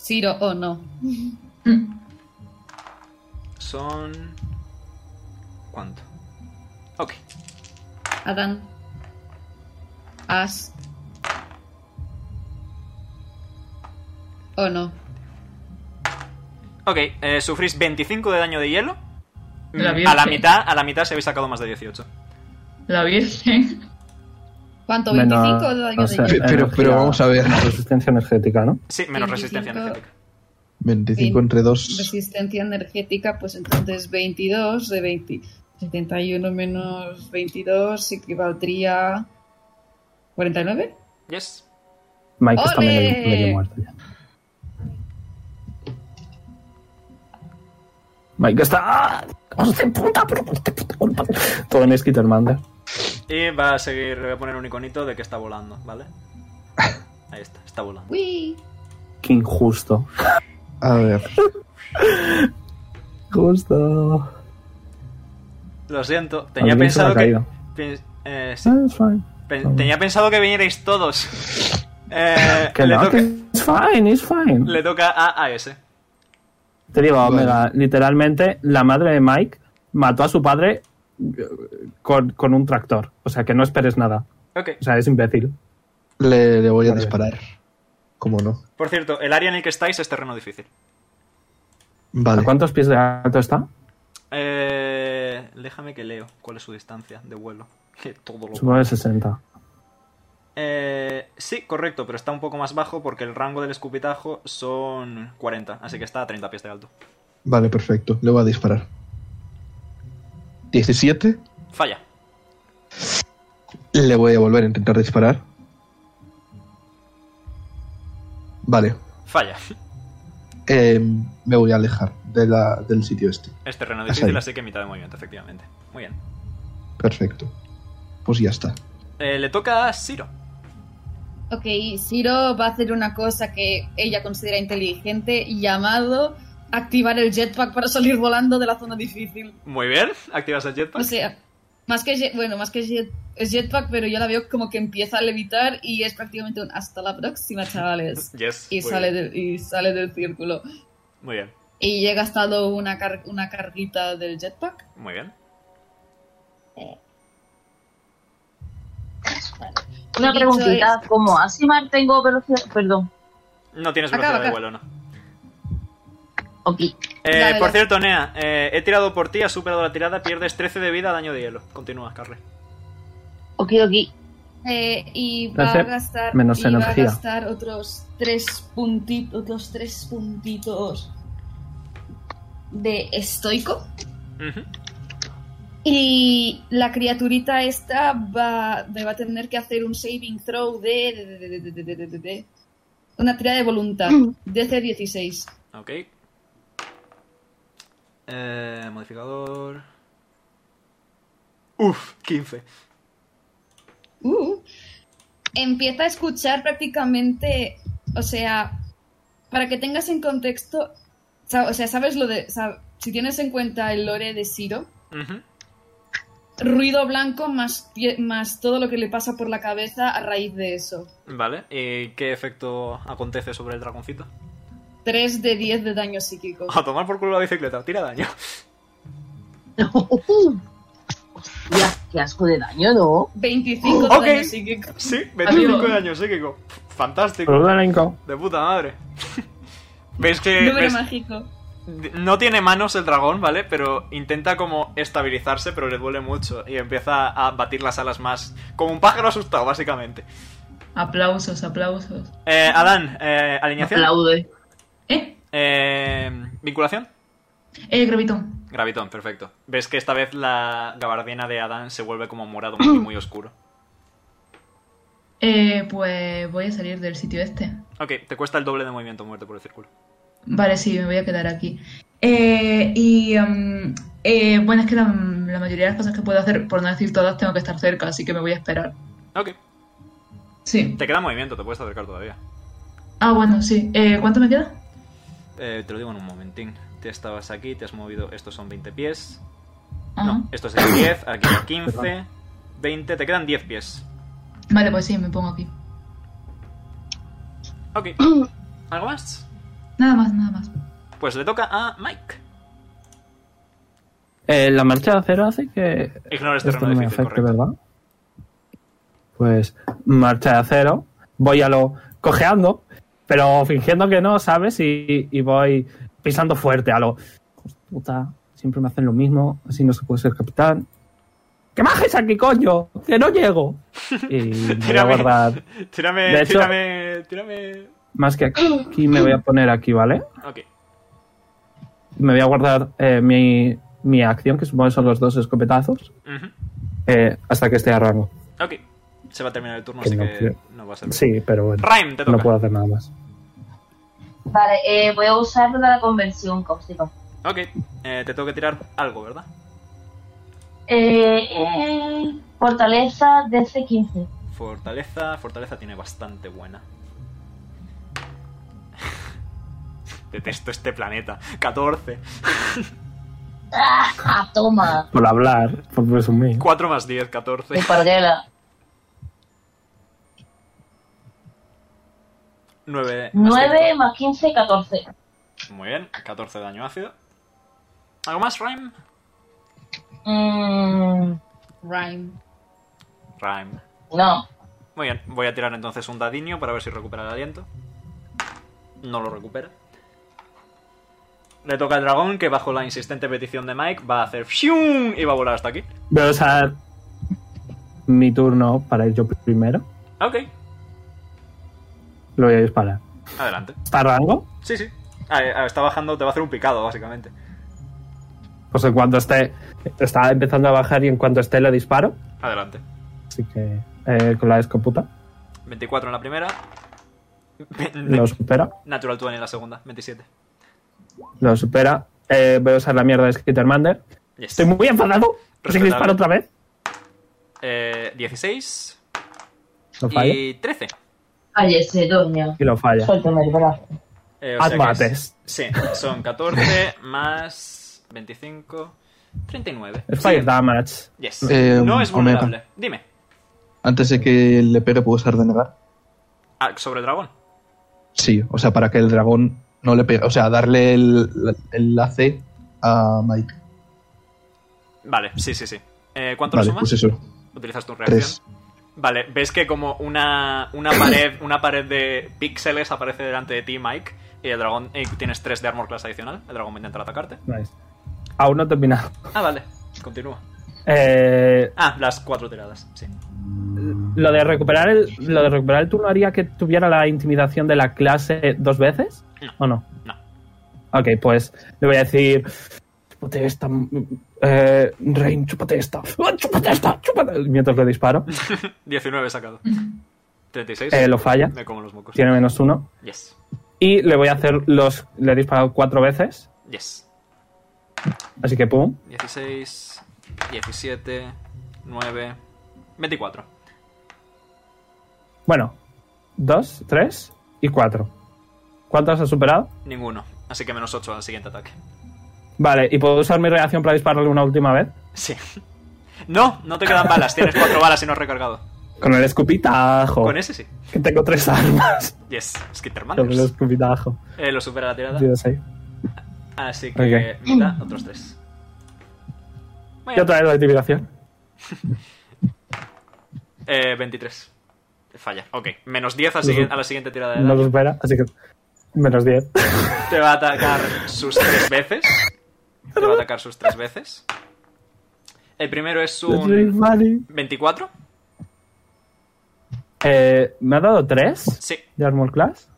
Ciro, o no. Mm. Son... ¿Cuánto? Ok. Adán. As. O Oh, no. Ok, eh, sufrís 25 de daño de hielo. La Mm, Virgen. a la mitad, a la mitad se habéis sacado más de 18. La Virgen. ¿Cuánto? ¿25 Menos- de daño no de sé, hielo? Pe- pero- pero energía- vamos a ver. Resistencia energética, ¿no? Sí, menos 25. resistencia energética. 25 entre 2. Resistencia energética, pues entonces 22 de 20. 71 menos 22 equivaldría... ¿49? Yes. Mike está ¡Ole! medio, medio muerto ya. Mike está. ¡Ah! ¡Hijos de puta! ¡Pero hijos de puta culpa! Todo en Skittermander. Y va a seguir, voy a poner un iconito de que está volando, ¿vale? Ahí está, está volando. ¡Uy! ¡Qué injusto! A ver. ¡Justo! Lo siento, tenía Alguien se me pensado ha que... caído. pen- eh, sí, Ah, It's fine. pen- tenía pensado que vinierais todos. Eh, Que le, no, toca, que it's fine, it's fine. le toca a AS. Te digo, Omega, literalmente la madre de Mike mató a su padre eh, con, con un tractor. O sea, que no esperes nada. Ok. O sea, es imbécil. Le, le voy a Vale. disparar. ¿Cómo no? Por cierto, el área en el que estáis es terreno difícil. ¿A Vale. cuántos pies de alto está? Eh, déjame que leo cuál es su distancia de vuelo. Que todo lo Supongo que 60. Eh, sí, correcto, pero está un poco más bajo porque el rango del escupitajo son 40, así que está a 30 pies de alto. Vale, perfecto. Le voy a disparar. 17. Falla. Le voy a volver a intentar disparar. Vale. Falla. Eh, me voy a alejar de la- del sitio este. Es terreno Hasta difícil, ahí. así que mitad de movimiento, efectivamente. Muy bien. Perfecto. Pues ya está. Eh, le toca a Siro. Ok, Siro va a hacer una cosa que ella considera inteligente llamado activar el jetpack para salir volando de la zona difícil. Muy bien, activas el jetpack. O sea, más que jet- bueno, más que jet- es jetpack, pero yo la veo como que empieza a levitar y es prácticamente un hasta la próxima, chavales. Yes, Y muy sale, bien, del, y sale del círculo. Muy bien, Y llega hasta do- una, car- una carguita del jetpack. muy bien. Una Dicho preguntita, como así mantengo velocidad. Perdón, No tienes Acaba, velocidad de acaba. vuelo, no. ok. Eh, Dale, por dale. cierto, Nea, eh, he tirado por ti, has superado la tirada, pierdes 13 de vida, daño de hielo. Continúas, Carly. Ok, ok. Eh, y va a Hace gastar, menos y va a energía. gastar otros tres puntitos, otros tres puntitos de estoico. Ujú. Y la criaturita esta va, va a tener que hacer un saving throw de, de- de- de- de- de- de- de- de- una tirada de voluntad. DC 16. Ok. Eh, modificador. Uf, 15. Uh. Empieza a escuchar prácticamente, o sea, para que tengas en contexto, sa- o sea, sabes lo de, sa- si tienes en cuenta el lore de Siro, Ujú. ruido blanco más, tie- más todo lo que le pasa por la cabeza a raíz de eso. Vale, ¿y qué efecto acontece sobre el dragoncito? 3 de 10 de daño psíquico. A tomar por culo la bicicleta, tira daño. Hostia, qué asco de daño, ¿no? 25 de Ok. daño psíquico. Sí, 25 Amigo. de daño psíquico. Fantástico, Blanco. de puta madre. ¿Ves que.? Número ves- mágico. No tiene manos el dragón, ¿vale? Pero intenta como estabilizarse, pero le duele mucho. Y empieza a batir las alas más. Como un pájaro asustado, básicamente. Aplausos, aplausos. Eh, Adán, eh, alineación. Aplaude. ¿Eh? Eh, vinculación. Eh, Gravitón. Gravitón, perfecto. Ves que esta vez la gabardina de Adán se vuelve como morado muy, muy oscuro. Eh, pues voy a salir del sitio este. Ok, te cuesta el doble de movimiento muerte por el círculo. Vale, sí, me voy a quedar aquí. Eh, y mm, eh, bueno, es que la, la mayoría de las cosas que puedo hacer, por no decir todas, tengo que estar cerca, así que me voy a esperar. Ok, Sí. te queda movimiento, te puedes acercar todavía. Ah, bueno, sí. Eh, ¿cuánto me queda? Eh, te lo digo en un momentín. Te estabas aquí, te has movido. Estos son 20 pies. Ajá. No, estos es 10, aquí hay 15, 20. Te quedan 10 pies. Vale, pues sí, me pongo aquí. Ok. ¿Algo más? Nada más, nada más. Pues le toca a Mike. Eh, la marcha de acero hace que Ignora este Esto no terreno me difícil, afecta, correcto. ¿verdad? Pues marcha de acero, voy a lo cojeando, pero fingiendo que no, ¿sabes? Y, y voy pisando fuerte a lo... "Hijos de Puta, siempre me hacen lo mismo, así no se puede ser capitán. ¡Que bajes aquí, coño! ¡Que no llego! Y me voy a Tírame. guardar... Tírame, De hecho- tírame, tírame. Más que aquí, me voy a poner aquí, ¿vale? Ok, Me voy a guardar eh, mi, mi acción, que supongo que son los dos escopetazos, ujú, eh, hasta que esté a rango. ok. Se va a terminar el turno, Que así no que quiero. no va a ser. Sí, pero bueno, Rhyme, te no toca. puedo hacer nada más. Vale, eh, voy a usar la conversión cáustica. Ok, eh, te tengo que tirar algo, ¿verdad? Eh, eh, fortaleza DC 15. Fortaleza, fortaleza tiene bastante buena. Detesto este planeta. 14. ¡Ah, toma! Por hablar, por presumir. 4 más 10, 14. Mi parguela. 9. 9 más 15, 14. Muy bien, 14 de daño ácido. ¿Algo más, Rhyme? Mm, Rhyme. Rhyme. no. Muy bien, voy a tirar entonces un dadinio para ver si recupera el aliento. No lo recupera. Le toca al dragón que bajo la insistente petición de Mike va a hacer ¡fium! y va a volar hasta aquí. Voy a usar mi turno para ir yo primero. Ok, Lo voy a disparar. adelante. ¿Está a rango? Sí, sí. Ah, eh, ah, está bajando, te va a hacer un picado, básicamente. Pues en cuanto esté. Está empezando a bajar y en cuanto esté lo disparo. Adelante. Así que. eh, con la escoputa. 24 en la primera. Lo supera. Natural 20 en la segunda, 27. Lo supera. Eh, voy a usar la mierda de Skittermander. Yes. Estoy muy enfadado. Así que Respetable. disparo otra vez. Eh, 16. Lo falla. Y, Y 13. Cállese, doña. lo falla. Suéltame el brazo. Eh, Haz que mates. es- sí, son 14 más 25, 39. Es fire Sí, damage. yes. Eh, no es Omega. vulnerable. Dime, Antes de que le pegue, ¿puedo usar denegar? ah, sobre el dragón. Sí, o sea, para que el dragón no le pegue. O sea, darle el, el AC a Mike. Vale, sí, sí, sí. Eh, ¿Cuánto Vale, lo sumas? pues eso. Utilizas tu reacción. Tres. Vale, ves que como una, una pared una pared de píxeles aparece delante de ti, Mike, y el dragón y tienes 3 de armor class adicional. El dragón va a intentar atacarte. Nice. Aún no he terminado. Ah, vale, continúa. Eh, Ah, las 4 tiradas, sí. lo de recuperar el lo de recuperar el turno haría que tuviera la intimidación de la clase dos veces No. o no No. ok pues le voy a decir chúpate esta mm, eh, Rain chúpate esta ¡Ah, chúpate esta chúpate mientras le disparo 19 sacado. 36. eh, lo falla Me como los mocos. tiene menos uno Yes, y le voy a hacer los le he disparado cuatro veces yes. así que pum 16, 17, 9, 24. bueno dos tres y cuatro ¿cuántas has superado? Ninguno. Así que menos 8 al siguiente ataque. vale y puedo usar mi reacción para dispararle una última vez Sí. No, no te quedan balas. Tienes 4 balas y no has recargado. con el escupitajo Con ese sí. que tengo tres armas Yes, Sobre el Skittermanders. escupitajo. Eh, lo supera la tirada. Dios ahí. Así que Ok. mitad, otros 3. Y otra vez la intimidación. Eh, 23. Falla. Ok. Menos 10 al sigui- a la siguiente tirada de No daño. lo espera, así que. Menos 10. Te va a atacar sus tres veces. Te va a atacar sus tres veces. El primero es un 24. Eh, ¿Me ha dado 3 Sí, de Armor Class?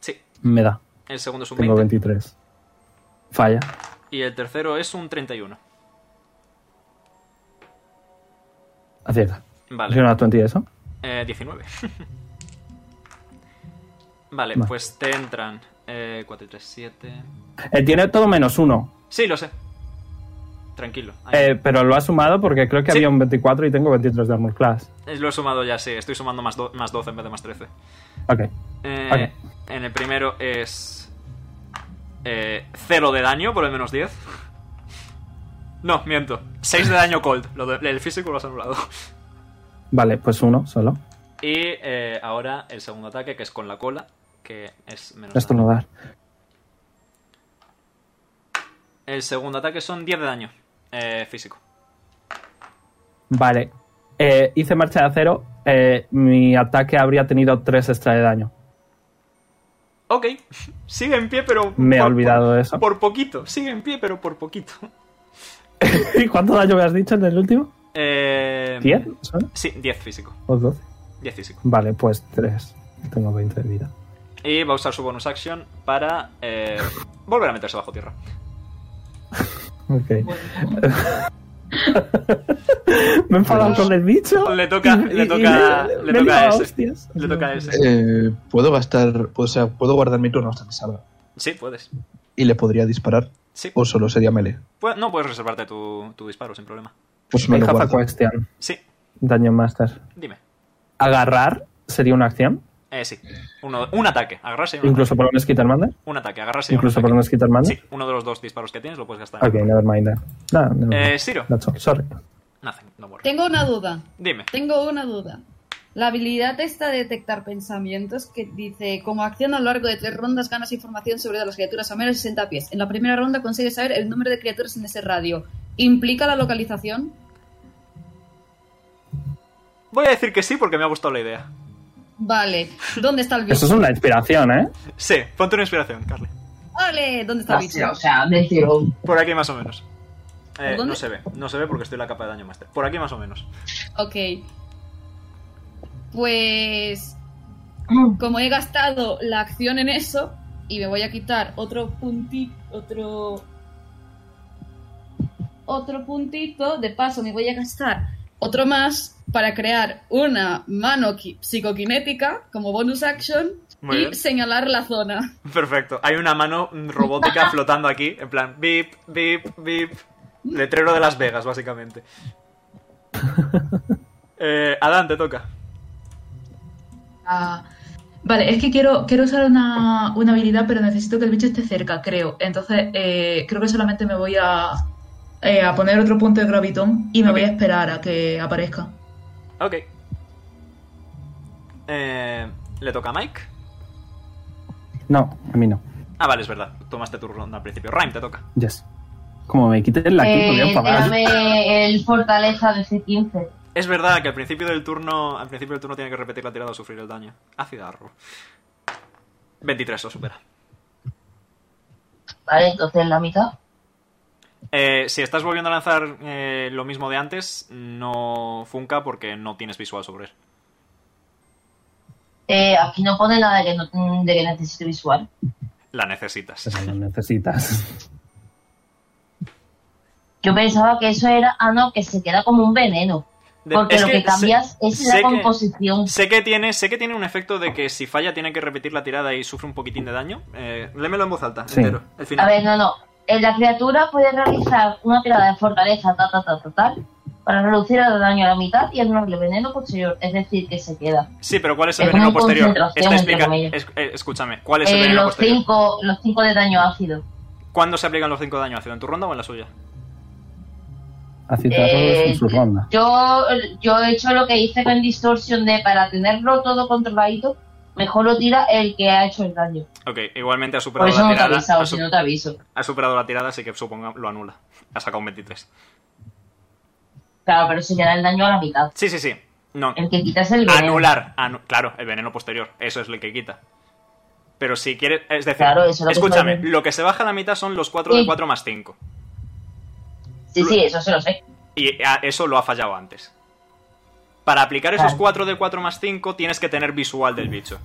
sí. Me da. El segundo es un Tengo 20. 23. Falla. Y el tercero es un 31. Acierta. ¿Es Vale. una 20 eso? Eh, 19. Vale, Va. pues te entran. Eh, 4 y 3, 7. Eh, tiene todo menos 1. Sí, lo sé. Tranquilo. Ahí. Eh, pero lo ha sumado porque creo que Sí. había un 24 y tengo 23 de Armor Class. Eh, Lo he sumado ya, sí. Estoy sumando más, do- más 12 en vez de más 13. Ok. Eh, En el primero es. Eh, cero de daño por el menos 10. No, miento. 6 de daño cold. Lo de- el físico lo has anulado. Vale, pues uno solo. Y eh, ahora el segundo ataque, que es con la cola, que es menos. Esto no daño. da. El segundo ataque son 10 de daño eh, físico. Vale. Eh, hice marcha de acero. eh, mi ataque habría tenido 3 extra de daño. Ok, sigue en pie, pero. Me he por- olvidado de eso. Por, por poquito, sigue en pie, pero por poquito. ¿Y cuánto daño me has dicho en el último? Eh, ¿10? ¿Son? Sí, 10 físico. ¿O 12? 10 físico. Vale, pues 3. Tengo 20 de vida. Y va a usar su bonus action para eh, volver a meterse bajo tierra. Ok. Bueno, Me he enfadado con el bicho. Pues Le toca- le toca- le me he toca liado a ese. hostias. Le toca a ese. Eh, puedo gastar. pues, O sea, puedo guardar mi turno hasta que salga. Sí, puedes. Y le podría disparar. Sí. O solo sería melee. Pu- no puedes reservarte tu, tu disparo sin problema. Pues me Me lo have a guardo. question. Sí, Dungeon Master. dime. ¿Agarrar sería una acción? Eh, sí. Uno- un ataque. Agarrarse y un, ¿Incluso por un Skittermander? ataque. Un ataque. Agarrarse y un ¿Incluso por ataque. un Skittermander? Sí, uno de los dos disparos que tienes lo puedes gastar. Ok, never mind. that. No, no. Eh, Siro. That's all. Sorry. Nothing, no worry. Tengo una duda. Dime. Tengo una duda. La habilidad esta de detectar pensamientos que dice, como acción a lo largo de tres rondas ganas información sobre las criaturas a menos de 60 pies. En la primera ronda consigues saber el número de criaturas en ese radio. ¿Implica la localización? Voy a decir que sí porque me ha gustado la idea. Vale. ¿Dónde está el Eso bicho? es una inspiración, ¿eh? Sí, ponte una inspiración, Carly. Vale, ¿dónde está el bicho? Hostia, O sea, mentirón. Por aquí más o menos. Eh, ¿Dónde? no se ve, no se ve porque estoy en la capa de daño master. Por aquí más o menos. Ok. Pues. Como he gastado la acción en eso, y me voy a quitar otro puntito. Otro. Otro puntito. De paso, me voy a gastar otro más para crear una mano qui- psicoquinética como bonus action Muy y bien. señalar la zona. Perfecto. Hay una mano robótica flotando aquí, en plan, bip, bip, bip. Letrero de Las Vegas, básicamente. Eh, Adán, te toca. Ah, Vale, es que quiero, quiero usar una, una habilidad, pero necesito que el bicho esté cerca, creo. Entonces, eh, creo que solamente me voy a, eh, a poner otro punto de gravitón y me Ok. voy a esperar a que aparezca. Ok. Eh, ¿Le toca a Mike? No, a mí no. Ah, vale, es verdad. Tomaste tu ronda al principio. Rhyme, te toca. Yes. Como me quiten la aquí, Eh, me voy a pagar. tírame el fortaleza de C15. Es verdad que al principio del turno. Al principio del turno tiene que repetir la tirada o sufrir el daño. Ácida arro. 23 lo supera. Vale, entonces la mitad. Eh, si estás volviendo a lanzar eh, lo mismo de antes, no funca porque no tienes visual sobre él. Eh, aquí no pone nada de que, no, de que necesite visual. La necesitas. Pero no necesitas. Yo pensaba que eso era. Ah, no, que se queda como un veneno. De- Porque es lo que, sé- cambias es sé la que- composición. Sé que, tiene, sé que tiene un efecto de que si falla tiene que repetir la tirada y sufre un poquitín de daño. Eh, lémelo en voz alta, Sí. entero, el final. A ver, no, no. Eh, La criatura puede realizar una tirada de fortaleza, ta, ta, ta, ta, tal, para reducir el daño a la mitad y anularle veneno posterior. Es decir, que se queda. Sí, pero ¿cuál es el Es veneno una posterior? concentración, Esta explica- entre comillas. es- eh, escúchame, ¿cuál es el Eh, veneno los, posterior? cinco, los cinco de daño ácido. ¿Cuándo se aplican los 5 daños ácido? ¿En tu ronda o en la suya? A Eh, en su ronda. Yo, yo he hecho lo que hice con distorsión de para tenerlo todo controladito, mejor lo tira el que ha hecho el daño. Ok, igualmente ha Por superado eso la no te he tirada. avisado, ha, su- si no te aviso. ha superado la tirada, así que supongo lo anula. Ha sacado un 23. Claro, pero se queda el daño a la mitad. Sí, sí, sí. No. El que quitas el veneno. Anular. anu- claro, el veneno posterior. Eso es lo que quita. Pero si quieres. Es decir, Claro, eso es lo que escúchame, estoy- lo que se baja a la mitad son los 4 de Sí. 4 más 5. Sí, sí, eso se lo sé. Y a- eso lo ha fallado antes. Para aplicar esos Claro. 4 de 4 más 5 tienes que tener visual del bicho.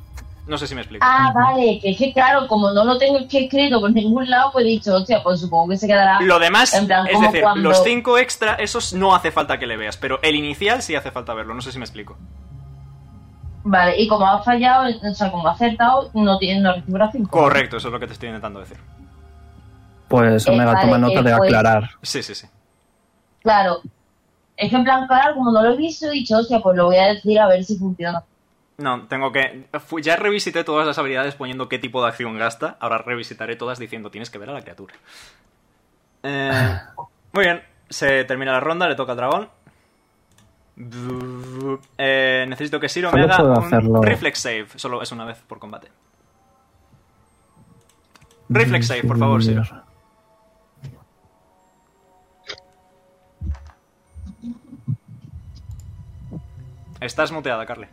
No sé si me explico. Ah, vale, que es que claro, como no lo tengo aquí escrito por ningún lado, pues he dicho, hostia, pues supongo que se quedará. Lo demás, En plan, es como decir, cuando- los 5 extra, esos no hace falta que le veas, pero el inicial sí hace falta verlo, no sé si me explico. Vale, y como ha fallado, o sea, como ha acertado, no, tiene, no recibirá 5. Correcto, eso es lo que te estoy intentando decir. Pues eh, Omega vale, toma nota eh, de pues- aclarar. Sí, sí, sí. Claro. Es que en plan, claro, como no lo he visto, he dicho, hostia, pues lo voy a decir a ver si funciona. No, tengo que... fu- Ya revisité todas las habilidades poniendo qué tipo de acción gasta, ahora revisitaré todas diciendo tienes que ver a la criatura. Eh, muy bien, se termina la ronda, le toca al dragón. Eh, necesito que Siro me Solo haga puedo un hacerlo- reflex save, solo es una vez por combate. Reflex save, por favor, Siro. Estás muteada, Carly.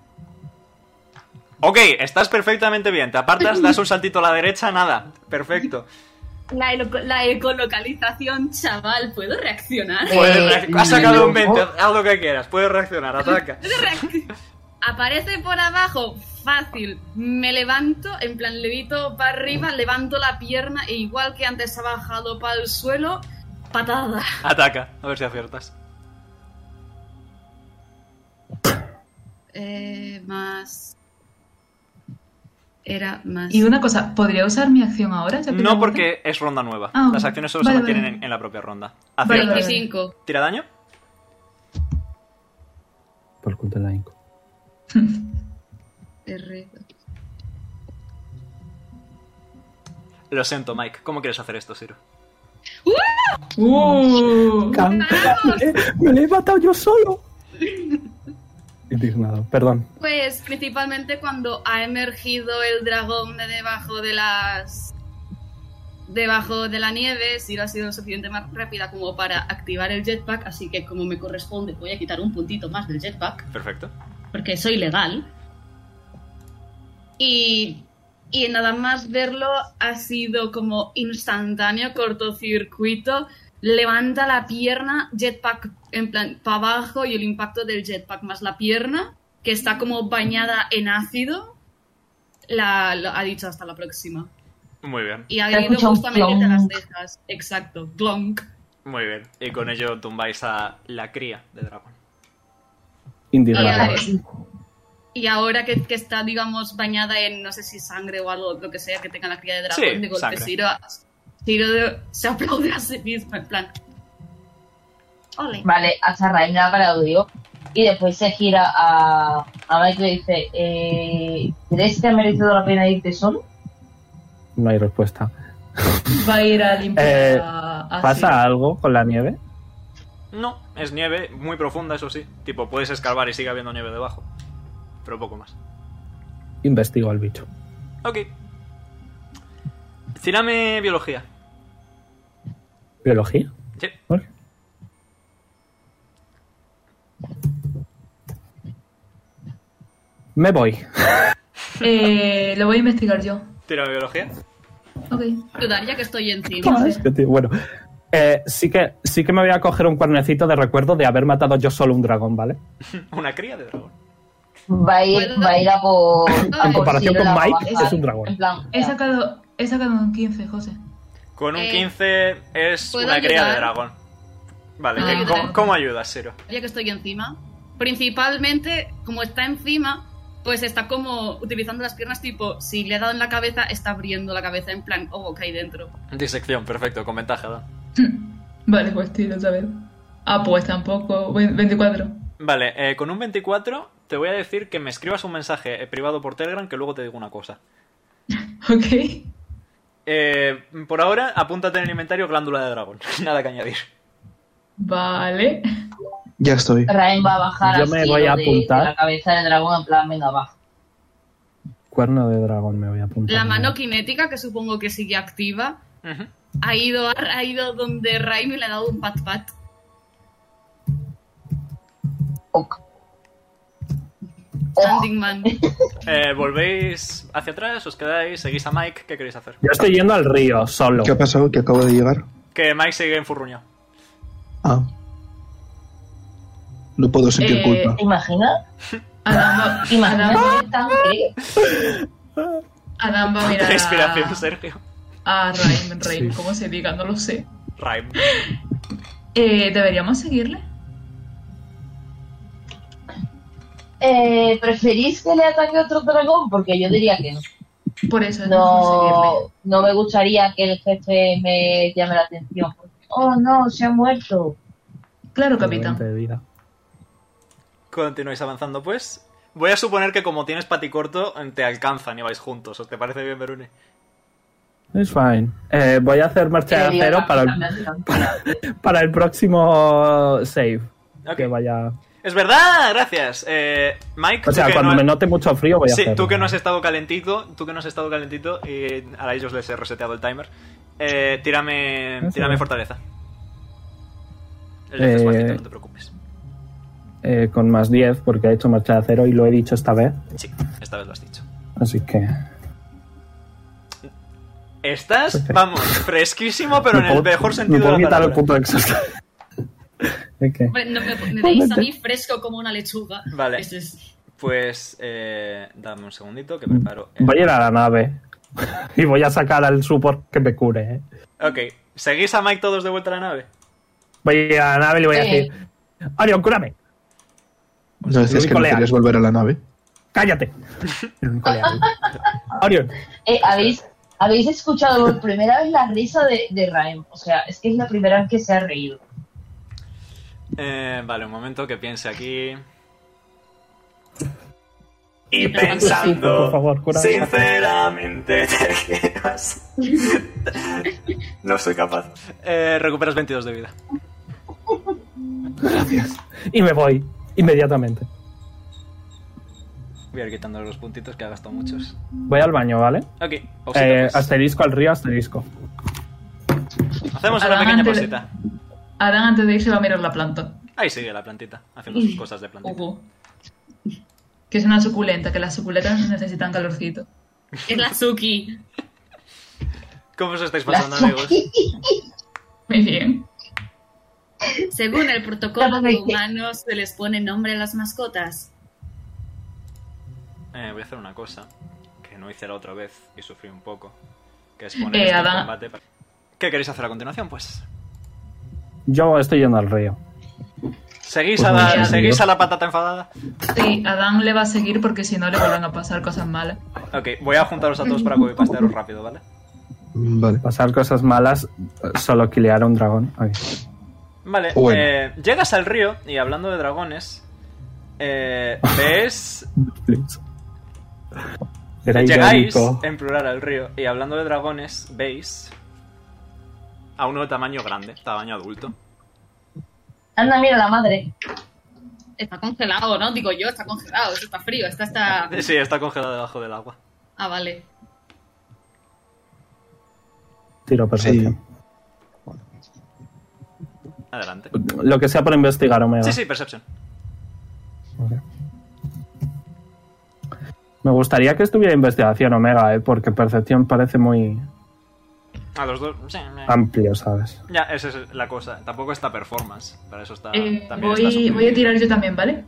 Ok, estás perfectamente bien. Te apartas, das un saltito a la derecha, nada. Perfecto. La, elo- la ecolocalización, chaval, ¿puedo reaccionar? Puedes Eh, reac- has sacado un no. 20, haz lo que quieras. Puedes reaccionar, ataca. Aparece por abajo, fácil. Me levanto, en plan levito para arriba, levanto la pierna e igual que antes ha bajado para el suelo, patada. Ataca, a ver si aciertas. Eh, más. Era más. Y una cosa, ¿podría usar mi acción ahora? ¿Se pide No mucho? porque es ronda nueva. Ah, Las acciones solo se vale, mantienen vale. en, en la propia ronda. Vale, Aciertas. vale. 25. ¿Tira daño? Por culpa de la Inco. R. Lo siento, Mike. ¿Cómo quieres hacer esto, Siro? ¡Uh! ¡Me lo he matado yo solo! Indignado, perdón. Pues principalmente cuando ha emergido el dragón de debajo de las. debajo de la nieve, Siro ha sido lo suficiente más rápida como para activar el jetpack, así que como me corresponde, voy a quitar un puntito más del jetpack, Perfecto. porque soy legal. Y. Y nada más verlo ha sido como instantáneo cortocircuito. Levanta la pierna, jetpack en plan para abajo y el impacto del jetpack más la pierna que está como bañada en ácido, la, lo- ha dicho hasta la próxima. Muy bien, Y ha Te venido escucho un justamente de las clonk. cejas. Exacto, glonk. muy bien. Y con ello tumbáis a la cría de dragón. Y, Indignado. ahora- y ahora que, que está, digamos, bañada en, no sé si sangre o algo, lo que sea, que tenga la cría de dragón, Sí, de golpe sangre. Ciro, Ciro de- se aplaude a sí mismo, en plan... Ole. Vale, hasta Raim le ha parado, digo. Y después se gira a, a Mike y le dice, eh, ¿crees que ha merecido la pena irte solo? No hay respuesta. Ah, Va a ir a limpiar. Eh, a- a ¿Pasa algo con la nieve? No, es nieve muy profunda, eso sí. Tipo, puedes escarbar y sigue habiendo nieve debajo. Pero poco más. Investigo al bicho. Ok. Tirame biología. ¿Biología? Sí. Vale. Me voy. Eh, lo voy a investigar yo. Tírame biología. Ok. Ayudar ya que estoy encima. Es que, tío, bueno, Eh, sí, que, sí que me voy a coger un cuernecito de recuerdo de haber matado yo solo un dragón, ¿vale? Una cría de dragón. Va a ir, Bueno. va a, ir a por... En comparación Sirla con a Mike, bajar. es un dragón. En plan, He sacado, he sacado un 15, José. Con un Eh, 15 es ¿puedo una cría de ayudar? Ah, dragón. Vale, ¿Puedo eh, ayudar? ¿cómo, cómo ayudas, Ciro? Ya que estoy encima. Principalmente, como está encima, pues está como utilizando las piernas tipo, si le ha dado en la cabeza, está abriendo la cabeza en plan, oh, que hay dentro. Disección, perfecto, con ventaja, Dan. Vale, pues tiro otra vez. Ah, pues tampoco. Ve- 24. Vale, eh, con un 24 te voy a decir que me escribas un mensaje eh, privado por Telegram que luego te digo una cosa. Ok. Eh, por ahora, apúntate en el inventario glándula de dragón. Nada que añadir. Vale. Ya estoy. Raen va a bajar Yo me así voy a lo de- de apuntar. la cabeza del dragón en plan, venga, baja. Cuerno de dragón me voy a apuntar. La mano cinética, que supongo que sigue activa, Ujú. ha ido, a- ha ido donde Raimi le ha dado un pat-pat. Ok. Standing man. Eh, ¿Volvéis hacia atrás? ¿Os quedáis? ¿Seguís a Mike? ¿Qué queréis hacer? Yo estoy yendo al río solo. ¿Qué ha pasado? Que acabo de llegar. Que Mike sigue enfurruñado. Ah. No puedo sentir Eh, culpa. ¿Te imaginas? Adán va, Imagina Adán- Ah. tan Adán va a mirar Inspiración, a, Sergio. a Raim, Raim, Sí. como se diga, no lo sé. Rhyme. Eh, ¿Deberíamos seguirle? Eh, ¿Preferís que le ataque otro dragón? Porque yo diría que no. Por eso es mejor seguirle. No, no me gustaría que el jefe me llame la atención. Oh no, se ha muerto. Claro, Tengo 20 capitán. de vida. Continuáis avanzando, pues. Voy a suponer que como tienes paticorto, te alcanzan y vais juntos. ¿Os te parece bien, Verune? It's fine. Eh, voy a hacer marcha de cero para el, para el próximo save. Ok. Que vaya. ¡Es verdad! Gracias. Eh, Mike, O sea, tú que cuando no me has- note mucho frío voy a Sí, hacer. tú que no has estado calentito, tú que no has estado calentito, y a ellos les he reseteado el timer. Eh, tírame, Eso tírame es. fortaleza. El de despacito, Ah, Eh, no te preocupes. Eh, con más 10 porque he hecho marcha de cero y lo he dicho esta vez. Sí, esta vez lo has dicho. Así que. Estás, Perfecto. vamos, fresquísimo, pero en me el puedo- mejor Me sentido puedo de la quitar el palabra. punto de exhausto. Ok. Hombre, No me, me deis a mí fresco como una lechuga. Vale. Eso es- Pues, eh, dame un segundito Mm, que preparo. el- Voy a ir a la nave y voy a sacar al support que me cure. ¿eh? Ok, ¿seguís a Mike todos de vuelta a la nave? Voy a ir a la nave y le voy a Sí. decir: Arion, cúrame, No decías que no Nicolea. querías volver a la nave. cállate. El único leal. Arion, Eh, ¿habéis, habéis escuchado por primera vez la risa de, de Raem. O sea, es que es la primera vez que se ha reído. Eh, vale, un momento que piense aquí. Y por pensando, favor, cúrame. sinceramente, te quedas. No soy capaz. Eh, recuperas 22 de vida. Y me voy inmediatamente. Voy a ir quitando los puntitos que ha gastado muchos. Voy al baño, ¿vale? Ok, pausita, Eh, pues. asterisco al río, asterisco. Hacemos una pequeña Adelante. pausita. Adán antes de irse va a mirar la planta. Ahí sigue la plantita, haciendo sus cosas de plantita. Ojo. Que es una suculenta, que las suculentas necesitan calorcito. Es la Suki. ¿Cómo os estáis pasando, amigos? Muy bien. Según el protocolo de Claro, que- humano, se les pone nombre a las mascotas. Eh, voy a hacer una cosa que no hice la otra vez y sufrí un poco. Que es poner Eh, este Adán. combate. para- ¿Qué queréis hacer a continuación, pues? Yo estoy yendo al río. ¿Seguís, Pues a no la, sé, ¿seguís amigo. a la patata enfadada? Sí, Adán le va a seguir porque si no le vuelven a pasar cosas malas. Ok, voy a juntaros a todos para copipastearos rápido, ¿vale? Mm, Vale. Pasar cosas malas, eh, solo kilear a un dragón. Ay. Vale, Bueno. eh, llegas al río y hablando de dragones, Eh, ¿Ves? Era Llegáis irónico. en plural al río y hablando de dragones, veis a uno de tamaño grande, tamaño adulto. Anda, mira la madre. Está congelado, ¿no? Digo yo, está congelado, eso está frío, está está... Sí, está congelado debajo del agua. Ah, vale. Tiro perfecto. Sí. Adelante. Lo que sea por investigar, Omega. Sí, sí, Perception. Me gustaría que estuviera investigación, Omega, eh, porque percepción parece muy A los dos. sí, eh. amplio, ¿sabes? Ya, esa es la cosa. Tampoco está performance. Para eso está. Eh, Ah, también está voy, su- voy a tirar yo también, ¿vale?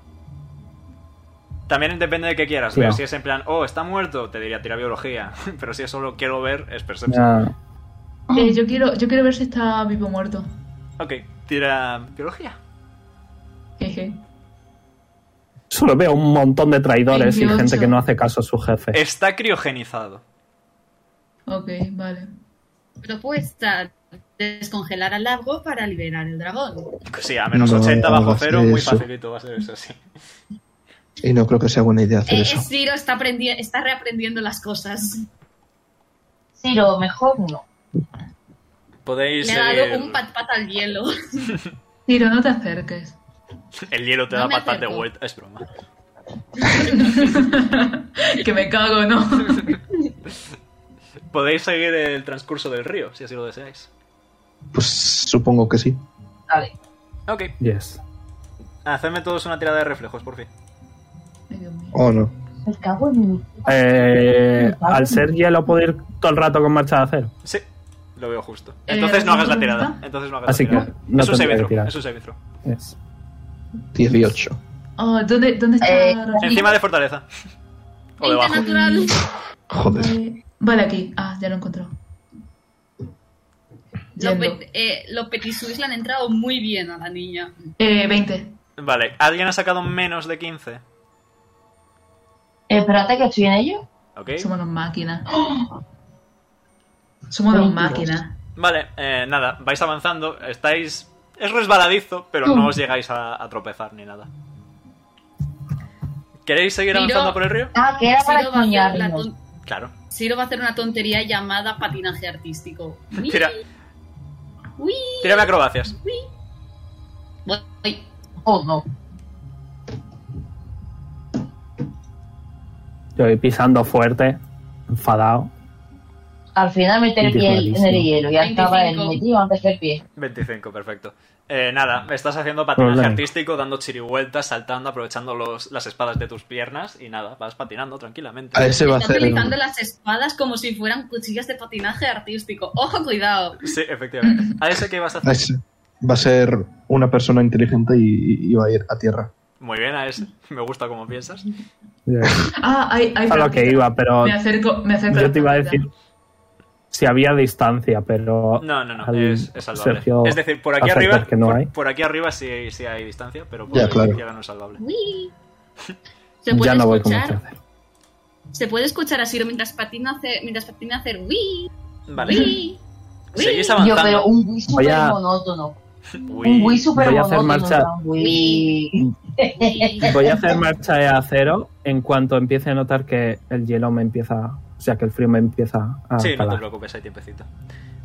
También depende de qué quieras. Tira. Ver si es en plan, oh, está muerto, te diría tira biología. Pero si es solo quiero ver, es perception. Ya, Eh, yo, quiero, yo quiero ver si está vivo o muerto. Ok, tira biología. Jeje. Solo veo un montón de traidores y 28. gente que no hace caso a su jefe. Está criogenizado. Ok, vale. Propuesta, descongelar al lago para liberar el dragón. Sí, a menos No, 80 no bajo hace cero, muy eso. facilito va a ser eso, sí. Y no creo que sea buena idea hacer Eh, eso. Ciro está, aprendi- está reaprendiendo las cosas. Ciro, mejor no. Podéis. Le ha dado eh, un pat pat al hielo. Tiro, no te acerques. el hielo te No da me bastante acerco. vuelta. Es broma. que me cago, ¿no? Podéis seguir el transcurso del río, si así lo deseáis. Pues supongo que sí. Vale. Ok, Yes. hacedme todos una tirada de reflejos, por fin. Ay, Dios mío. ¿O Oh, no? Me cago en mi. Eh, al ser hielo puedo ir todo el rato con marcha de acero. Sí, lo veo justo. Eh, Entonces no ¿alguna hagas la tirada. pregunta? Entonces no hagas Así la que tirada. no es un tendría save que throw, tirar. es un save throw. Yes. 18. Oh, ¿dónde, ¿Dónde está Eh, Rafi? Encima de fortaleza. O debajo. natural. Joder. Vale. Vale, aquí. Ah, ya lo he encontrado. Los, Yendo. pe- eh, los petisuis le han entrado muy bien a la niña. Eh, 20. Vale, ¿alguien ha sacado menos de 15? Espérate que estoy en ello. Ok. Somos dos máquinas. Somos dos máquinas. Vale, eh, nada, vais avanzando, estáis... Es resbaladizo, pero no os llegáis a, a tropezar ni nada. ¿Queréis seguir Miro. avanzando por el río? Ah, que era para Ciro va, a hacer una extrañarnos. ton- Claro. Ciro va a hacer una tontería llamada patinaje artístico. Uy, Tira, uy, tírame acrobacias. voy, voy. Oh, no. Yo voy pisando fuerte, enfadado. Al final meter el Qué pie en el rarísimo. hielo. Ya estaba el 25. metido antes que el pie. 25, perfecto. Eh, nada, estás haciendo patinaje Problema. artístico, dando chirivueltas, saltando, aprovechando los- las espadas de tus piernas y nada, vas patinando tranquilamente. A ese va a Está hacer. utilizando las espadas como si fueran cuchillas de patinaje artístico. Ojo, cuidado. Sí, efectivamente. ¿A ese qué vas a a hacer? ese. Va a ser una persona inteligente y, y va a ir a tierra. Muy bien, a ese. Me gusta cómo piensas. Yes. Ah, hay, hay A lo franquicia. que iba, pero Me acerco, me acerco. yo te iba a franquicia. decir si había distancia, pero No, no, no, al- es, es salvable. Sergio es decir, por aquí aceptar arriba, que no por, hay. por aquí arriba sí, sí hay distancia, pero por Ya, aquí claro. izquierda no es salvable. Uy. Se puede ya no voy con escuchar. marcha de acero. Se puede escuchar a Ciro mientras patina hacer, mientras patina hacer uy, Vale, uy. uy. seguís Yo, avanzando. pero un Wii Voy super a- monótono. Uy, Un Wii super Voy a hacer monótono. marcha. en plan, Wii. Voy a hacer marcha de acero en cuanto empiece a notar que el hielo me empieza, o sea, que el frío me empieza a Sí, no te calar. preocupes, hay tiempecito.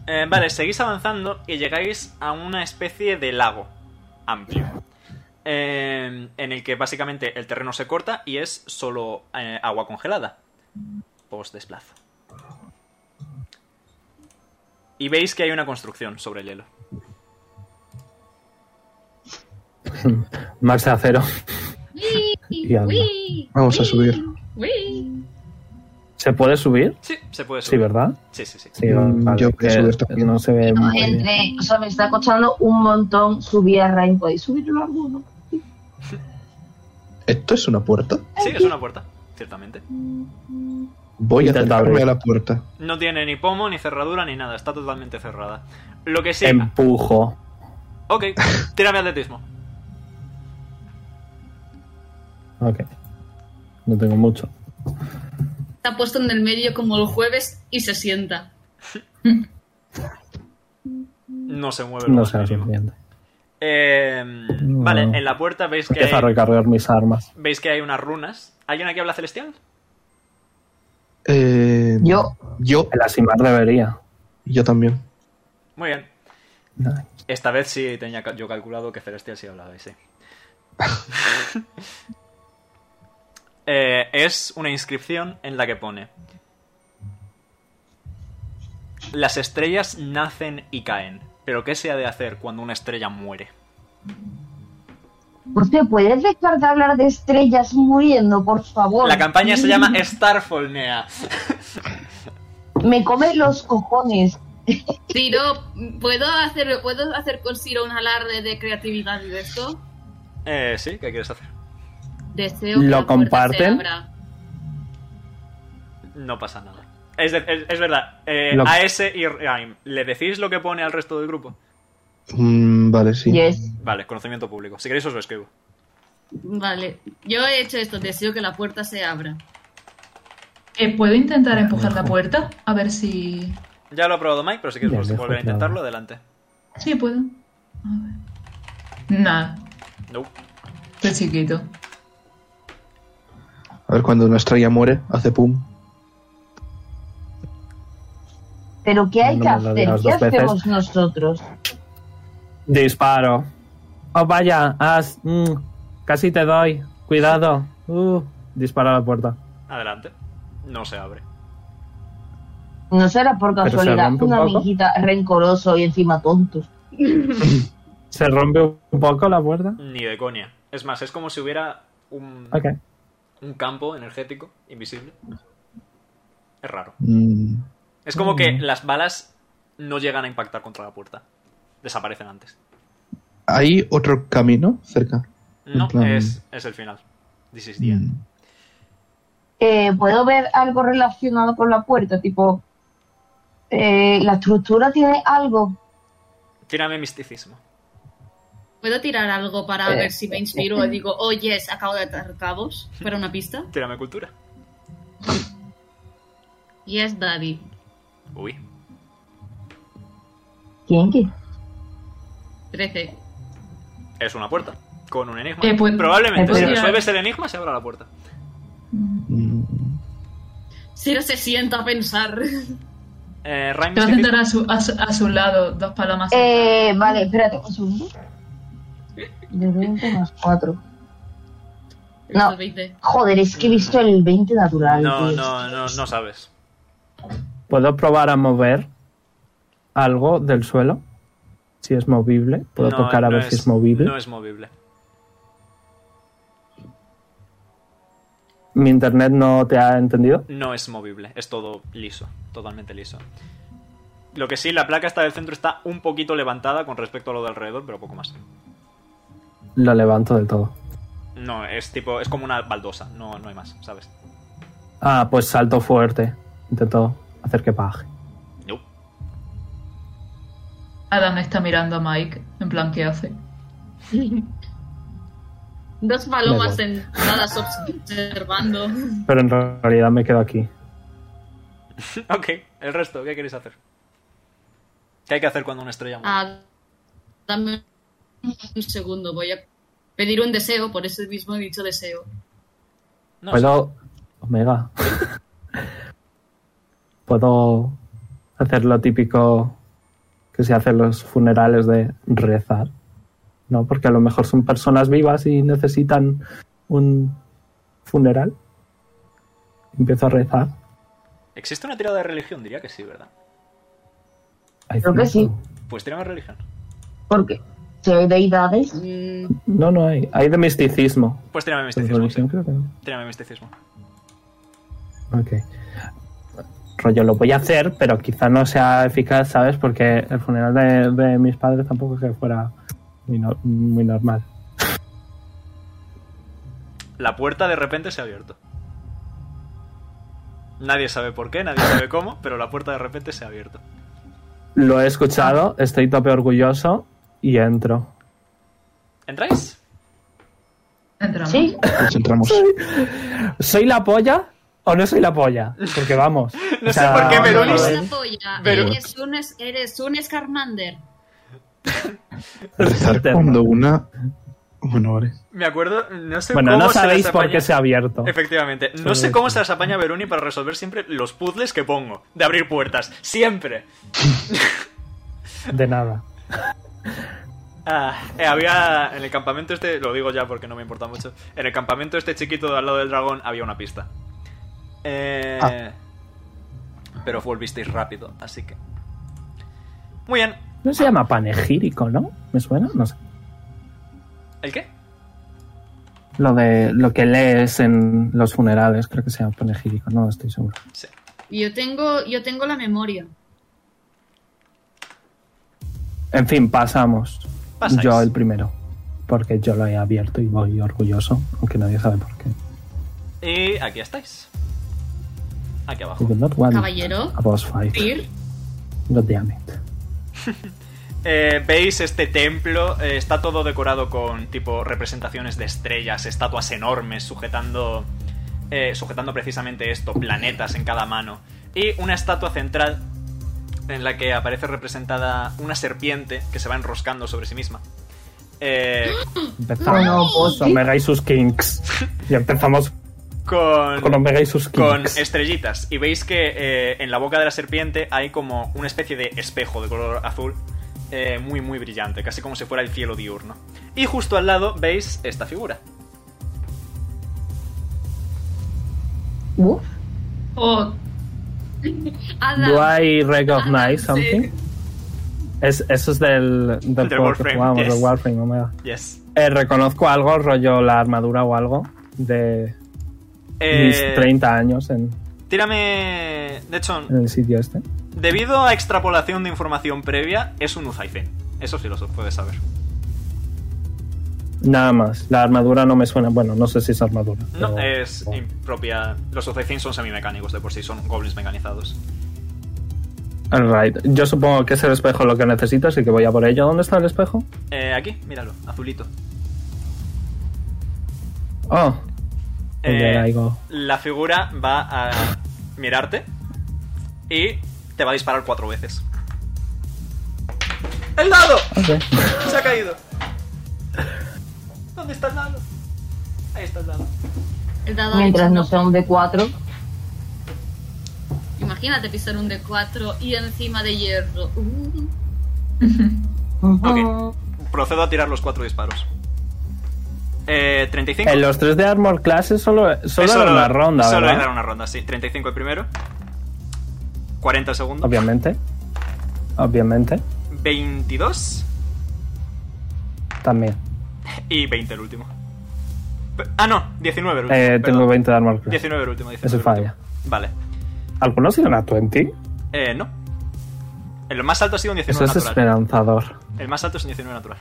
Eh, vale, seguís avanzando y llegáis a una especie de lago amplio. eh, en el que básicamente el terreno se corta y es solo eh, agua congelada. Os desplazo. Y veis que hay una construcción sobre el hielo. marcha de acero. Y anda. Uy, Vamos a uy, subir. uy. ¿Se puede subir? Sí, se puede Sí, subir. ¿verdad? Sí, sí, sí. Sí, Mm, vale, yo que que subir está bien. no se ve No, muy bien. entre, o sea, me está costando un montón subir a Rain. ¿Podéis subirlo alguno? ¿Esto es una puerta? Sí, es una puerta, ciertamente. Voy a Intenta acercarme abrir. a la puerta. No tiene ni pomo, ni cerradura, ni nada. Está totalmente cerrada. Lo que sí... Em. Empujo. Ok, tírame atletismo. Ok. No tengo mucho. Está puesto en el medio como el jueves y se sienta. No se mueve. lo No más será mínimo. suficiente. Eh, Vale, No. en la puerta veis que, Empiezo a hay, recargar mis armas. veis que hay unas runas. ¿Alguien aquí habla celestial? Eh, Yo, Yo. El Asimar debería. Yo también. Muy bien. Esta vez sí tenía ca- yo calculado que Celestial sí hablaba, y sí. Eh, es una inscripción en la que pone: Las estrellas nacen y caen, pero ¿qué se ha de hacer cuando una estrella muere? Hostia, ¿puedes dejar de hablar de estrellas muriendo, por favor? La campaña se llama Starfall Nea. Me come los cojones. Ciro, ¿puedo hacer, ¿puedo hacer con Ciro un alarde de creatividad y de esto? Eh, sí, ¿qué quieres hacer? Deseo que ¿Lo la puerta se comparten? abra. No pasa nada. Es, de- es- es verdad, eh, Lo- a ese y Raim, ¿le decís lo que pone al resto del grupo? Mm, vale, sí. Yes. Vale, conocimiento público. Si queréis os lo escribo. Vale, yo he hecho esto, deseo que la puerta se abra. Eh, ¿Puedo intentar empujar la puerta? A ver si... Ya lo ha probado Mike, pero si quieres Ya, dejo volver a claro. intentarlo, adelante. Sí, puedo. A ver. Nah, No. qué chiquito. A ver, cuando una estrella muere, hace pum. Pero ¿qué hay No que me lo digas hacer? ¿Qué dos veces. hacemos nosotros? Disparo. Oh, vaya, as. mm, casi te doy. Cuidado. Uh, disparo a la puerta. Adelante. No se abre. No será por Pero se casualidad rompe un una poco. amiguita rencoroso y encima tonto. ¿Se rompe un poco la puerta? Ni de coña. Es más, es como si hubiera un, Ok. un campo energético invisible. Es raro. Mm, Es como que las balas no llegan a impactar contra la puerta. Desaparecen antes. ¿Hay otro camino cerca? No, En plan- es, es el final. This is the end. Mm, Eh, ¿Puedo ver algo relacionado con la puerta? Tipo, eh, ¿la estructura tiene algo? Mm. Tírame misticismo. ¿Puedo tirar algo para Eh, ver si me inspiro y digo, oh yes, acabo de atar cabos para una pista? Tírame cultura. Yes, daddy. Uy. ¿Quién qué? 13. Es una puerta. Con un enigma. Eh, pues- Probablemente, eh, si pues- resuelves el enigma, se abra la puerta. mm. Ciro se sienta a pensar. Eh, Raim, Te vas misticismo. a sentar a su, a, su- a su lado, dos palomas. Eh, vale, espérate un segundo. De 20 más 4. No. El 20. Joder, es que he visto el 20 natural. No, tío. no, no, no sabes. ¿Puedo probar a mover algo del suelo? Si es movible. ¿Puedo No, tocar a no ver si es movible? No es movible. Mi internet no te ha entendido. No es movible, es todo liso, totalmente liso. Lo que sí, la placa esta del centro está un poquito levantada con respecto a lo de alrededor, pero poco más. Lo levanto del todo. No, es tipo, es como una baldosa, no, no hay más, ¿sabes? Ah, pues salto fuerte. Intento hacer que baje. No. Adam está mirando a Mike, en plan, ¿qué hace? Dos palomas Me sentadas observando. Pero en realidad me quedo aquí. Ok, el resto, ¿qué queréis hacer? ¿Qué hay que hacer cuando una estrella muere? Ah, dame un segundo, voy a pedir un deseo, por eso mismo he dicho deseo. No sé. Puedo. Omega. Puedo hacer lo típico que se hace en los funerales de rezar. ¿No? Porque a lo mejor son personas vivas y necesitan un funeral. Empiezo a rezar. ¿Existe una tirada de religión? Diría que sí, ¿verdad? Ay, Creo que cierto. Pues tírame religión. Porque si hay deidades, Mm, No, no hay. Hay de misticismo. Pues tírame Pero misticismo, sí. religión creo que no. Tírame misticismo. Ok. Rollo, lo voy a hacer, pero quizá no sea eficaz, ¿sabes? Porque el funeral de, de mis padres tampoco es que fuera muy, no- muy normal. La puerta de repente se ha abierto. Nadie sabe por qué, nadie sabe cómo, pero la puerta de repente se ha abierto. Lo he escuchado, estoy tope orgulloso y entro. ¿Entráis? Entramos. sí, Pues entramos. ¿Soy la polla o no soy la polla? Porque vamos. No sé por qué no Verónica- eres joder. una polla, Pero- eres un, es- eres un escarmander. Rezar Eterno. cuando una. Bueno, vale. Me acuerdo, no sé Bueno, cómo no se sabéis las por apaña- qué se ha abierto. Efectivamente, no Sí, sé cómo sí. se las apaña Veruni para resolver siempre los puzzles que pongo. De abrir puertas, siempre. De nada. Ah, eh, había en el campamento este, lo digo ya porque no me importa mucho. En el campamento este chiquito de al lado del dragón había una pista. Eh, Pero volvisteis rápido, así que. Muy bien. No se llama panegírico, ¿no? ¿Me suena? No sé. ¿El qué? Lo de lo que lees en los funerales, creo que se llama panegírico, no estoy seguro. Yo tengo, yo tengo la memoria. En fin, pasamos. Pasáis. Yo el primero. Porque yo lo he abierto y voy orgulloso, aunque nadie sabe por qué. Y aquí estáis. Aquí I abajo. do not want Caballero. A boss fight. Ir. God damn it. Eh, Veis este templo, eh, está todo decorado con tipo representaciones de estrellas, estatuas enormes sujetando, eh, sujetando precisamente esto, planetas en cada mano. Y una estatua central en la que aparece representada una serpiente que se va enroscando sobre sí misma. Eh, Empezamos No, pues, con Omega y sus kinks. Y empezamos con, con Omega y sus kinks. con este- estrellitas. Y veis que eh, en la boca de la serpiente hay como una especie de espejo de color azul. eh, muy, muy brillante, casi como si fuera el cielo diurno. Y justo al lado veis esta figura. Uf. O Adam. Do I recognize something? Es, eso es del, del Del juego Warframe, que jugamos, yes. del Warframe, Omega. Yes. Eh, reconozco algo, rollo la armadura o algo de mis Eh, 30 años en, tírame. De hecho, en el sitio este. debido a extrapolación de información previa, es un Uzaifen. Eso sí lo so- puedes saber. Nada más, la armadura no me suena, bueno, no sé si es armadura. No, pero- es impropia. Los Uzaifen son semimecánicos de por sí, son goblins mecanizados. Alright, yo supongo que es el espejo lo que necesito, así que voy a por ello. ¿Dónde está el espejo? Eh, aquí, míralo, azulito. Oh, el de Eh, Daigo. la figura va a mirarte y te va a disparar cuatro veces. ¡El dado! Ok. Se ha caído. ¿Dónde está el dado? Ahí está el dado. El dado Mientras dicho, no sea un D4. Imagínate pisar un D4 y encima de hierro. Uh. Ok. Procedo a tirar los cuatro disparos. Eh, 35. En los 3 de Armor Classes solo, Eh, solo era una ronda, Solo ¿verdad? era una ronda, sí. 35 el primero. 40 el segundo. Obviamente. Obviamente. 22. También. Mm, Y 20 el último. Pe- Ah, no, 19 el último. Eh, tengo perdón. 20 de armor class. 19 el último, 19. Ese el último. falla. Vale. ¿Algunos eran a 20? Eh, no. El más alto ha sido un 19 Eso es natural. esperanzador. El más alto es un 19 natural.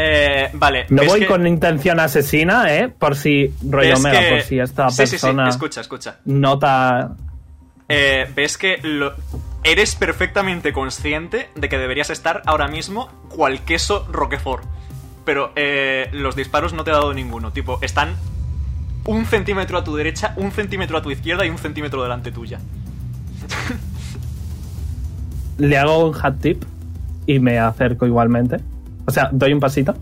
Eh, vale. No ves voy que- con intención asesina, ¿eh? Por si, rollo ves Omega, que- por si esta Sí, sí, sí, persona Escucha, escucha. nota... Eh, ves que lo- eres perfectamente consciente de que deberías estar ahora mismo cual queso Roquefort. Pero eh, los disparos no te ha dado ninguno. Tipo, están un centímetro a tu derecha, un centímetro a tu izquierda y un centímetro delante tuya. Le hago un hat tip y me acerco igualmente. O sea, doy un pasito.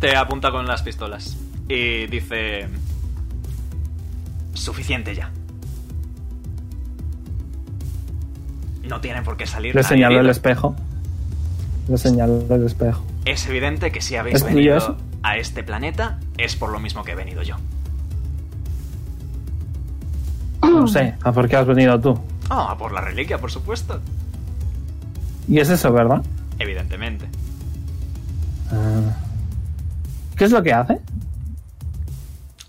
Te apunta con las pistolas. Y dice... Suficiente ya. No tienen por qué salir. Le tan señalo el heridos. espejo. Le señalo el espejo. Es evidente que si habéis ¿Es venido curioso? a este planeta es por lo mismo que he venido yo. No sé, ¿a por qué has venido tú? Ah, por la reliquia, por supuesto. Y es eso, ¿verdad? Evidentemente. Ah. ¿Qué es lo que hace?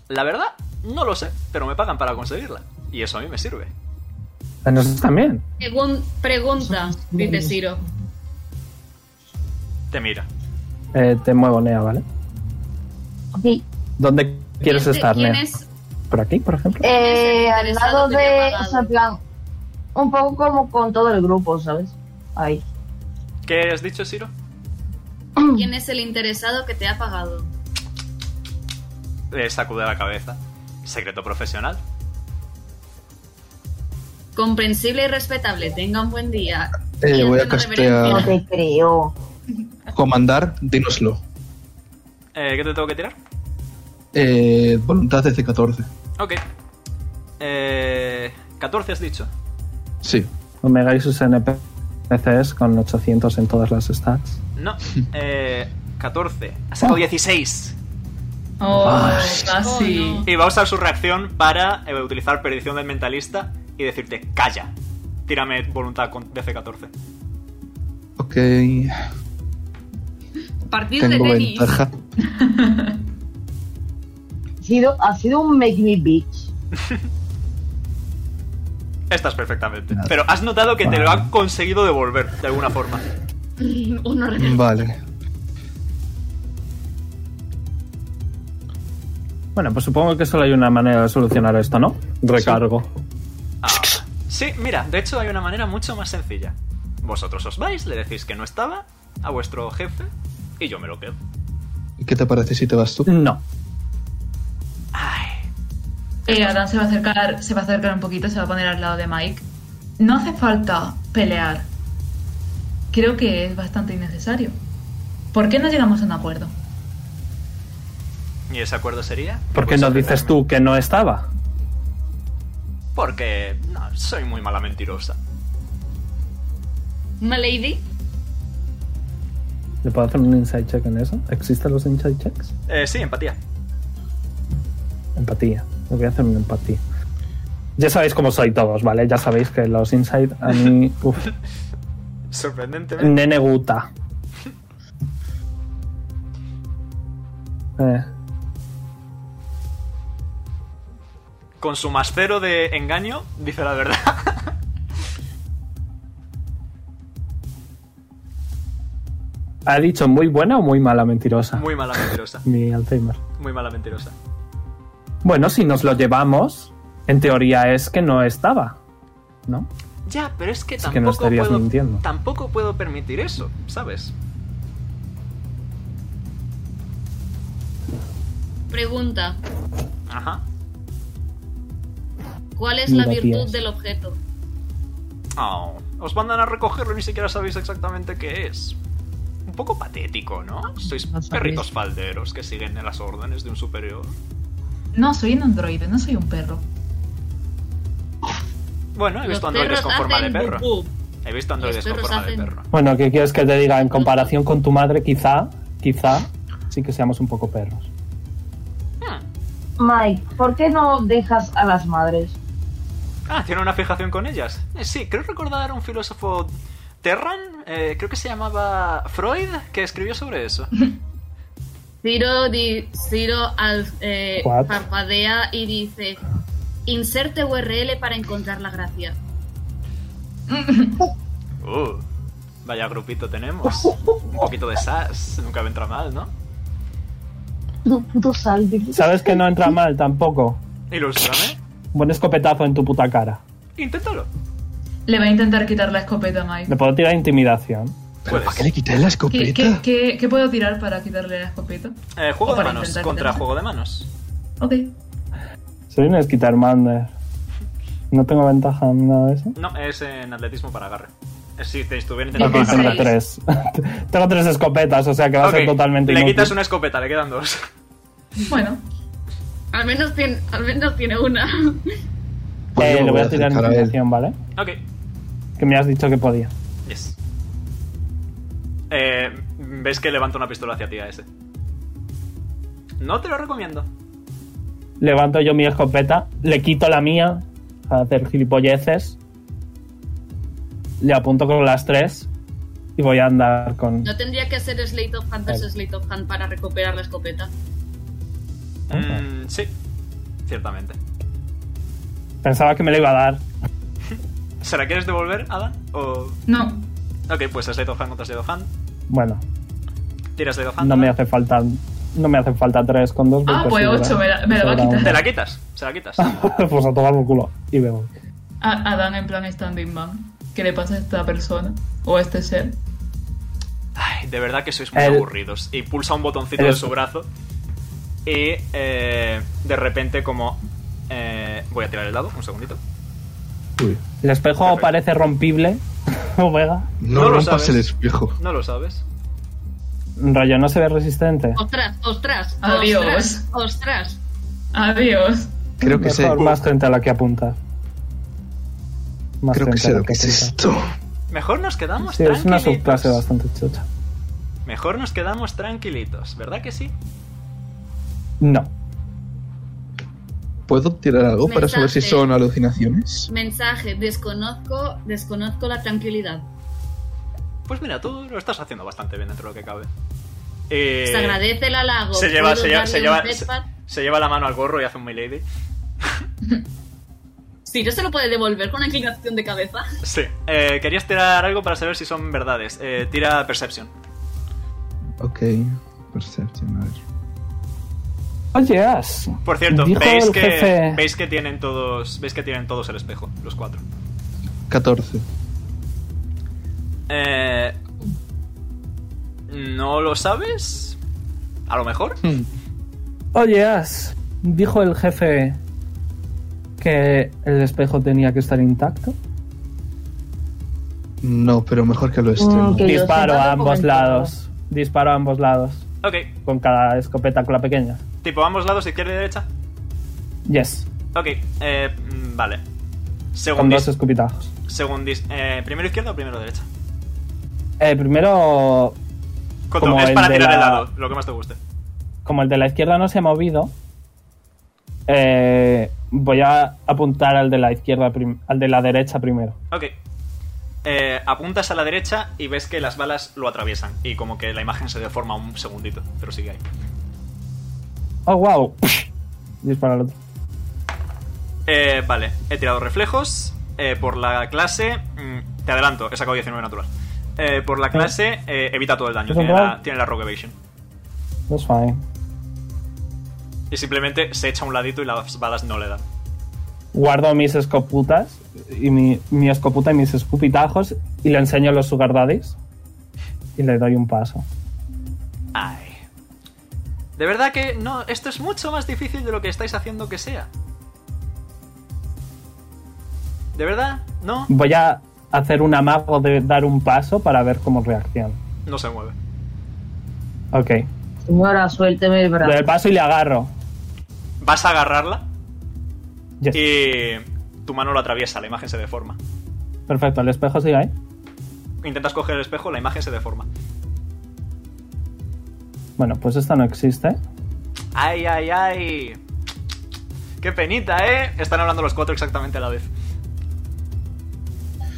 La verdad, no lo sé, pero me pagan para conseguirla. Y eso a mí me sirve. A nosotros también. Pregun- pregunta, dice Ciro. Te mira. Eh, te muevo, Nea, ¿vale? Ok. ¿Dónde Este, ¿Quién quieres te- estar, quién Nea? es- ¿Por aquí, por ejemplo? Eh, al lado Interesado, tenía de. apagado. O sea, en plan. Un poco como con todo el grupo, ¿sabes? Ahí. ¿Qué has dicho, Siro? ¿Quién es el interesado que te ha pagado? Le sacude la cabeza. Secreto profesional. Comprensible y respetable. Tenga un buen día. Eh, Y voy a haciendo Ah. castear- No reverencia. te creo. Comandar, dínoslo. Eh, ¿Qué te tengo que tirar? Eh, voluntad de 14 Ok. Eh, 14 has dicho. Sí. Omega y sus NPCs con 800 en todas las stats. No. Eh, 14. Ha sacado 16. Oh, Ay. casi. Oh, Y va a usar su reacción para eh, utilizar predicción del mentalista y decirte, calla. Tírame voluntad con DC14. Ok. Partido Tengo de tenis. ventaja. Ha sido, ha sido un make me bitch. Estás perfectamente. Nada. Pero has notado que te Vale. lo han conseguido devolver de alguna forma. Uno recargado. Vale. Bueno, pues supongo que solo hay una manera de solucionar esto, ¿no? Recargo. Ah, Sí, mira, de hecho hay una manera mucho más sencilla. Vosotros os vais, le decís que no estaba a vuestro jefe y yo me lo quedo. ¿Y ¿Qué te parece si te vas tú? No. Ay. Eh, Adán se va a acercar, se va a acercar un poquito, se va a poner al lado de Mike. No hace falta pelear. Creo que es bastante innecesario. ¿Por qué no llegamos a un acuerdo? ¿Y ese acuerdo sería? Pues que ¿Por qué vais a no dices dejarme. tú que no estaba? Porque no, soy muy mala mentirosa. my lady. ¿Le puedo hacer un insight check en eso? ¿Existen los insight checks? Eh, sí, empatía. Empatía. Le voy a hacer una empatía. Ya sabéis cómo soy todos, ¿vale? Ya sabéis que los insight a mí... Uf, Sorprendentemente. nene guta. Eh, Mm. Con su más cero de engaño, dice la verdad. ¿Ha dicho muy buena o muy mala mentirosa? Muy mala mentirosa. Mi Alzheimer. Muy mala mentirosa. Bueno, si nos lo llevamos, en teoría es que no estaba, ¿no? Ya, pero es que Es tampoco que no estarías puedo. mintiendo. Tampoco puedo permitir eso, ¿sabes? Pregunta. Ajá. ¿Cuál es la Mira, virtud tías. del objeto? Oh, os mandan a recogerlo y ni siquiera sabéis exactamente qué es. Un poco patético, ¿no? Sois no sabéis. perritos falderos que siguen las órdenes de un superior. No, soy un androide, no soy un perro. Bueno, he Los visto androides perros con forma de hacen perro. bu-bu. He visto androides Los con perros forma de hacen- perro. Bueno, ¿qué quieres que te diga? En comparación con tu madre, quizá, quizá, sí que seamos un poco perros. Hmm. Mike, ¿por qué no dejas a las madres? Ah, tiene una fijación con ellas. Eh, sí, creo recordar a un filósofo Terran, eh, creo que se llamaba Freud, que escribió sobre eso. Ciro, di- Ciro al- eh, What? parpadea y dice: Inserte URL para encontrar la gracia. Uh, vaya grupito tenemos. Un poquito de sas, nunca me entra mal, ¿no? Puto, puto salve. ¿Sabes que no entra mal tampoco? Ilústrame. Buen escopetazo en tu puta cara. Inténtalo. Le va a intentar quitar la escopeta a Le Mike. puedo tirar intimidación. ¿Pero Puedes. para qué le quité la ¿Qué, qué, escopeta? qué- qué puedo tirar para quitarle la escopeta? Eh, juego O de para manos intentar contra detenerlo. juego de manos. Ok. Soy un esquitarmander. No tengo ventaja en nada de eso. No, es en atletismo para agarre. Eh, Si te estuviera Ok, intentando Dieciséis. tengo agarrar. tres. tengo tres escopetas, o sea que va a ser Ok, totalmente Le inútil. quitas una escopeta, le quedan dos. Bueno, Al menos tiene, al menos tiene una. Pues yo Eh, me le voy a acercar tirar a él. intimidación, ¿vale? Ok. Que me has dicho que podía. Yes. Eh, ves que levanta una pistola hacia ti a ese. No te lo recomiendo. Levanto yo mi escopeta, le quito la mía a hacer gilipolleces. Le apunto con las tres y voy a andar con. No tendría que hacer Slate of Hand versus Slate of Hand para recuperar la escopeta. Mm, sí, ciertamente. Pensaba que me lo iba a dar. ¿Se la quieres devolver, Adam? O... no. Ok, pues es Slate of Hand contra Slate of Hand. Bueno, Tiras Slate of Hand. no me Adam. hace falta. No me hace falta tres con dos. Ah, porque sobra- pues ocho, me la- me la va a sobra quitar. Te la quitas, se la quitas. un. pues a tomar por culo. Y veo. A Adán en plan standing man. ¿Qué le pasa a esta persona? ¿O a este ser? Ay, de verdad que sois muy El- aburridos. Y pulsa un botoncito de el- su brazo. Y eh, de repente como... eh, voy a tirar el dado, un segundito. Uy, El espejo Perfecto. parece rompible. Omega. no, No lo rompas sabes. el espejo. No lo sabes. Rollo, no se ve resistente. Ostras, ostras, Adiós. ostras, ostras. Adiós. Creo que sé. Mejor, más gente a la que apunta. Más Creo que gente sé a la lo que es apunta. esto. Mejor nos Ah, quedamos Sí, es una tranquilitos. subclase pues. bastante chucha. Mejor nos quedamos tranquilitos, ¿verdad que sí? No. ¿Puedo tirar algo para saber si Mensaje. son alucinaciones? Mensaje, desconozco, desconozco la tranquilidad. Pues mira, tú lo estás haciendo bastante bien dentro de lo que cabe. Eh, se agradece el halago. se lleva- ¿Puedo se lleva- darle se un lleva- headpad? se lleva la mano al gorro y hace un milady. Ciro se lo puede devolver con una inclinación de cabeza. Sí. Eh, querías tirar algo para saber si son verdades. Eh, tira Perception. Ok, Perception, a ver. Oye, As. Por cierto, Dijo veis el que, jefe- veis que tienen todos. Veis que tienen todos el espejo, los cuatro. 14. Eh, ¿No lo sabes? A lo mejor. Hmm. Oye, As. Dijo el jefe que el espejo tenía que estar intacto. No, pero mejor que lo esté. Mm, ¿no? que- yo Disparo sepa, a lo ambos comento. lados. Disparo a ambos lados. Ok, Con cada escopeta, con la pequeña. tipo ambos lados, izquierda y derecha. Yes. Ok, eh, mm, vale. Con Según, dos dis- escupitajos. según dis- eh, ¿Primero izquierda o primero derecha? Eh, primero, Con dos- Como es el para de tirar el la- dado, lo que más te guste. como el de la izquierda no se ha movido, eh, voy a apuntar al de la izquierda, prim- al de la derecha primero. Ok. Eh, apuntas a la derecha y ves que las balas lo atraviesan. Y como que la imagen se deforma un segundito, pero sigue ahí. Oh, wow. Disparo al otro. Eh, vale, he tirado reflejos. eh, por la clase. mm, te adelanto, he sacado 19 natural. Eh, por la clase, eh, evita todo el daño. ¿Es Tiene natural? la, tiene la Rogue Evasion. That's fine. Y simplemente se echa a un ladito y las balas no le dan. Guardo mis escoputas y mi, mi escoputa y mis escupitajos y le enseño los sugar daddies y le doy un paso. Ay. De verdad que no, esto es mucho más difícil de lo que estáis haciendo que sea. ¿De verdad? ¿No? Voy a hacer un amago de dar un paso para ver cómo reacciona. No se mueve. Ok. Señora, suélteme el Doy brazo. el paso y le agarro. Vas a agarrarla Yes. y tu mano lo atraviesa, la imagen se deforma. Perfecto, el espejo sigue ahí. Intentas coger el espejo, la imagen se deforma. Bueno, pues esta no existe. Ay, ay, ay. Qué penita, ¿eh? Están hablando los cuatro exactamente a la vez.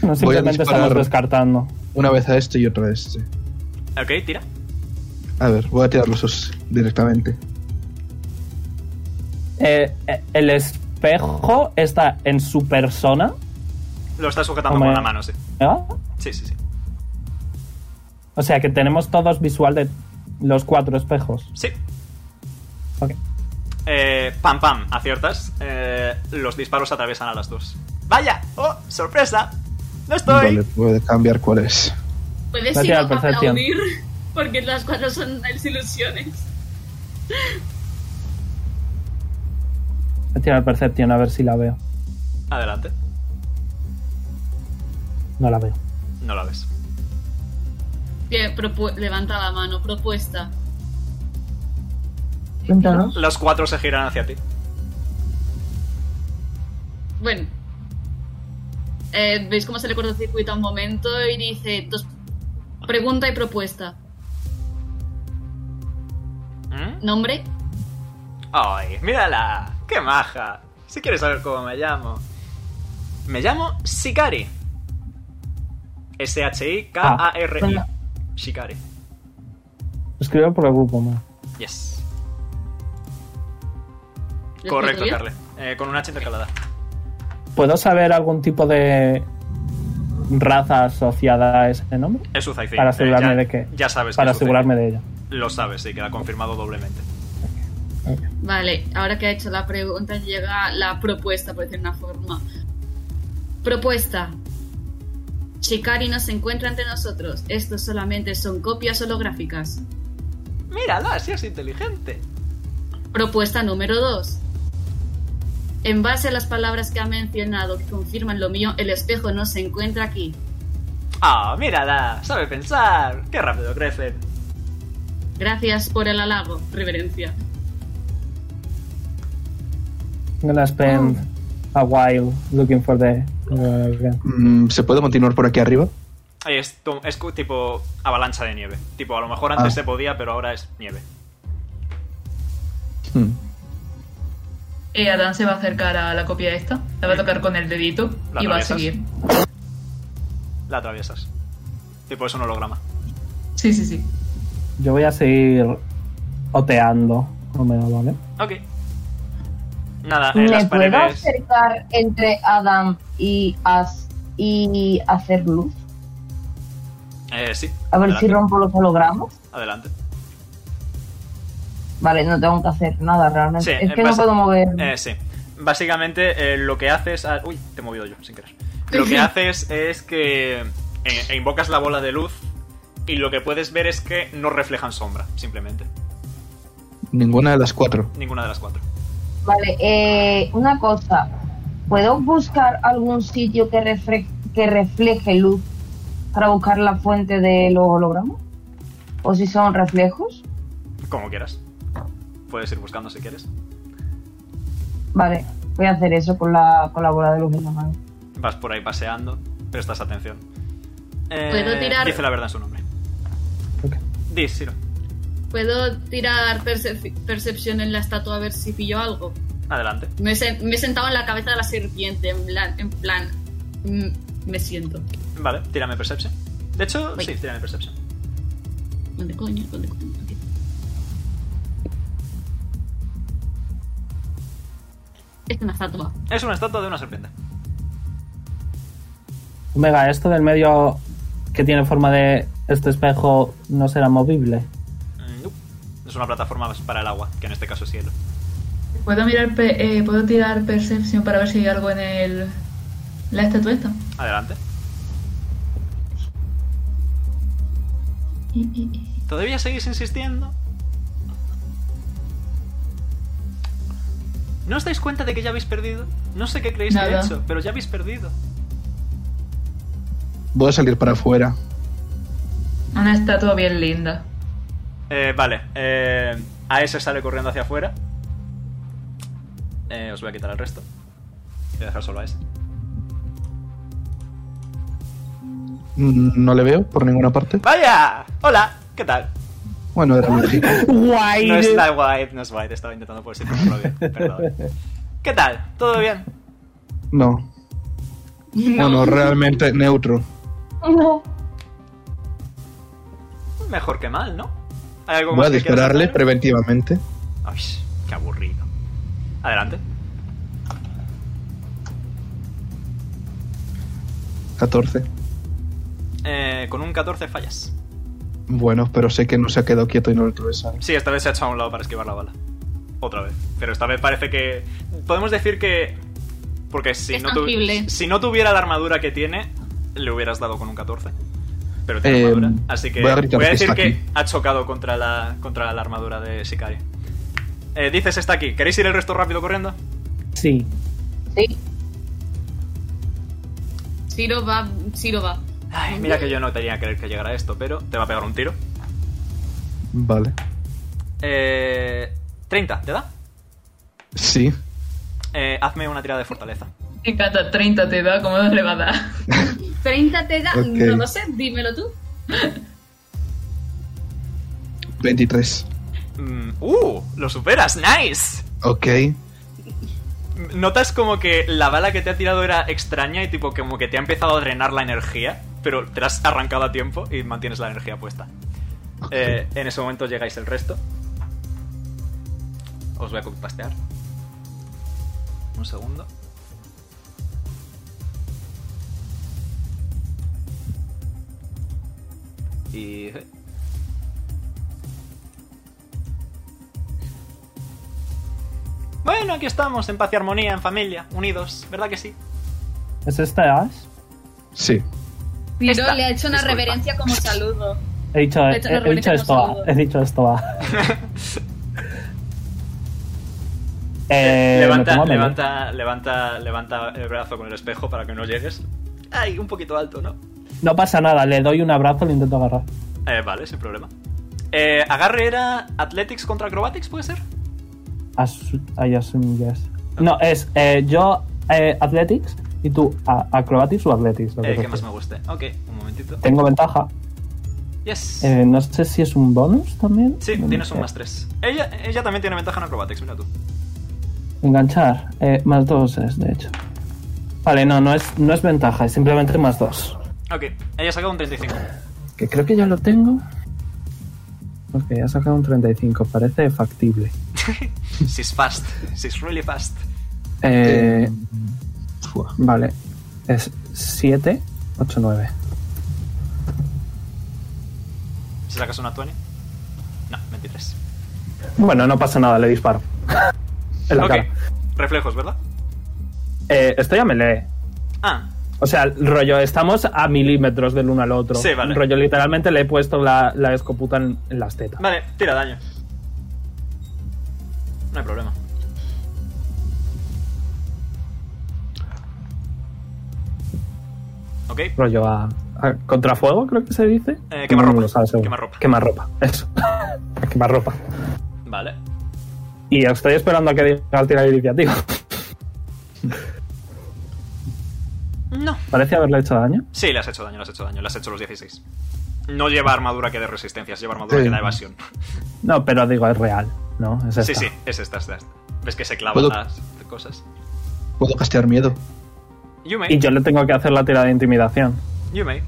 No, simplemente disparar. estamos descartando. Una vez a este y otra a este. Ok, tira. A ver, voy a tirar los dos directamente. Eh, eh, el espejo está en su persona. Lo estás sujetando Hombre. con la mano, sí. ¿eh? Sí, sí, sí. O sea que tenemos todos visual de los cuatro espejos. Sí. Ok. Eh, pam, pam, aciertas. Eh, los disparos atraviesan a las dos. ¡Vaya! ¡Oh, sorpresa! ¡No estoy! Vale, puede cambiar cuál es. Puedes Va a ir a tirar percepción. aplaudir porque las cuatro son las ilusiones. Voy a tirar Perception a ver si la veo. Adelante. No la veo. No la ves. Bien, propu- levanta la mano, propuesta. Cuéntanos. Los cuatro se giran hacia ti. Bueno. Eh, ¿Veis cómo se le cortocircuita un momento y dice dos pregunta y propuesta? ¿Mm? ¿Nombre? ¡Ay, mírala! ¡Qué maja! Si quieres saber cómo me llamo. Me llamo Sikari. S-H-I-K-A-R-I. Ah. Shikari. Escribo por el grupo, ma. Yes. ¿Lo Correcto, escribo bien? Carle. Eh, con un H intercalada. ¿Puedo saber algún tipo de raza asociada a ese nombre? Es Uzaicin. Para asegurarme Eh, ya- de que- Ya sabes. que Para es Uzaicin. asegurarme de ella. Lo sabes, sí, queda confirmado doblemente. Vale, ahora que ha hecho la pregunta llega la propuesta, por decir una forma. Propuesta. Shikari no se encuentra entre nosotros. Estos solamente son copias holográficas. Mírala, si es inteligente. Propuesta número 2. En base a las palabras que ha mencionado que confirman lo mío, el espejo no se encuentra aquí. ¡Ah, mírala! ¡Sabe pensar! ¡Qué rápido crecen! Gracias por el halago, reverencia. I'm gonna spend Ah. a while looking for the. uh, Mm, ¿Se puede continuar por aquí arriba? Es, tu- es cu- tipo avalancha de nieve. Tipo, a lo mejor antes Ah. se podía, pero ahora es nieve. Mm. Eh, Adán se va a acercar a la copia esta, la va a tocar con el dedito ¿La y va a atraviesas? seguir. La atraviesas. Tipo, es un holograma. Sí, sí, sí. yo voy a seguir oteando. Omega, ¿vale? Ok. Nada, en las ¿Me puedo paredes. acercar entre Adam y As y hacer luz? Eh, sí. A ver adelante. si rompo los hologramas. Adelante. Vale, no tengo que hacer nada realmente. Sí, es eh, que no vas- puedo mover. Eh, sí. Básicamente, eh, lo que haces. ah, Uy, te he movido yo, sin querer. Lo que haces es que. eh, e invocas la bola de luz. Y lo que puedes ver es que no reflejan sombra, simplemente. Ninguna de las cuatro. Ninguna de las cuatro. Vale, eh, una cosa. ¿Puedo buscar algún sitio que, refre- que refleje luz para buscar la fuente de los hologramas? ¿O si son reflejos? Como quieras. Puedes ir buscando si quieres. Vale, voy a hacer eso con la, con la bola de luz en la mano. Vas por ahí paseando. Prestas atención. Eh, ¿Puedo tirar? Dice la verdad en su nombre. Ok. Diz, Ciro. ¿Puedo tirar percep- percepción en la estatua a ver si pillo algo? Adelante. Me, he sen- me he sentado en la cabeza de la serpiente, en plan, en plan mm, me siento. Vale, tírame Perception. De hecho, Voy. sí, tírame Perception. ¿Dónde coño? ¿Dónde coño? Aquí. Es una estatua. Es una estatua de una serpiente. Omega, esto del medio que tiene forma de este espejo no será movible. Mm, nope. Es una plataforma para el agua, que en este caso es hielo. ¿Puedo, mirar pe- eh, ¿Puedo tirar Percepción para ver si hay algo en el... la estatueta? Adelante. Y- y- y- ¿Todavía seguís insistiendo? ¿No os dais cuenta de que ya habéis perdido? No sé qué creéis que he Nada. hecho, pero ya habéis perdido. Voy a salir para afuera. Una estatua bien linda. Eh, vale. Eh, a ese sale corriendo hacia afuera. Eh, os voy a quitar el resto. Voy a dejar solo a ese. Mm, No le veo por ninguna parte. ¡Vaya! ¡Hola! ¿Qué tal? Bueno, era lógico. Guay. No es la white, no es white. Estaba intentando poder decirlo bien. Perdón. ¿Qué tal? ¿Todo bien? No. Bueno, realmente neutro. No. Mejor que mal, ¿no? ¿Hay algo Voy más a que quieras dispararle hacer? preventivamente. Ay, qué aburrido. Adelante. 14. Eh, con un 14 fallas. Bueno, pero sé que no se ha quedado quieto y no lo atravesan. Sí, esta vez se ha echado a un lado para esquivar la bala. Otra vez. Pero esta vez parece que... Podemos decir que... Porque si, Es no, tu- tangible. si no tuviera la armadura que tiene, le hubieras dado con un 14. Pero tiene Eh, armadura. Así que voy voy a a, gritar que decir está que aquí. ha chocado contra la, contra la armadura de Shikari. Eh, dices está aquí. ¿Queréis ir el resto rápido corriendo? Sí. Sí, Ciro va, Ciro va. Ay, mira que yo no tenía que creer que llegara esto, pero te va a pegar un tiro. Vale. Eh, 30, ¿te da? Sí. Eh, hazme una tirada de fortaleza. Me encanta, 30 te da, ¿cómo no le va a dar? 30 te da. Ok. No lo sé, dímelo tú. 23. Mm, ¡Uh! ¡Lo superas! ¡Nice! Ok. Notas como que la bala que te ha tirado era extraña y tipo como que te ha empezado a drenar la energía, pero te la has arrancado a tiempo y mantienes la energía puesta. Eh, en ese momento llegáis el resto. Os voy a pastear. Un segundo. Y... eh, Bueno, aquí estamos, en paz y armonía, en familia, unidos, ¿verdad que sí? ¿Es este Ash? Sí. Ciro Está. le ha hecho una Disculpa. reverencia como saludo. He dicho, De he, hecho, nos he dicho reunimos esto. a todos. He dicho esto. Eh, me levanta, pongo a melee. levanta, levanta, levanta el brazo con el espejo para que no llegues. Ay, un poquito alto, ¿no? No pasa nada, le doy un abrazo, le intento agarrar. Eh, vale, sin problema. Eh, agarre era Athletics contra Acrobatics, ¿puede ser? As- I assume yes. No, es eh, yo eh, Athletics y tú a- Acrobatics o Athletics. lo que Eh, que sea. más me guste. Ok, un momentito. Tengo ventaja. Yes. Eh, no sé si es un bonus también. eh, Sí, No tienes sé. un más 3. Ella, ella también tiene ventaja en Acrobatics, mira tú. Enganchar. Eh, más dos es, de hecho. Vale, no, no es, no es ventaja, es simplemente más dos. Ok, ella saca un 35. Que creo que ya lo tengo. Ok, ha sacado un 35, parece factible. She's fast. She's really fast. Eh, Fua. Vale. Es 7, 8, 9. Si sacas una 20. No, 23. Bueno, no pasa nada, le disparo. en la ok. cara. Reflejos, ¿verdad? Eh, estoy a melee. Ah, O sea, el rollo, estamos a milímetros del uno al otro. Sí, vale. Rollo, literalmente le he puesto la, la escoputa en, en las tetas. vale, tira daño. No hay problema. Ok, Rollo a, a contrafuego, creo que se dice. Eh, quemarropa. No lo sabe seguro. Quemarropa. Quemarropa, eso. A quemarropa. vale. Y estoy esperando a que diga al tirar iniciativa. No. Parece haberle hecho daño. Sí, le has hecho daño, le has hecho daño, le has hecho los 16. No lleva armadura que de resistencias, lleva armadura Sí. que da evasión. No, pero digo, es real, ¿no? Es Sí, esta. sí, es esta, esta, esta. Ves que se clavan ¿Puedo? las cosas. Puedo castear miedo. You may, Y yo le tengo que hacer la tirada de intimidación. you may.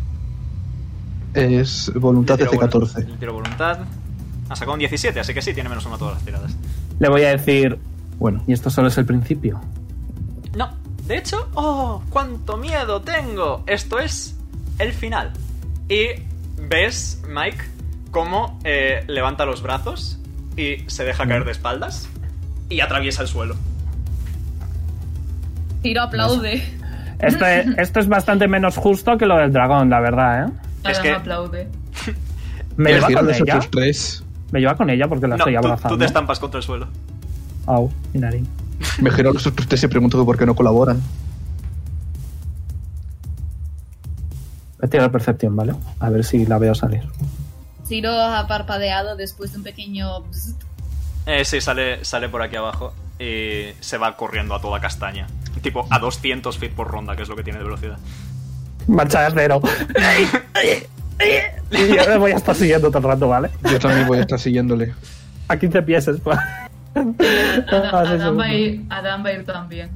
Es voluntad Le tiro vol- DC14. le tiro voluntad. Ha sacado un 17, así que sí, tiene menos uno a todas las tiradas. Le voy a decir, Bueno, y esto solo es el principio. No, de hecho, ¡oh! ¡Cuánto miedo tengo! Esto es el final. Y ves, Mike, cómo eh, levanta los brazos y se deja Mm. caer de espaldas y atraviesa el suelo. Tiro aplaude. Esto es, esto es bastante menos justo que lo del dragón, la verdad, ¿eh? Es Adam que- aplaude. Me es lleva decir, con los ella. otros tres. Me lleva con ella porque no, la estoy tú- tú, abrazando. te estampas contra el suelo. Au, mi nariz. Me giro a los otros tres y pregunto que por qué no colaboran. Voy a tirar percepción, ¿vale? A ver si la veo salir. Ciro ha parpadeado después de un pequeño... bzzzt. Eh, sí, sale, sale por aquí abajo y se va corriendo a toda castaña. Tipo a 200 feet por ronda, que es lo que tiene de velocidad. Marcha de acero. Y yo le voy a estar siguiendo todo el rato, ¿vale? Yo también voy a estar siguiéndole. A pues. 15 pies es pa- Adam, Ah, sí, Adam sí. va a ir, Adam va a ir también.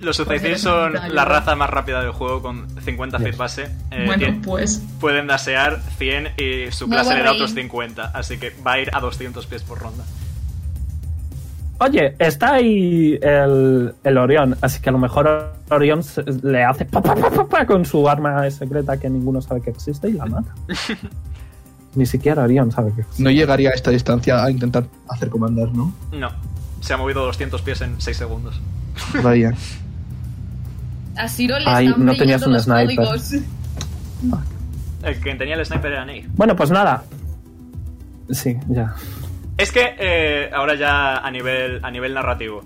Los Pues Uzaicid eres son un la caballo. raza más rápida del juego con 50 feet base. Eh, bueno, tien- pues. pueden dasear 100 y su Me clase voy le da a reír. otros 50, así que va a ir a 200 pies por ronda. Oye, está ahí el, el Orión, así que a lo mejor Orión se- le hace pa, pa, pa, pa, pa con su arma secreta que ninguno sabe que existe y la mata. Ni siquiera Orión sabe que existe. No llegaría a esta distancia a intentar hacer comandar, ¿no? No, se ha movido 200 pies en 6 segundos. Vaya. A Ciro le Ay, están no tenías leyendo un los sniper. códigos. El que tenía el sniper era Ney. Bueno, pues nada. Sí, ya. Es que eh, ahora ya a nivel, a nivel narrativo.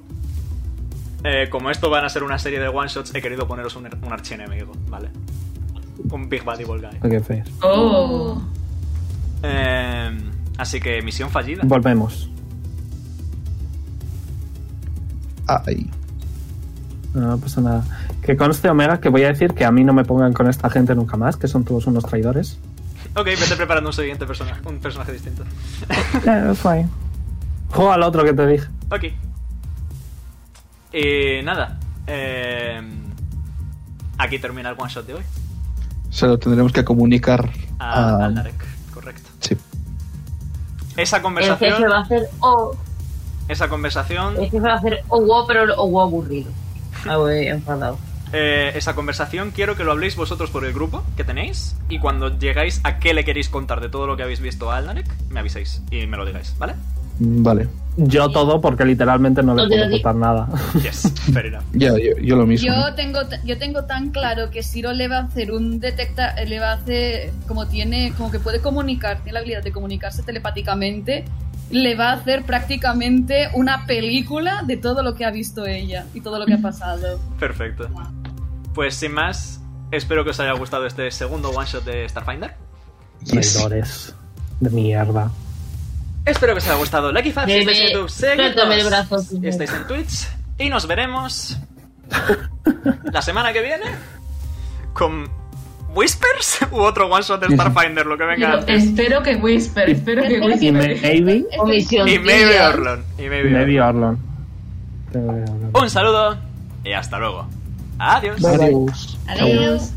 Eh, como esto van a ser una serie de one shots, he querido poneros un, un archienemigo, ¿vale? Un Big Bad Evil Guy. Ok, fair. Oh. Eh, así que misión fallida. Volvemos. Ay. No, no pasa nada. Que conste, Omega, que voy a decir que a mí no me pongan con esta gente nunca más, que son todos unos traidores. Ok, vete preparando un siguiente personaje, un personaje distinto. Yeah, that's fine. Eh, Juega al otro que te dije. Ok. Y nada. eh, aquí termina el one shot de hoy. Se lo tendremos que comunicar A, a. Al Narek, correcto. Sí. Esa El jefe va a conversación. hacer oh, Esa conversación. el jefe va a hacer oh wow, pero el oh wow aburrido. Ah, güey, enfadado. eh, esa conversación quiero que lo habléis vosotros por el grupo que tenéis. Y cuando llegáis a qué le queréis contar de todo lo que habéis visto a Alnarek, me avisáis y me lo digáis, ¿vale? Mm, Vale. Yo todo porque literalmente no le No te lo puedo di- contar nada. Yes, fair enough. Ya, yo, yo lo mismo. Yo tengo, t- yo tengo tan claro que Ciro le va a hacer un detecta, eh, le va a hacer, como tiene, como que puede comunicar, tiene la habilidad de comunicarse telepáticamente, le va a hacer prácticamente una película de todo lo que ha visto ella y todo lo que ha pasado. Perfecto. Pues sin más, espero que os haya gustado este segundo one shot de Starfinder. Yes. Traidores de mierda. Espero que os haya gustado. Like y Fab, si Bebé, estáis en YouTube, suéltame el brazo, seguidnos. señor. Estáis en Twitch. Y nos veremos la semana que viene con Whispers u otro one shot de Starfinder, lo que venga Yo antes. espero que Whisper, espero que Y Whisper. maybe, Omisión. Y maybe Orlon. Y maybe maybe Orlon. Orlon. Maybe Orlon. Un saludo y hasta luego. Adiós. Adiós. Adiós.